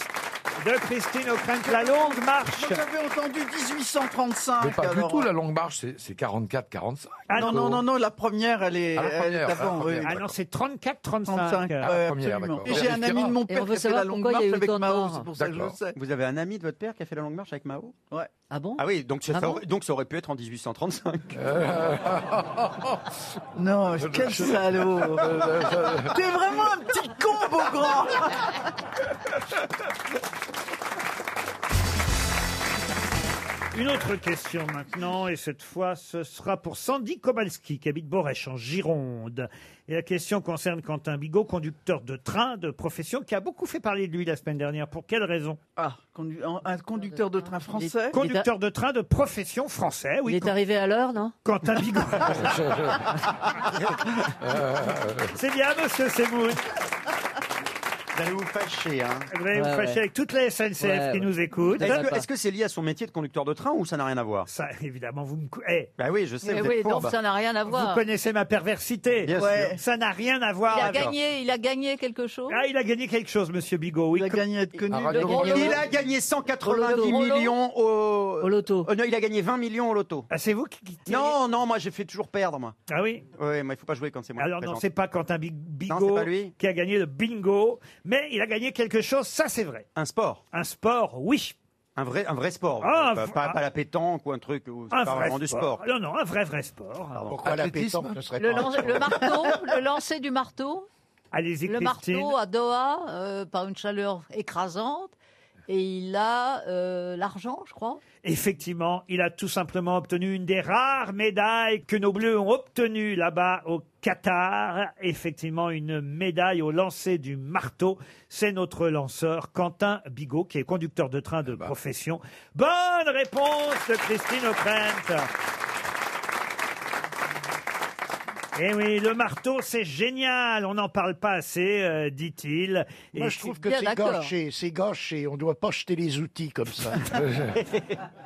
Speaker 2: de Christine O'Krent, la longue marche.
Speaker 3: Moi, J'avais entendu 1835.
Speaker 7: Mais pas
Speaker 6: Ah,
Speaker 3: alors.
Speaker 7: du tout,
Speaker 6: hein.
Speaker 7: la longue marche, c'est c'est 44-45.
Speaker 2: Ah
Speaker 3: non, non, non, non, la première, elle est,
Speaker 7: Ah, la
Speaker 3: elle est
Speaker 7: première,
Speaker 3: d'avant,
Speaker 7: la
Speaker 3: oui.
Speaker 7: première.
Speaker 2: Ah non, c'est 34-35.
Speaker 3: 35,
Speaker 7: Ah,
Speaker 3: ouais,
Speaker 7: la première,
Speaker 3: absolument.
Speaker 7: d'accord.
Speaker 3: Et j'ai un ami de mon
Speaker 5: Et on
Speaker 3: père qui
Speaker 5: veut
Speaker 3: a fait
Speaker 5: savoir
Speaker 3: la longue
Speaker 5: pourquoi il
Speaker 3: marche
Speaker 5: y a eu
Speaker 3: avec
Speaker 5: autant de
Speaker 3: Mao,
Speaker 5: morts.
Speaker 3: c'est pour ça que je le
Speaker 7: D'accord.
Speaker 3: sais.
Speaker 11: Vous avez un ami de votre père qui a fait la longue marche avec Mao
Speaker 3: Ouais.
Speaker 5: Ah bon
Speaker 11: Ah oui, donc ça,
Speaker 5: Ah
Speaker 11: ça
Speaker 5: bon
Speaker 11: aurait, donc ça aurait pu être en 1835.
Speaker 2: Euh.
Speaker 3: Non, quel salaud T'es vraiment un petit con, beau grand
Speaker 2: Une autre question maintenant, et cette fois, ce sera pour Sandy Kobalski, qui habite Borèche, en Gironde. Et la question concerne Quentin Bigot, conducteur de train de profession, qui a beaucoup fait parler de lui la semaine dernière. Pour quelle raison
Speaker 3: Ah, condu- un- un conducteur de train français
Speaker 2: Conducteur de train de profession français,
Speaker 5: Il
Speaker 2: Eh oui.
Speaker 5: est arrivé à l'heure, non
Speaker 2: Quentin Bigot. C'est bien, monsieur Semoun.
Speaker 11: Vous allez vous fâcher, hein.
Speaker 2: Vous allez vous
Speaker 11: Ouais,
Speaker 2: fâcher
Speaker 11: ouais.
Speaker 2: avec toute la SNCF
Speaker 11: Ouais,
Speaker 2: qui
Speaker 11: ouais.
Speaker 2: nous écoute.
Speaker 11: Est-ce que- est-ce que c'est lié à son métier de conducteur de train ou ça n'a rien à voir
Speaker 2: Ça, évidemment, vous me... cou- Eh,
Speaker 11: Bah oui, je sais,
Speaker 6: Mais
Speaker 11: vous
Speaker 6: oui,
Speaker 11: êtes
Speaker 6: donc
Speaker 11: fourbe.
Speaker 6: ça n'a rien à
Speaker 2: vous
Speaker 6: voir.
Speaker 2: connaissez ma perversité.
Speaker 11: Bien
Speaker 2: Ouais.
Speaker 11: sûr.
Speaker 2: Ça n'a rien à voir
Speaker 6: Il a
Speaker 2: avec...
Speaker 6: gagné, il a gagné quelque chose.
Speaker 2: Ah, il a gagné quelque chose, monsieur Bigot. Oui,
Speaker 3: Il a gagné à être connu.
Speaker 11: Ah, radio-
Speaker 6: gros
Speaker 11: il
Speaker 6: lot.
Speaker 11: a gagné 190
Speaker 6: Au lot.
Speaker 11: millions au...
Speaker 5: Au loto.
Speaker 11: Oh non, il a gagné 20 millions au loto.
Speaker 2: Ah, c'est vous qui quittez
Speaker 11: Non, non, moi j'ai fait toujours perdre, moi.
Speaker 2: Ah oui
Speaker 11: Ouais, moi il faut pas jouer quand c'est moi. qui
Speaker 2: Alors Oh non,
Speaker 11: présente.
Speaker 2: c'est pas Quentin Bi-
Speaker 11: Non, c'est
Speaker 2: Bigot
Speaker 11: pas lui.
Speaker 2: qui a gagné le bingo, mais il a gagné quelque chose, ça c'est vrai.
Speaker 11: un sport,
Speaker 2: Un sport, oui.
Speaker 11: un vrai, un vrai sport.
Speaker 2: Ah,
Speaker 11: pas,
Speaker 2: un-
Speaker 11: pas- pas la pétanque ou un truc, ou- c'est
Speaker 2: Un
Speaker 11: pas
Speaker 2: vrai
Speaker 11: vraiment du sport.
Speaker 2: Non, non, un vrai, vrai sport.
Speaker 8: Pourquoi la
Speaker 7: Athlétisme.
Speaker 8: pétanque ne serait
Speaker 6: Le,
Speaker 8: pas un
Speaker 6: lan-
Speaker 8: sport
Speaker 6: le marteau, le lancer du marteau,
Speaker 2: Allez-y,
Speaker 6: le
Speaker 2: Christine.
Speaker 6: marteau à Doha euh, par une chaleur écrasante, et il a euh, l'argent, je crois.
Speaker 2: Effectivement, il a tout simplement obtenu une des rares médailles que nos Bleus ont obtenues là-bas au Qatar. Effectivement, une médaille au lancer du marteau. C'est notre lanceur, Quentin Bigot, qui est conducteur de train de profession. Bonne réponse de Christine O'Krent. Eh oui, le marteau, c'est génial. On n'en parle pas assez, euh, dit-il.
Speaker 8: Moi,
Speaker 2: Et
Speaker 8: je trouve que c'est gâché, c'est gâché. On ne doit pas jeter les outils comme ça.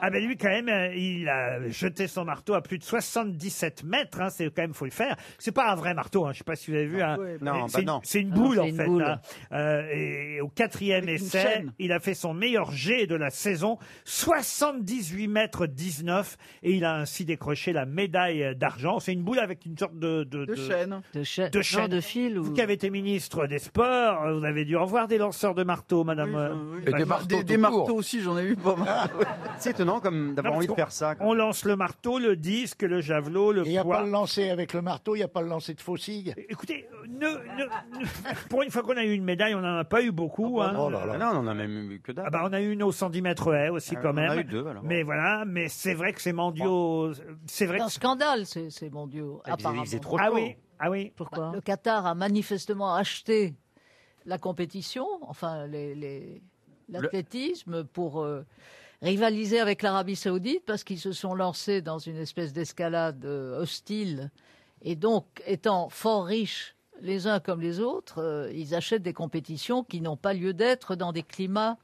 Speaker 2: ah ben lui quand même, euh, il a jeté son marteau à plus de 77 mètres. hein, c'est quand même faut le faire. C'est pas un vrai marteau. Hein, je sais pas si vous avez vu. hein.
Speaker 11: ouais, Non, bah
Speaker 2: c'est une-
Speaker 11: non.
Speaker 2: c'est une
Speaker 11: Ah non,
Speaker 2: boule
Speaker 11: c'est
Speaker 2: en
Speaker 11: une
Speaker 2: fait.
Speaker 11: boule.
Speaker 2: hein. Euh, et au quatrième
Speaker 11: Avec une
Speaker 2: essai,
Speaker 11: chaîne.
Speaker 2: il a fait son meilleur jet de la saison, 78 mètres 19, et il a ainsi décroché la médaille d'argent. C'est une boule avec une sorte de de,
Speaker 3: De chaîne.
Speaker 2: de
Speaker 5: chaîne,
Speaker 2: de,
Speaker 5: non, de fil ou-
Speaker 2: Vous qui avez été ministre des Sports, euh, vous avez dû en voir des lanceurs de marteau, Madame. euh,
Speaker 3: Des, des- des marteaux aussi, j'en ai eu pas mal.
Speaker 11: Ah, C'est étonnant comme d'avoir
Speaker 2: Non,
Speaker 11: envie de
Speaker 2: parce
Speaker 11: faire ça.
Speaker 2: On lance le marteau, le disque, le javelot, le
Speaker 8: Il n'y a
Speaker 2: poids.
Speaker 8: pas le lancer avec le marteau, il n'y a pas le lancer de faucille.
Speaker 2: Écoutez, Pour une fois qu'on a eu une médaille, on n'en a pas eu beaucoup.
Speaker 3: Ah
Speaker 2: hein.
Speaker 3: oh
Speaker 11: Non, on en a même eu que dalle.
Speaker 2: Ah bah, on a eu une au 110 mètres haies aussi
Speaker 11: Ah,
Speaker 2: quand
Speaker 11: on en
Speaker 2: même.
Speaker 11: a eu deux, alors.
Speaker 2: Mais voilà, mais c'est vrai que c'est mendiant. C'est vrai.
Speaker 6: C'est
Speaker 2: que-
Speaker 6: un scandale, c'est c'est mon Dieu. apparemment.
Speaker 2: ah oui, ah oui.
Speaker 6: Bah, Le Qatar a manifestement acheté la compétition, enfin les- les- l'athlétisme, pour euh, rivaliser avec l'Arabie Saoudite parce qu'ils se sont lancés dans une espèce d'escalade euh, hostile. Et donc, étant fort riches les uns comme les autres, euh, ils achètent des compétitions qui n'ont pas lieu d'être dans des climats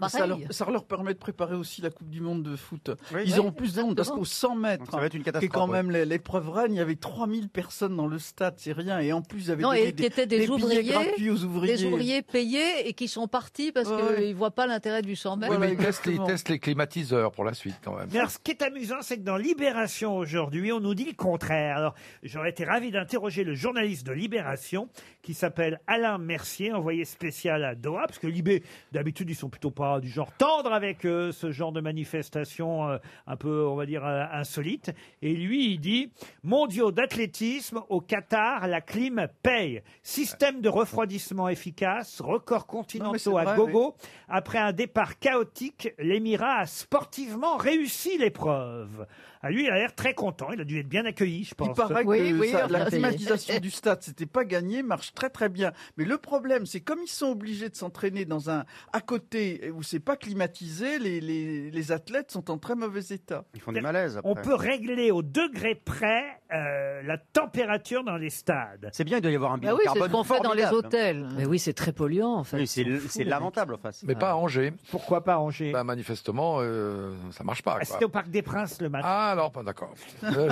Speaker 3: Mais Ça leur,
Speaker 6: pareils.
Speaker 3: ça leur permet de préparer aussi la Coupe du Monde de foot.
Speaker 6: Oui.
Speaker 3: Ils
Speaker 6: Oui,
Speaker 3: auront plus de monde parce
Speaker 6: exactement.
Speaker 3: qu'aux 100 mètres,
Speaker 11: ça va être une
Speaker 3: qui est
Speaker 11: catastrophe,
Speaker 3: quand
Speaker 11: oui.
Speaker 3: même l'é- l'épreuve reine, il y avait 3000 personnes dans le stade, c'est rien. Et en plus, ils avaient
Speaker 6: Non,
Speaker 3: donné
Speaker 6: et qui étaient des,
Speaker 3: des billets
Speaker 6: ouvriers,
Speaker 3: gratuits aux ouvriers.
Speaker 6: des ouvriers payés et qui sont partis parce
Speaker 3: Ouais,
Speaker 6: qu'ils ne voient pas l'intérêt du 100 mètres.
Speaker 7: Oui, mais ils testent, ils testent les climatiseurs pour la suite quand même.
Speaker 2: Mais alors, ce qui est amusant, c'est que dans Libération aujourd'hui, on nous dit le contraire. Alors, j'aurais été ravi d'interroger le journaliste de Libération, qui s'appelle Alain Mercier, envoyé spécial à Doha, parce que Libé, d'habitude, ils sont plutôt pas du genre tendre avec euh, ce genre de manifestation euh, un peu, on va dire, euh, insolite. Et lui, il dit Mondiaux d'athlétisme au Qatar, la clim paye. Système de refroidissement efficace, record continentaux à
Speaker 3: vrai,
Speaker 2: gogo. Après un départ chaotique, l'Émirat a sportivement réussi l'épreuve. Ah, lui, il a l'air très content. Il a dû être bien accueilli, je pense.
Speaker 3: Il paraît que ça- la climatisation du stade, c'était pas gagné, marche très très bien. Mais le problème, c'est comme ils sont obligés de s'entraîner dans un à côté où c'est pas climatisé, les, les, les athlètes sont en très mauvais état.
Speaker 11: Ils font des malaises après.
Speaker 2: On peut régler au degré près euh, la température dans les stades.
Speaker 11: C'est bien, il doit y avoir un bilan
Speaker 6: Bah oui, c'est
Speaker 11: carbone
Speaker 6: ce qu'on fait dans les
Speaker 11: formidable. hein.
Speaker 6: hôtels.
Speaker 5: Mais oui, c'est très polluant en fait.
Speaker 11: Oui, c'est
Speaker 5: Ils sont fous,
Speaker 11: c'est
Speaker 5: les
Speaker 11: lamentable, enfin.
Speaker 7: Mais pas à Angers.
Speaker 2: Pourquoi pas à Angers
Speaker 7: bah, Manifestement, euh, ça marche pas.
Speaker 2: Ah,
Speaker 7: quoi.
Speaker 2: C'était au Parc des Princes le matin.
Speaker 7: Ah alors, pas d'accord. Euh,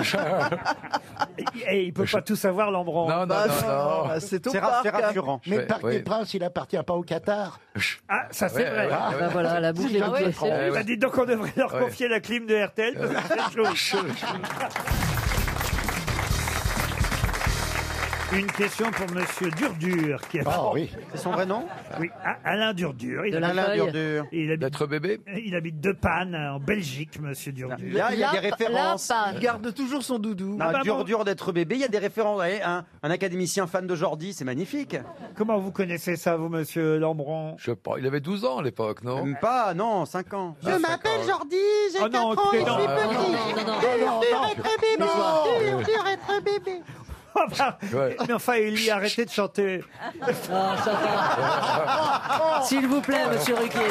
Speaker 2: Et il peut pas tout savoir, Lambron.
Speaker 7: Non, non,
Speaker 2: Bah,
Speaker 7: non, non.
Speaker 3: bah, c'est au
Speaker 7: C'est ra-
Speaker 3: parc,
Speaker 7: c'est
Speaker 3: hein.
Speaker 7: rassurant.
Speaker 8: Mais
Speaker 7: Je
Speaker 8: le
Speaker 7: vais-
Speaker 8: Parc
Speaker 7: oui.
Speaker 8: des Princes, il appartient pas au Qatar.
Speaker 2: Ah, ça c'est
Speaker 7: Ouais,
Speaker 2: vrai.
Speaker 7: ouais, Ah, ouais. bah
Speaker 5: voilà, la boucle
Speaker 8: Si,
Speaker 5: est
Speaker 8: je me
Speaker 5: bouclée.
Speaker 8: trompe.
Speaker 7: Ouais, ouais.
Speaker 2: Bah, dis donc, on devrait leur
Speaker 7: Ouais.
Speaker 2: confier la clim de RTL parce que c'est chaud. Une question pour Monsieur Durdur qui est
Speaker 8: Ah oui.
Speaker 11: C'est son vrai nom
Speaker 2: Oui, A- Alain Durdur. Il
Speaker 5: De la
Speaker 2: habite-
Speaker 5: Alain feuille.
Speaker 11: Durdur.
Speaker 2: Il habite,
Speaker 7: D'être bébé
Speaker 2: il habite de Panne en Belgique, Monsieur Durdur.
Speaker 11: Là, il y a des
Speaker 6: La-
Speaker 11: références. Euh,
Speaker 6: la-
Speaker 3: Il garde toujours son doudou.
Speaker 11: Non,
Speaker 2: Ah bah
Speaker 11: dur,
Speaker 2: bon.
Speaker 11: dur d'être bébé. Il y a des références. Voyez, Un, un académicien fan de Jordi, c'est magnifique.
Speaker 2: Comment vous connaissez ça, vous, Monsieur Lambron
Speaker 7: Je sais pas, il avait 12 ans à l'époque, non Ah,
Speaker 11: Même pas, non, 5 ans.
Speaker 4: Je m'appelle Jordi, j'ai
Speaker 2: Oh
Speaker 4: 4
Speaker 2: non,
Speaker 4: ans,
Speaker 2: écoutez,
Speaker 4: je suis
Speaker 2: non,
Speaker 4: petit.
Speaker 5: non, non, non.
Speaker 4: Dur, dur et très bébé,
Speaker 8: Non.
Speaker 4: dur, dur et très bébé.
Speaker 2: Ah bah,
Speaker 7: Ouais.
Speaker 2: Mais enfin, Elie, arrêtez de chanter.
Speaker 5: Ah, ça va. S'il vous plaît, monsieur Ruquier,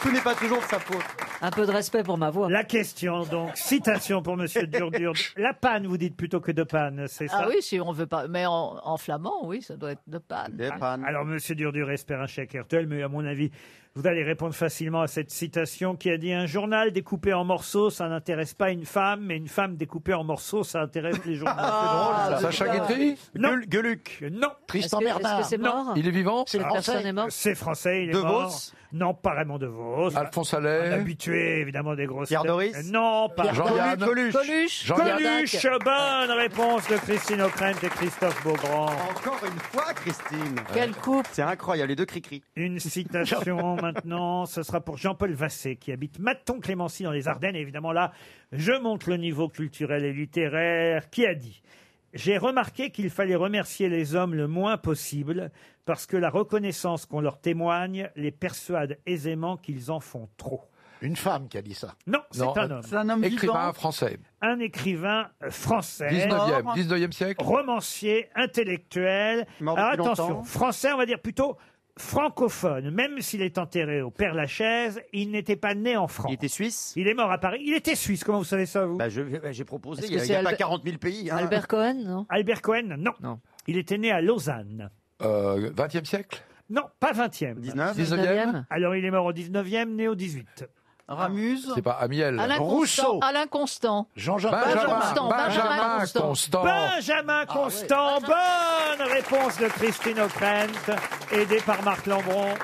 Speaker 11: Tout n'est pas toujours de sa faute.
Speaker 5: un peu de respect pour ma voix.
Speaker 2: La question, donc, citation pour Monsieur Durdur. La panne, vous dites plutôt que de panne, c'est ça
Speaker 6: Ah oui, si on veut pas. Mais en, en flamand, oui, ça doit être de panne.
Speaker 11: Des pannes.
Speaker 2: Ah, Alors, Monsieur Durdur espère un chèque RTL, mais à mon avis, vous allez répondre facilement à cette citation qui a dit un journal découpé en morceaux, ça n'intéresse pas une femme, mais une femme découpée en morceaux, ça intéresse les journaux.
Speaker 7: Ah, Sacha Guitry
Speaker 2: Non.
Speaker 11: Gueul- Gueuluc.
Speaker 2: Non,
Speaker 8: Tristan
Speaker 5: Est-ce que- est-ce que
Speaker 8: Bernard.
Speaker 5: c'est mort
Speaker 7: Il est vivant
Speaker 8: C'est le
Speaker 5: Personne
Speaker 8: français.
Speaker 5: n'est mort.
Speaker 2: Ah. c'est français, il est
Speaker 11: De
Speaker 2: mort.
Speaker 11: Vos
Speaker 2: Non, pas Raymond De Vos.
Speaker 7: Alphonse
Speaker 2: Un
Speaker 7: Allais
Speaker 2: Habitué, évidemment, des grosses
Speaker 11: Pierre
Speaker 2: têtes.
Speaker 11: Doris
Speaker 2: Non, pas
Speaker 8: Pierre
Speaker 7: Jean-Yann
Speaker 11: Coluche.
Speaker 6: Coluche.
Speaker 7: Jean-Yann
Speaker 2: Coluche, bonne réponse de Christine O'Krent et Christophe Beaugrand.
Speaker 11: Encore une fois, Christine.
Speaker 6: Quel couple
Speaker 11: C'est incroyable, les deux cri-cri.
Speaker 2: Une citation maintenant, ce sera pour Jean-Paul Vassé qui habite Maton-Clémency dans les Ardennes. Et évidemment là, je monte le niveau culturel et littéraire qui a dit J'ai remarqué qu'il fallait remercier les hommes le moins possible parce que la reconnaissance qu'on leur témoigne les persuade aisément qu'ils en font trop.
Speaker 8: Une femme qui a dit ça. euh,
Speaker 2: Non, c'est
Speaker 7: Non,
Speaker 2: un homme.
Speaker 3: C'est un homme
Speaker 7: Écrivain
Speaker 3: vivant.
Speaker 7: français.
Speaker 2: Un écrivain français.
Speaker 7: 19e,
Speaker 8: Oh,
Speaker 3: Or-
Speaker 7: 19e siècle.
Speaker 2: romancier, intellectuel.
Speaker 11: Mort
Speaker 2: Alors
Speaker 11: depuis
Speaker 2: attention,
Speaker 11: longtemps.
Speaker 2: français, on va dire plutôt francophone, même s'il est enterré au Père Lachaise, il n'était pas né en France. Il était
Speaker 11: suisse Bah,
Speaker 2: Il est mort à Paris. Il était suisse, comment vous savez ça, vous
Speaker 11: J'ai proposé,
Speaker 2: Est-ce
Speaker 11: il
Speaker 2: que
Speaker 11: n'y a, il
Speaker 2: c'est
Speaker 11: y a pas
Speaker 2: Albert-
Speaker 11: 40 000 pays. hein.
Speaker 2: Cohen, non Albert Cohen, non. Il était né à Lausanne.
Speaker 7: Euh,
Speaker 2: 20e siècle Non, pas 20e.
Speaker 11: 19e? 19e?
Speaker 2: Alors, il est mort au 19e, né au 18.
Speaker 3: Ramuse
Speaker 7: C'est pas Amiel.
Speaker 6: Alain Constant. Alain Constant. Benjamin Constant. Benjamin Constant. Ah,
Speaker 2: Benjamin Constant. Bonne réponse de Christine O'Krent, aidée par Marc Lambron.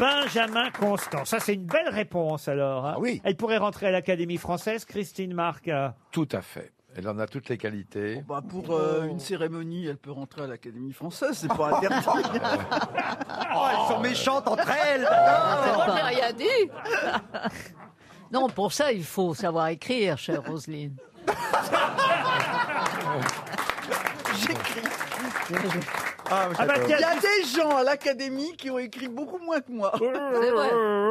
Speaker 2: Benjamin Constant. Ça, c'est une belle réponse, alors.
Speaker 6: Ah
Speaker 2: hein. Elle pourrait rentrer à l'Académie française, Christine Marc.
Speaker 7: Tout à fait. Elle en a toutes les
Speaker 11: Oh,
Speaker 7: qualités.
Speaker 3: Bah, pour euh, une cérémonie, elle peut rentrer à l'Académie française, c'est pas interdit.
Speaker 11: Oh, elles sont méchantes entre elles
Speaker 6: Moi, je n'ai rien dit. Non, pour ça, il faut savoir écrire, chère Roselyne.
Speaker 11: Ah,
Speaker 3: Ah bah,
Speaker 11: j'adore.
Speaker 3: il y a des gens à l'Académie qui ont écrit beaucoup moins que moi.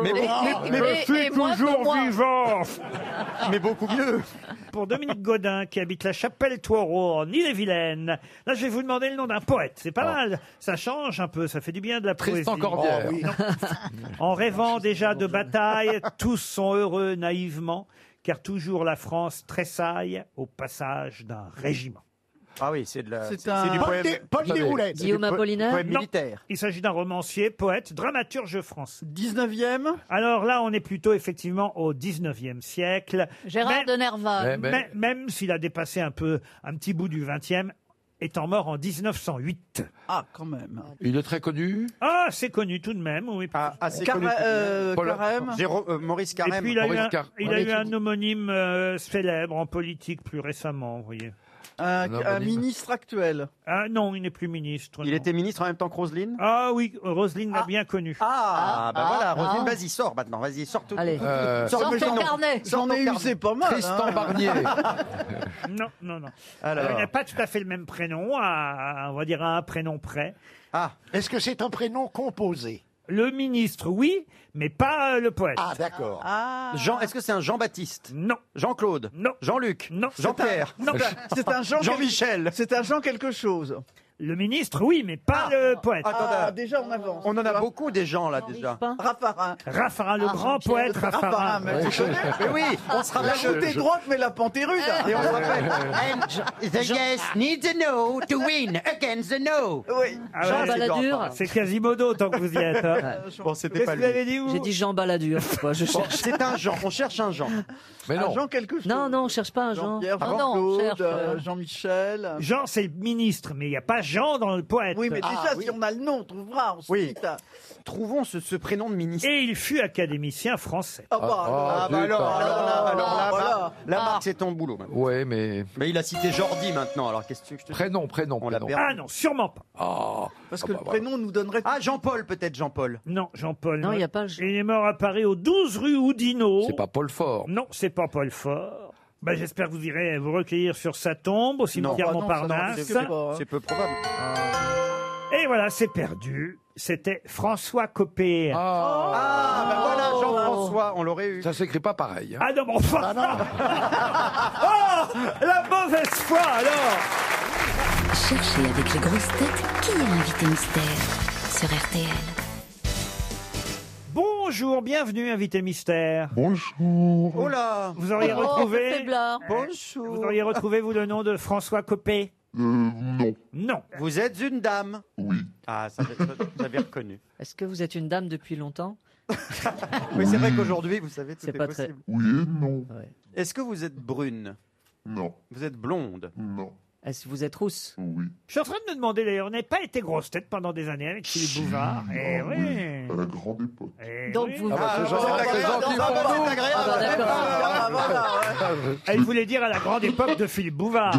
Speaker 11: Mais, mais- mais c'est toujours
Speaker 2: vivant
Speaker 11: Mais beaucoup mieux
Speaker 2: Pour Dominique Godin, qui habite la Chapelle Toireau, en Ille-et-Vilaine. Là, je vais vous demander le nom d'un poète. C'est pas mal. Ça change un peu. Ça fait du bien de la poésie.
Speaker 7: Tristan Corbière.
Speaker 2: Oh, oui. Non. en rêvant déjà de bataille, tous sont heureux naïvement, car toujours la France tressaille au passage d'un régiment.
Speaker 11: Ah oui, c'est de la...
Speaker 2: C'est
Speaker 11: C'est
Speaker 2: un-
Speaker 11: du
Speaker 2: Paul
Speaker 11: poème...
Speaker 2: Dé- Paul
Speaker 11: c'est du-
Speaker 2: Déroulet.
Speaker 11: c'est du
Speaker 2: Guillaume
Speaker 11: po-
Speaker 2: Apollinaire
Speaker 11: poème
Speaker 2: Non.
Speaker 11: militaire.
Speaker 2: Il s'agit d'un romancier, poète, dramaturge français. 19e Alors là, on est plutôt effectivement au 19e siècle.
Speaker 6: Gérard de Nerval.
Speaker 2: Mais- mais- Même s'il a dépassé un peu un petit bout du 20e, étant mort en 1908.
Speaker 3: Ah, quand même.
Speaker 7: Il est très connu.
Speaker 2: Ah, c'est connu tout de même, oui. Ah,
Speaker 11: assez Cara- connu. euh, Paul- Carême Jérôme- euh, Maurice
Speaker 2: Et
Speaker 11: Carême.
Speaker 2: puis il a eu
Speaker 11: Maurice
Speaker 2: un,
Speaker 11: Car-
Speaker 2: il a
Speaker 11: Maurice-
Speaker 2: eu un homonyme euh, célèbre en politique plus récemment, vous voyez.
Speaker 3: Un, un ministre actuel.
Speaker 2: Ah non, il n'est plus ministre.
Speaker 11: Il était ministre en même temps que Roselyne
Speaker 2: Ah oui, Roselyne l'a bien connu.
Speaker 11: Ah, bah
Speaker 2: ah,
Speaker 11: voilà, Roselyne,
Speaker 2: ah.
Speaker 11: vas-y, sors maintenant, vas-y, sors tout.
Speaker 2: Allez.
Speaker 11: tout-
Speaker 2: Euh,
Speaker 11: sors
Speaker 2: Sors
Speaker 11: le
Speaker 2: ton
Speaker 11: nom.
Speaker 2: carnet.
Speaker 11: Sors
Speaker 2: J'en
Speaker 11: ton
Speaker 2: ai eu,
Speaker 11: carnet.
Speaker 2: c'est pas mal,
Speaker 11: Tristan
Speaker 2: hein.
Speaker 11: Barnier.
Speaker 2: non, non, non.
Speaker 11: Alors.
Speaker 2: Alors, il n'a pas tout à fait le même prénom, à- à- on va dire à un prénom près.
Speaker 11: Ah,
Speaker 2: est-ce que c'est un prénom composé Le ministre, oui, mais pas euh, le poète.
Speaker 11: Ah, d'accord. Jean, est-ce que c'est un Jean-Baptiste
Speaker 2: Non.
Speaker 11: Jean-Claude
Speaker 2: Non.
Speaker 11: Jean-Luc
Speaker 2: Non.
Speaker 11: Jean-Pierre
Speaker 2: C'est un- non.
Speaker 3: C'est un Jean
Speaker 11: Jean-Michel.
Speaker 3: C'est un Jean quelque chose.
Speaker 2: Le ministre, oui, mais pas le poète.
Speaker 3: Ah, déjà on avance.
Speaker 11: On en a beaucoup des gens là déjà.
Speaker 3: Raffarin.
Speaker 2: Raffarin, le grand poète Raffarin.
Speaker 3: mais, tu
Speaker 11: Ouais.
Speaker 3: connais.
Speaker 11: Mais oui, on se rappelle-
Speaker 3: La beauté
Speaker 11: Je- Eh je-
Speaker 3: droite, mais la pente est rude.
Speaker 11: Et on se rappelle.
Speaker 15: The yes needs a no to win against the no.
Speaker 3: Oui.
Speaker 2: Ah ouais, c'est- C'est Quasimodo tant que vous y êtes. hein.
Speaker 11: Bon, c'était
Speaker 2: Qu'est-ce
Speaker 11: pas
Speaker 2: que
Speaker 11: lui.
Speaker 2: vous avez dit, vous
Speaker 5: J'ai dit Jean Baladur. je sais pas, je
Speaker 11: Bon,
Speaker 5: cherche.
Speaker 11: C'est un genre, on cherche un genre.
Speaker 7: Mais
Speaker 11: non.
Speaker 5: Non, non, on cherche pas un Jean.
Speaker 3: Jean-Pierre,
Speaker 5: non, non, on
Speaker 3: Jean-Claude,
Speaker 5: cherche, euh,
Speaker 3: euh, Jean-Michel.
Speaker 2: Jean, c'est le ministre, mais il n'y a pas Jean dans le poète.
Speaker 3: Oui, mais
Speaker 2: Ah,
Speaker 3: déjà,
Speaker 2: oui.
Speaker 3: si on a le nom, on trouvera. On
Speaker 11: Oui.
Speaker 3: Trouvons ce, prénom de ministre.
Speaker 2: Et il fut académicien français.
Speaker 3: Ah, bah,
Speaker 11: Ah, bah alors, alors là, alors là,
Speaker 3: Ah, Voilà.
Speaker 11: Marc- là, Marc, c'est ton boulot. maintenant.
Speaker 7: Ouais, mais.
Speaker 11: Mais il a cité Jordi maintenant, alors qu'est-ce que tu- je te
Speaker 7: Prénom, prénom, prénom.
Speaker 2: Ah non, sûrement pas.
Speaker 7: Ah.
Speaker 3: Parce
Speaker 7: Ah
Speaker 3: que
Speaker 7: bah
Speaker 3: le
Speaker 7: voilà.
Speaker 3: prénom nous donnerait.
Speaker 11: Ah, Jean-Paul peut-être, Jean-Paul.
Speaker 2: Non, Jean-Paul.
Speaker 5: Non, il y a pas
Speaker 2: Il est mort à Paris au 12 rue Oudinot.
Speaker 7: C'est pas Paul Fort.
Speaker 2: Non, c'est pas Paul Fort. Ben, J'espère que vous irez vous recueillir sur sa tombe au cimetière
Speaker 11: Ah non, ça, non,
Speaker 2: Montparnasse.
Speaker 11: c'est- c'est- C'est peu probable.
Speaker 2: Et voilà, c'est perdu. C'était François Copé.
Speaker 11: Ah, bah voilà, Jean-François, on l'aurait eu.
Speaker 7: Oh. Ça s'écrit pas pareil. hein.
Speaker 2: Ah non, mais enfin Oh La mauvaise foi, alors
Speaker 1: Cherchez avec les grosses têtes qui est l'invité mystère sur RTL.
Speaker 2: Bonjour, bienvenue, invité mystère.
Speaker 18: Bonjour.
Speaker 11: Oh là
Speaker 2: Vous auriez
Speaker 6: Oh,
Speaker 2: retrouvé...
Speaker 6: le faiblard.
Speaker 11: Bonjour.
Speaker 2: Vous auriez retrouvé, vous, le nom de François Copé
Speaker 18: non.
Speaker 2: Non.
Speaker 11: Vous êtes une dame
Speaker 18: Oui.
Speaker 11: Ah, ça, ça- j'avais reconnu.
Speaker 5: Est-ce que vous êtes une dame depuis longtemps
Speaker 11: Mais c'est vrai qu'aujourd'hui, vous savez, tout
Speaker 5: C'est
Speaker 11: est,
Speaker 5: pas très-
Speaker 11: possible.
Speaker 18: Oui et non.
Speaker 11: Est-ce que vous êtes brune
Speaker 18: Non.
Speaker 11: Vous êtes blonde
Speaker 18: Non.
Speaker 5: Est-ce que vous êtes rousse
Speaker 18: Oui.
Speaker 2: Je suis en train de me demander, d'ailleurs, on n'a pas été grosse tête pendant des années avec Philippe Bouvard. Eh
Speaker 18: Ah
Speaker 2: oui.
Speaker 18: À la grande époque.
Speaker 2: Eh
Speaker 5: Donc
Speaker 2: oui.
Speaker 5: vous-
Speaker 11: Ah, bah, ce genre,
Speaker 3: c'est agréable,
Speaker 11: gentil
Speaker 3: non,
Speaker 11: pour
Speaker 3: bah,
Speaker 11: nous.
Speaker 3: c'est agréable.
Speaker 11: Ah, bah, d'accord.
Speaker 3: Ah, voilà, ouais.
Speaker 2: bah. Elle voulait dire à la grande époque de Philippe Bouvard.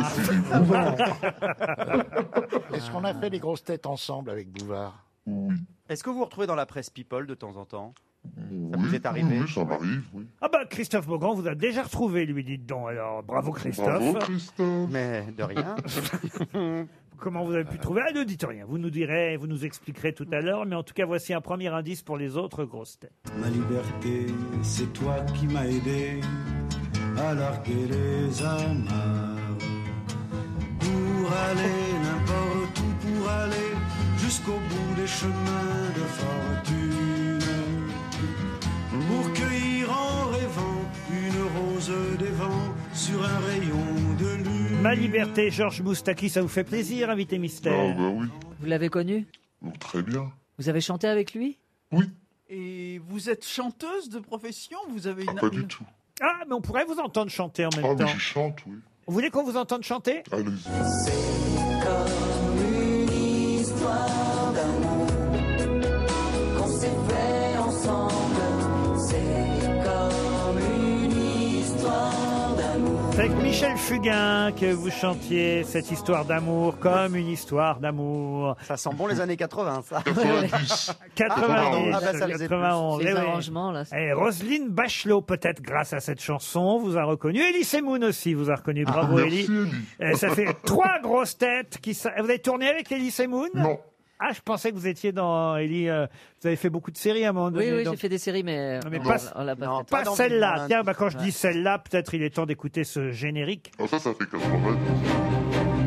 Speaker 8: Est-ce qu'on a fait les grosses têtes ensemble avec Bouvard
Speaker 18: Oui.
Speaker 11: Est-ce que vous vous retrouvez dans la presse People de temps en temps
Speaker 18: Ça
Speaker 11: vous est arrivé
Speaker 18: Oui, ça m'arrive, oui.
Speaker 2: Ah bah Christophe Beaugrand vous a déjà retrouvé, lui dites donc. Alors bravo Christophe.
Speaker 18: Bravo, Christophe.
Speaker 11: Mais de rien.
Speaker 2: Comment vous avez pu trouver Ah ne dites rien. Vous nous direz, vous nous expliquerez tout à l'heure. Mais en tout cas, voici un premier indice pour les autres grosses têtes.
Speaker 19: Ma liberté, c'est toi qui m'as aidé à larguer les amarres. Pour aller n'importe où, pour aller jusqu'au bout les chemins de fortune pour cueillir en rêvant une rose des vents sur un rayon de lune.
Speaker 2: Ma liberté, Georges Moustaki, ça vous fait plaisir, invité mystère
Speaker 18: Ah, bah oui.
Speaker 5: Vous l'avez connu
Speaker 18: Donc, très bien.
Speaker 5: Vous avez chanté avec lui
Speaker 3: Et vous êtes chanteuse de profession Vous avez une.
Speaker 18: Pas du tout.
Speaker 2: Ah, mais on pourrait vous entendre chanter en même
Speaker 18: Ah,
Speaker 2: temps.
Speaker 18: mais je chante, oui.
Speaker 2: Vous voulez qu'on vous entende chanter
Speaker 18: Allez-y.
Speaker 9: Histoire d'amour qu'on s'est fait ensemble, c'est comme une histoire d'amour.
Speaker 2: C'est avec Michel Fugain que vous chantiez cette histoire d'amour comme une histoire d'amour.
Speaker 11: Ça sent bon les années 80, ça.
Speaker 2: 90. 90,
Speaker 11: Ah, bah, ça faisait plus.
Speaker 2: 91, eh oui.
Speaker 5: là.
Speaker 2: Et Roselyne Bachelot, peut-être grâce à cette chanson, vous a reconnu. Elie Semoun aussi vous a reconnu. Bravo, Elie.
Speaker 18: Ah, merci, Elie.
Speaker 2: Eh, Ça fait trois grosses têtes. qui sa- Vous avez tourné avec Elie Semoun
Speaker 18: Non.
Speaker 2: Ah, je pensais que vous étiez dans Elie. euh, Vous avez fait beaucoup de séries à un moment
Speaker 5: Oui,
Speaker 2: donné.
Speaker 5: oui,
Speaker 2: donc-
Speaker 5: j'ai fait des séries, mais,
Speaker 2: mais
Speaker 5: on-
Speaker 2: pas-
Speaker 5: on l'a pas faite.
Speaker 2: Pas
Speaker 11: dans-
Speaker 2: celle-là.
Speaker 11: dans-
Speaker 2: Tiens, bah, quand je dis celle-là, peut-être il est temps d'écouter ce générique.
Speaker 18: Ah, ça, ça fait 80.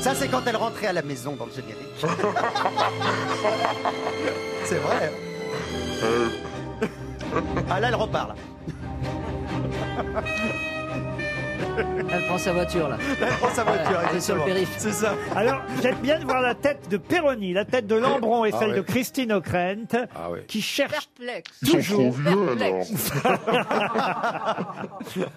Speaker 11: Ça, c'est quand elle rentrait à la maison dans le générique. c'est vrai. hein. Ah là, elle repart, là.
Speaker 5: Elle prend sa voiture, là.
Speaker 11: Elle prend
Speaker 2: Ah,
Speaker 11: sa voiture,
Speaker 5: Ouais, elle est sur le
Speaker 11: exactement.
Speaker 5: périph'.
Speaker 11: C'est ça.
Speaker 2: Alors, j'aime bien de voir la tête de Perroni, la tête de Lambron et
Speaker 7: Ah
Speaker 2: celle
Speaker 7: ouais.
Speaker 2: de Christine O'Krent,
Speaker 7: Ah ouais.
Speaker 2: qui cherche
Speaker 6: Perplexe.
Speaker 18: Ils sont trop vieux, alors.
Speaker 6: Perplexe.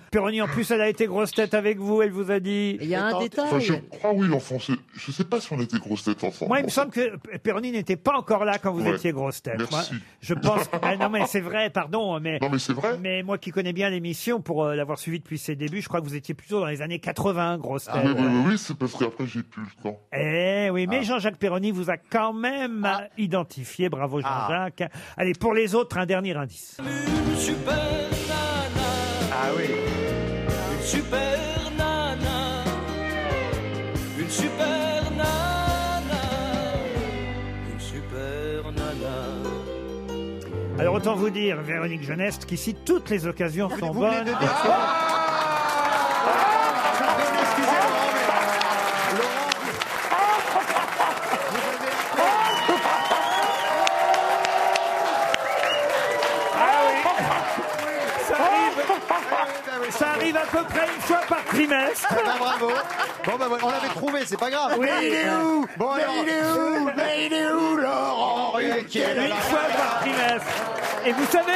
Speaker 2: Perroni. En plus, elle a été grosse tête avec vous, elle vous a dit.
Speaker 5: Il y a un
Speaker 18: Enfin, je
Speaker 5: détail.
Speaker 18: crois, oui, l'enfant. c'est- Je sais pas si on était grosse tête enfant.
Speaker 2: Moi, il me semble que Perroni n'était pas encore là quand vous
Speaker 18: Ouais.
Speaker 2: étiez grosse tête.
Speaker 18: Merci.
Speaker 2: Moi, je pense. Ah non, mais c'est vrai, pardon, mais.
Speaker 18: Non, mais c'est vrai.
Speaker 2: Mais moi qui connais bien l'émission, pour euh, l'avoir suivi depuis ses débuts, je crois que vous étiez plutôt dans les années 80, grosse tête.
Speaker 18: Ah, Oui, oui, oui, oui, c'est Ah. parce qu'après, j'ai plus le temps.
Speaker 2: Eh oui, mais Jean-Jacques Perroni vous a quand même identifié. Bravo Jean-Jacques. Allez, pour les autres, un dernier indice.
Speaker 19: Une super nana,
Speaker 11: Ah oui.
Speaker 19: une super nana, une super nana, une super nana.
Speaker 2: Alors autant vous dire, Véronique Genest, qu'ici toutes les occasions sont
Speaker 11: Vous venez
Speaker 2: bonnes. Oh
Speaker 11: de dire que- Pardon, excusez, Laurent, mais- Laurent, vous- vous avez-
Speaker 2: Ah Ça arrive, ça arrive à peu près une fois par trimestre.
Speaker 11: Ah, bravo. Bon, bah, on l'avait trouvé, c'est pas grave.
Speaker 2: Oui.
Speaker 11: Mais il est où Bon, alors,
Speaker 15: où Mais il est où, Laurent Ruquier
Speaker 2: Une fois par trimestre. Et vous savez,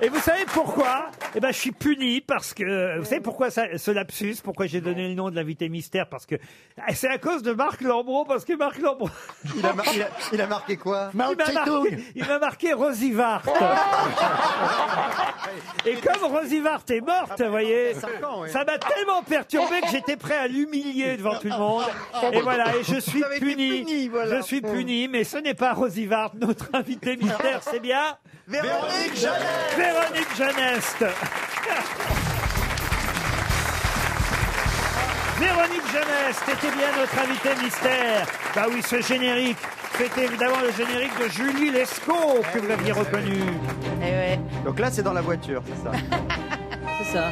Speaker 2: et vous savez pourquoi Eh ben, je suis puni parce que vous savez pourquoi ça, ce lapsus, pourquoi j'ai donné le nom de l'invité mystère, parce que ah, c'est à cause de Marc Lambron, parce que Marc Lambron,
Speaker 11: il a, mar- il a- il a marqué quoi
Speaker 2: il m'a marqué, il m'a marqué Rosie Vart. Et comme Rosie Vart est morte, vous voyez,
Speaker 11: ans, oui.
Speaker 2: ça m'a tellement perturbé que j'étais prêt à l'humilier devant tout le monde. Et voilà, et je suis
Speaker 3: avez été
Speaker 2: puni.
Speaker 3: puni, voilà.
Speaker 2: Je suis puni, mais ce n'est pas Rosie Vart, notre invité mystère, c'est bien
Speaker 3: Véronique Jeannet
Speaker 2: Véronique Jeannest. Véronique Jeannest était bien notre invitée mystère. Bah oui, ce générique, c'était évidemment le générique de Julie Lescaut que vous aviez reconnu.
Speaker 9: Eh ouais.
Speaker 11: Donc là, c'est dans la voiture, c'est ça.
Speaker 5: C'est ça.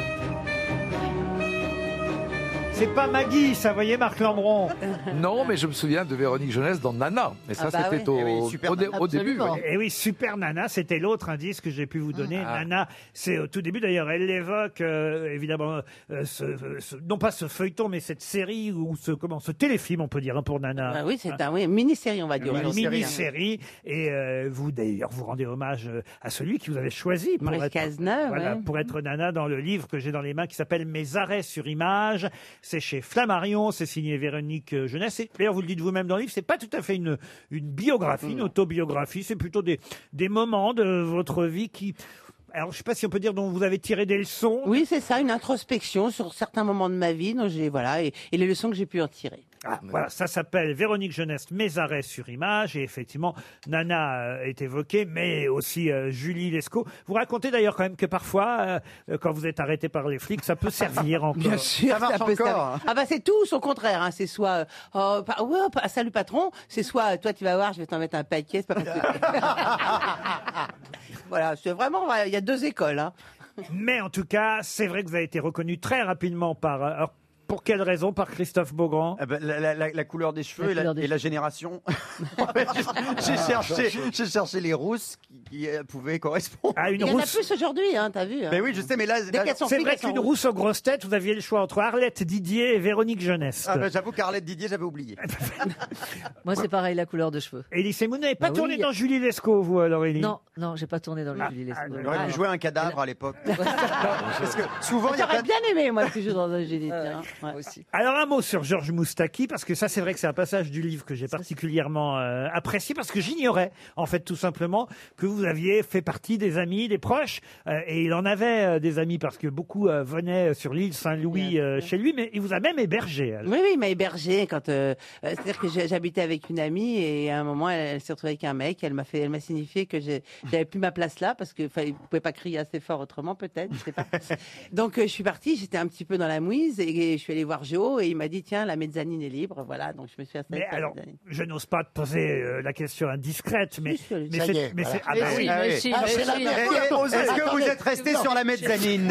Speaker 2: C'est pas Maggie, ça voyez Marc Lambron.
Speaker 7: Non, mais je me souviens de Véronique Jeunesse dans Nana. Et ça,
Speaker 5: Ah bah
Speaker 7: c'était
Speaker 11: ouais. Eh
Speaker 7: au,
Speaker 11: oui, super
Speaker 7: au dé-
Speaker 5: Nana.
Speaker 7: au début.
Speaker 5: Absolument.
Speaker 7: ouais. Ah.
Speaker 2: Et Eh oui, Super Nana, c'était l'autre indice que j'ai pu vous donner. Nana, c'est au tout début d'ailleurs, elle l'évoque euh, évidemment, euh, ce- ce- non pas ce feuilleton, mais cette série ou ce comment, ce téléfilm, on peut dire hein, pour Nana.
Speaker 20: Ah oui, c'est un oui, mini-série, hein. on va dire.
Speaker 2: une
Speaker 20: aujourd'hui.
Speaker 2: mini-série. Et euh, vous, d'ailleurs, vous rendez hommage euh, à celui qui vous avez choisi pour
Speaker 20: Maurice
Speaker 2: être,
Speaker 20: Cazeneuve,
Speaker 2: voilà,
Speaker 20: ouais.
Speaker 2: pour être Nana dans le livre que j'ai dans les mains qui s'appelle Mes arrêts sur image. C'est chez Flammarion, c'est signé Véronique euh, Jeunesse. Et D'ailleurs, vous le dites vous-même dans le livre, c'est pas tout à fait une, une biographie,
Speaker 20: Hmm.
Speaker 2: une autobiographie. C'est plutôt des, des moments de votre vie qui. Alors, je sais pas si on peut dire dont vous avez tiré des leçons.
Speaker 20: Oui, c'est ça, une introspection sur certains moments de ma vie. Donc j'ai voilà et, et les leçons que j'ai pu en tirer.
Speaker 2: Ah, voilà, ça s'appelle Véronique Jeunesse, Mes arrêts sur image. Et effectivement, Nana euh, est évoquée, mais aussi euh, Julie Lescaut. Vous racontez d'ailleurs quand même que parfois, euh, euh, quand vous êtes arrêté par les flics, ça peut servir encore.
Speaker 20: Bien sûr,
Speaker 2: ça
Speaker 20: ça peut servir. Ah bah c'est tout, au contraire. hein. C'est soit euh, oh, pa- ouais, pa- salut patron, c'est soit euh, toi tu vas voir, je vais t'en mettre un paquet. c'est pas parce que- voilà, c'est vraiment, voilà, il y a deux écoles. hein.
Speaker 2: Mais en tout cas, c'est vrai que vous avez été reconnu très rapidement par. euh, alors, pour quelle raison Par Christophe Beaugrand
Speaker 11: Eh ben, la, couleur des cheveux
Speaker 2: La
Speaker 11: et, la,
Speaker 2: couleur des
Speaker 11: et la génération. j'ai cherché, j'ai cherché les rousses qui, qui, euh, pouvaient correspondre.
Speaker 2: À
Speaker 20: Il y en a plus aujourd'hui, hein, t'as vu. hein.
Speaker 11: Mais oui, je sais, mais là,
Speaker 20: Dès
Speaker 11: là-
Speaker 20: qu'elles sont
Speaker 2: C'est
Speaker 20: flics,
Speaker 2: vrai
Speaker 20: elles sont
Speaker 2: qu'une
Speaker 20: rouges.
Speaker 2: rousse aux grosses têtes, vous aviez le choix entre Arlette Didier et Véronique Jeunesse.
Speaker 11: Ah, bah, j'avoue qu'Arlette Didier, j'avais oublié.
Speaker 5: Moi, c'est pareil, la couleur de cheveux.
Speaker 2: Élise Moon n'avez pas
Speaker 5: Bah oui,
Speaker 2: tourné
Speaker 5: y a-
Speaker 2: dans Julie Lescaut, vous, alors, Élie
Speaker 5: Non, non, j'ai pas tourné dans le
Speaker 2: Ah,
Speaker 5: Julie Lescaut.
Speaker 11: On aurait pu jouer un cadavre à l'époque. Parce que souvent, il y a
Speaker 20: J'aurais
Speaker 11: plein de-
Speaker 20: Bah, bien aimé, moi, que je joue dans un Julie. tiens. Ouais.
Speaker 2: Alors un mot sur Georges Moustaki, parce que ça c'est vrai que c'est un passage du livre que j'ai particulièrement euh, apprécié, parce que j'ignorais en fait tout simplement que vous aviez fait partie des amis, des proches, euh, et il en avait euh, des amis, parce que beaucoup euh, venaient sur l'île Saint-Louis euh, chez lui, mais il vous a même hébergé. euh. alors.
Speaker 20: Oui, oui, il m'a hébergé quand. euh, euh, C'est-à-dire que j'ai- j'habitais avec une amie et à un moment, elle, elle s'est retrouvée avec un mec. Elle m'a fait, elle m'a signifié que j'ai- j'avais plus ma place là parce que fallait- pouvait pas crier assez fort autrement, peut-être. Je sais pas. Donc euh, je suis partie. J'étais un petit peu dans la mouise et, je suis allée voir Joe et il m'a dit tiens, la mezzanine est libre. Voilà, donc je me suis installée.
Speaker 2: Mais
Speaker 20: sur la
Speaker 2: alors,
Speaker 20: mezzanine.
Speaker 2: je n'ose pas te poser euh, la question indiscrète, mais,
Speaker 20: Si, si,
Speaker 2: mais
Speaker 20: ça y
Speaker 2: c'est...
Speaker 20: est,
Speaker 2: mais
Speaker 20: voilà.
Speaker 2: c'est- ah
Speaker 20: Mais
Speaker 2: bah
Speaker 20: si,
Speaker 2: oui.
Speaker 20: mais si,
Speaker 2: Ah,
Speaker 20: mais
Speaker 2: c'est la
Speaker 11: Eh,
Speaker 20: si.
Speaker 2: dernière
Speaker 20: Est-ce
Speaker 2: fois
Speaker 20: que-
Speaker 2: qu'on
Speaker 20: est-ce
Speaker 2: fait.
Speaker 20: que vous êtes
Speaker 11: resté sur la mezzanine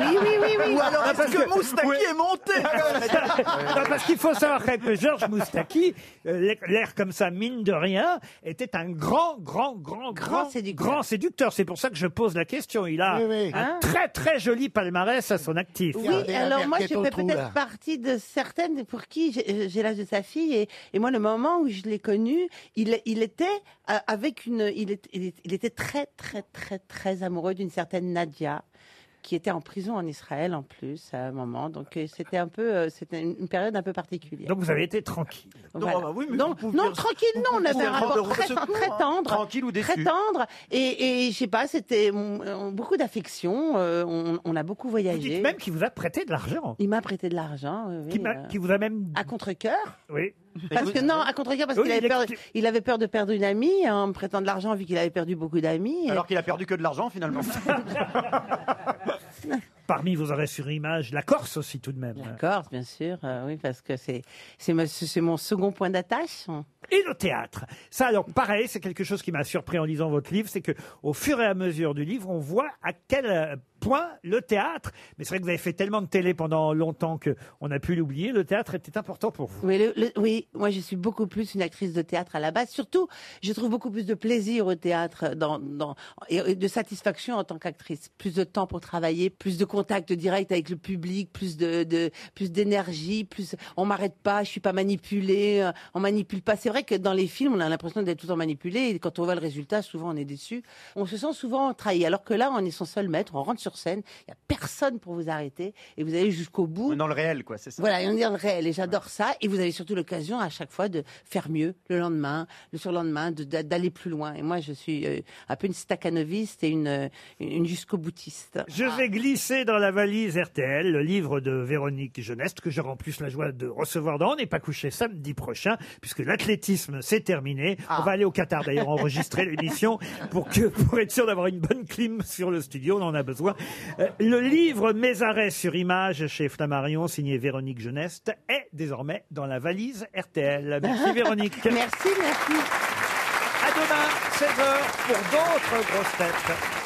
Speaker 20: Oui, oui, oui, oui.
Speaker 3: Ou alors,
Speaker 2: Ah,
Speaker 3: est-ce que Moustaki est monté
Speaker 2: Non, parce qu'il faut savoir quand même que Georges Moustaki, euh, l'air comme ça, mine de rien, était un grand, grand, grand, grand,
Speaker 20: séducteur.
Speaker 2: grand séducteur. C'est pour ça que je pose la question. Il a un
Speaker 20: Hein
Speaker 2: très, très joli palmarès à son actif.
Speaker 20: Oui, alors moi, je fais peut-être partie de certaines pour qui j'ai euh, j'ai l'âge de sa fille. Et, et moi, le moment où je l'ai connu, il, il était euh, avec une. Il, est- il est- il était très, très, très, très amoureux d'une certaine Nadia qui était en prison en Israël en plus à un moment. Donc euh, c'était un peu, euh, c'était une une période un peu particulière.
Speaker 2: Donc vous avez été tranquille.
Speaker 3: Non,
Speaker 20: Voilà.
Speaker 3: bah oui, mais
Speaker 20: non,
Speaker 3: vous pouviez-
Speaker 20: non, tranquille, non, on avait
Speaker 3: pouviez
Speaker 20: un
Speaker 3: prendre
Speaker 20: rapport
Speaker 3: le
Speaker 20: très,
Speaker 3: secours,
Speaker 20: très
Speaker 3: hein.
Speaker 20: tendre.
Speaker 3: Tranquille ou déçu.
Speaker 20: Très tendre. Et, et je sais pas, c'était mm, beaucoup d'affection. euh, on, on a beaucoup voyagé.
Speaker 2: Vous dites même qu'il vous a prêté de l'argent.
Speaker 20: Il m'a prêté de l'argent. oui, oui,
Speaker 2: Qui, m'a-
Speaker 20: euh,
Speaker 2: qui vous a même...
Speaker 20: À contre-coeur
Speaker 2: Oui.
Speaker 20: parce que non, à contre-coeur, parce
Speaker 2: Oui,
Speaker 20: qu'il avait,
Speaker 2: il
Speaker 20: peur,
Speaker 2: explique-
Speaker 20: il avait peur de perdre une amie hein, en me prêtant de l'argent vu qu'il avait perdu beaucoup d'amis.
Speaker 11: Alors qu'il a perdu que de l'argent finalement.
Speaker 2: Parmi vos arrêts sur image, la Corse aussi tout de même.
Speaker 20: Corse, bien sûr, euh, oui, parce que c'est c'est ma- c'est mon second point d'attache.
Speaker 2: et le théâtre. Ça, alors, pareil, c'est quelque chose qui m'a surpris en lisant votre livre, c'est que au fur et à mesure du livre, on voit à quel euh, point le théâtre. Mais c'est vrai que vous avez fait tellement de télé pendant longtemps que on a pu l'oublier. Le théâtre était important pour vous.
Speaker 20: Oui, le- le- oui, moi je suis beaucoup plus une actrice de théâtre à la base. Surtout, je trouve beaucoup plus de plaisir au théâtre dans, dans, et et de satisfaction en tant qu'actrice. Plus de temps pour travailler, plus de contact direct avec le public, plus de, de plus d'énergie, plus on m'arrête pas, je suis pas manipulée, euh, on manipule pas. C'est vrai que dans les films, on a l'impression d'être tout le temps manipulé et quand on voit le résultat, souvent on est déçu. On se sent souvent trahi. Alors que là, on est son seul maître, on rentre sur scène, il y a personne pour vous arrêter et vous allez jusqu'au bout.
Speaker 11: Dans le réel, quoi, c'est ça.
Speaker 20: Voilà, et on est dans le réel et j'adore ça. Et vous avez surtout l'occasion à chaque fois de faire mieux le lendemain, le surlendemain, de- d'a- d'aller plus loin. Et moi, je suis euh, un peu une stacanoviste et une, euh, une jusqu'au boutiste.
Speaker 2: Je vais glisser dans la valise RTL le livre de Véronique Jeunesse que j'aurai en plus la joie de recevoir dans On n'est pas couché samedi prochain puisque l'athlétisme c'est terminé.
Speaker 20: Ah.
Speaker 2: On va aller au Qatar d'ailleurs enregistrer l'émission pour que pour être sûr d'avoir une bonne clim sur le studio, on en a besoin. Euh, Le livre Mes arrêts sur image chez Flammarion signé Véronique Jeunesse est désormais dans la valise RTL. Merci Véronique.
Speaker 20: Merci, merci.
Speaker 2: À demain 16h pour d'autres grosses têtes.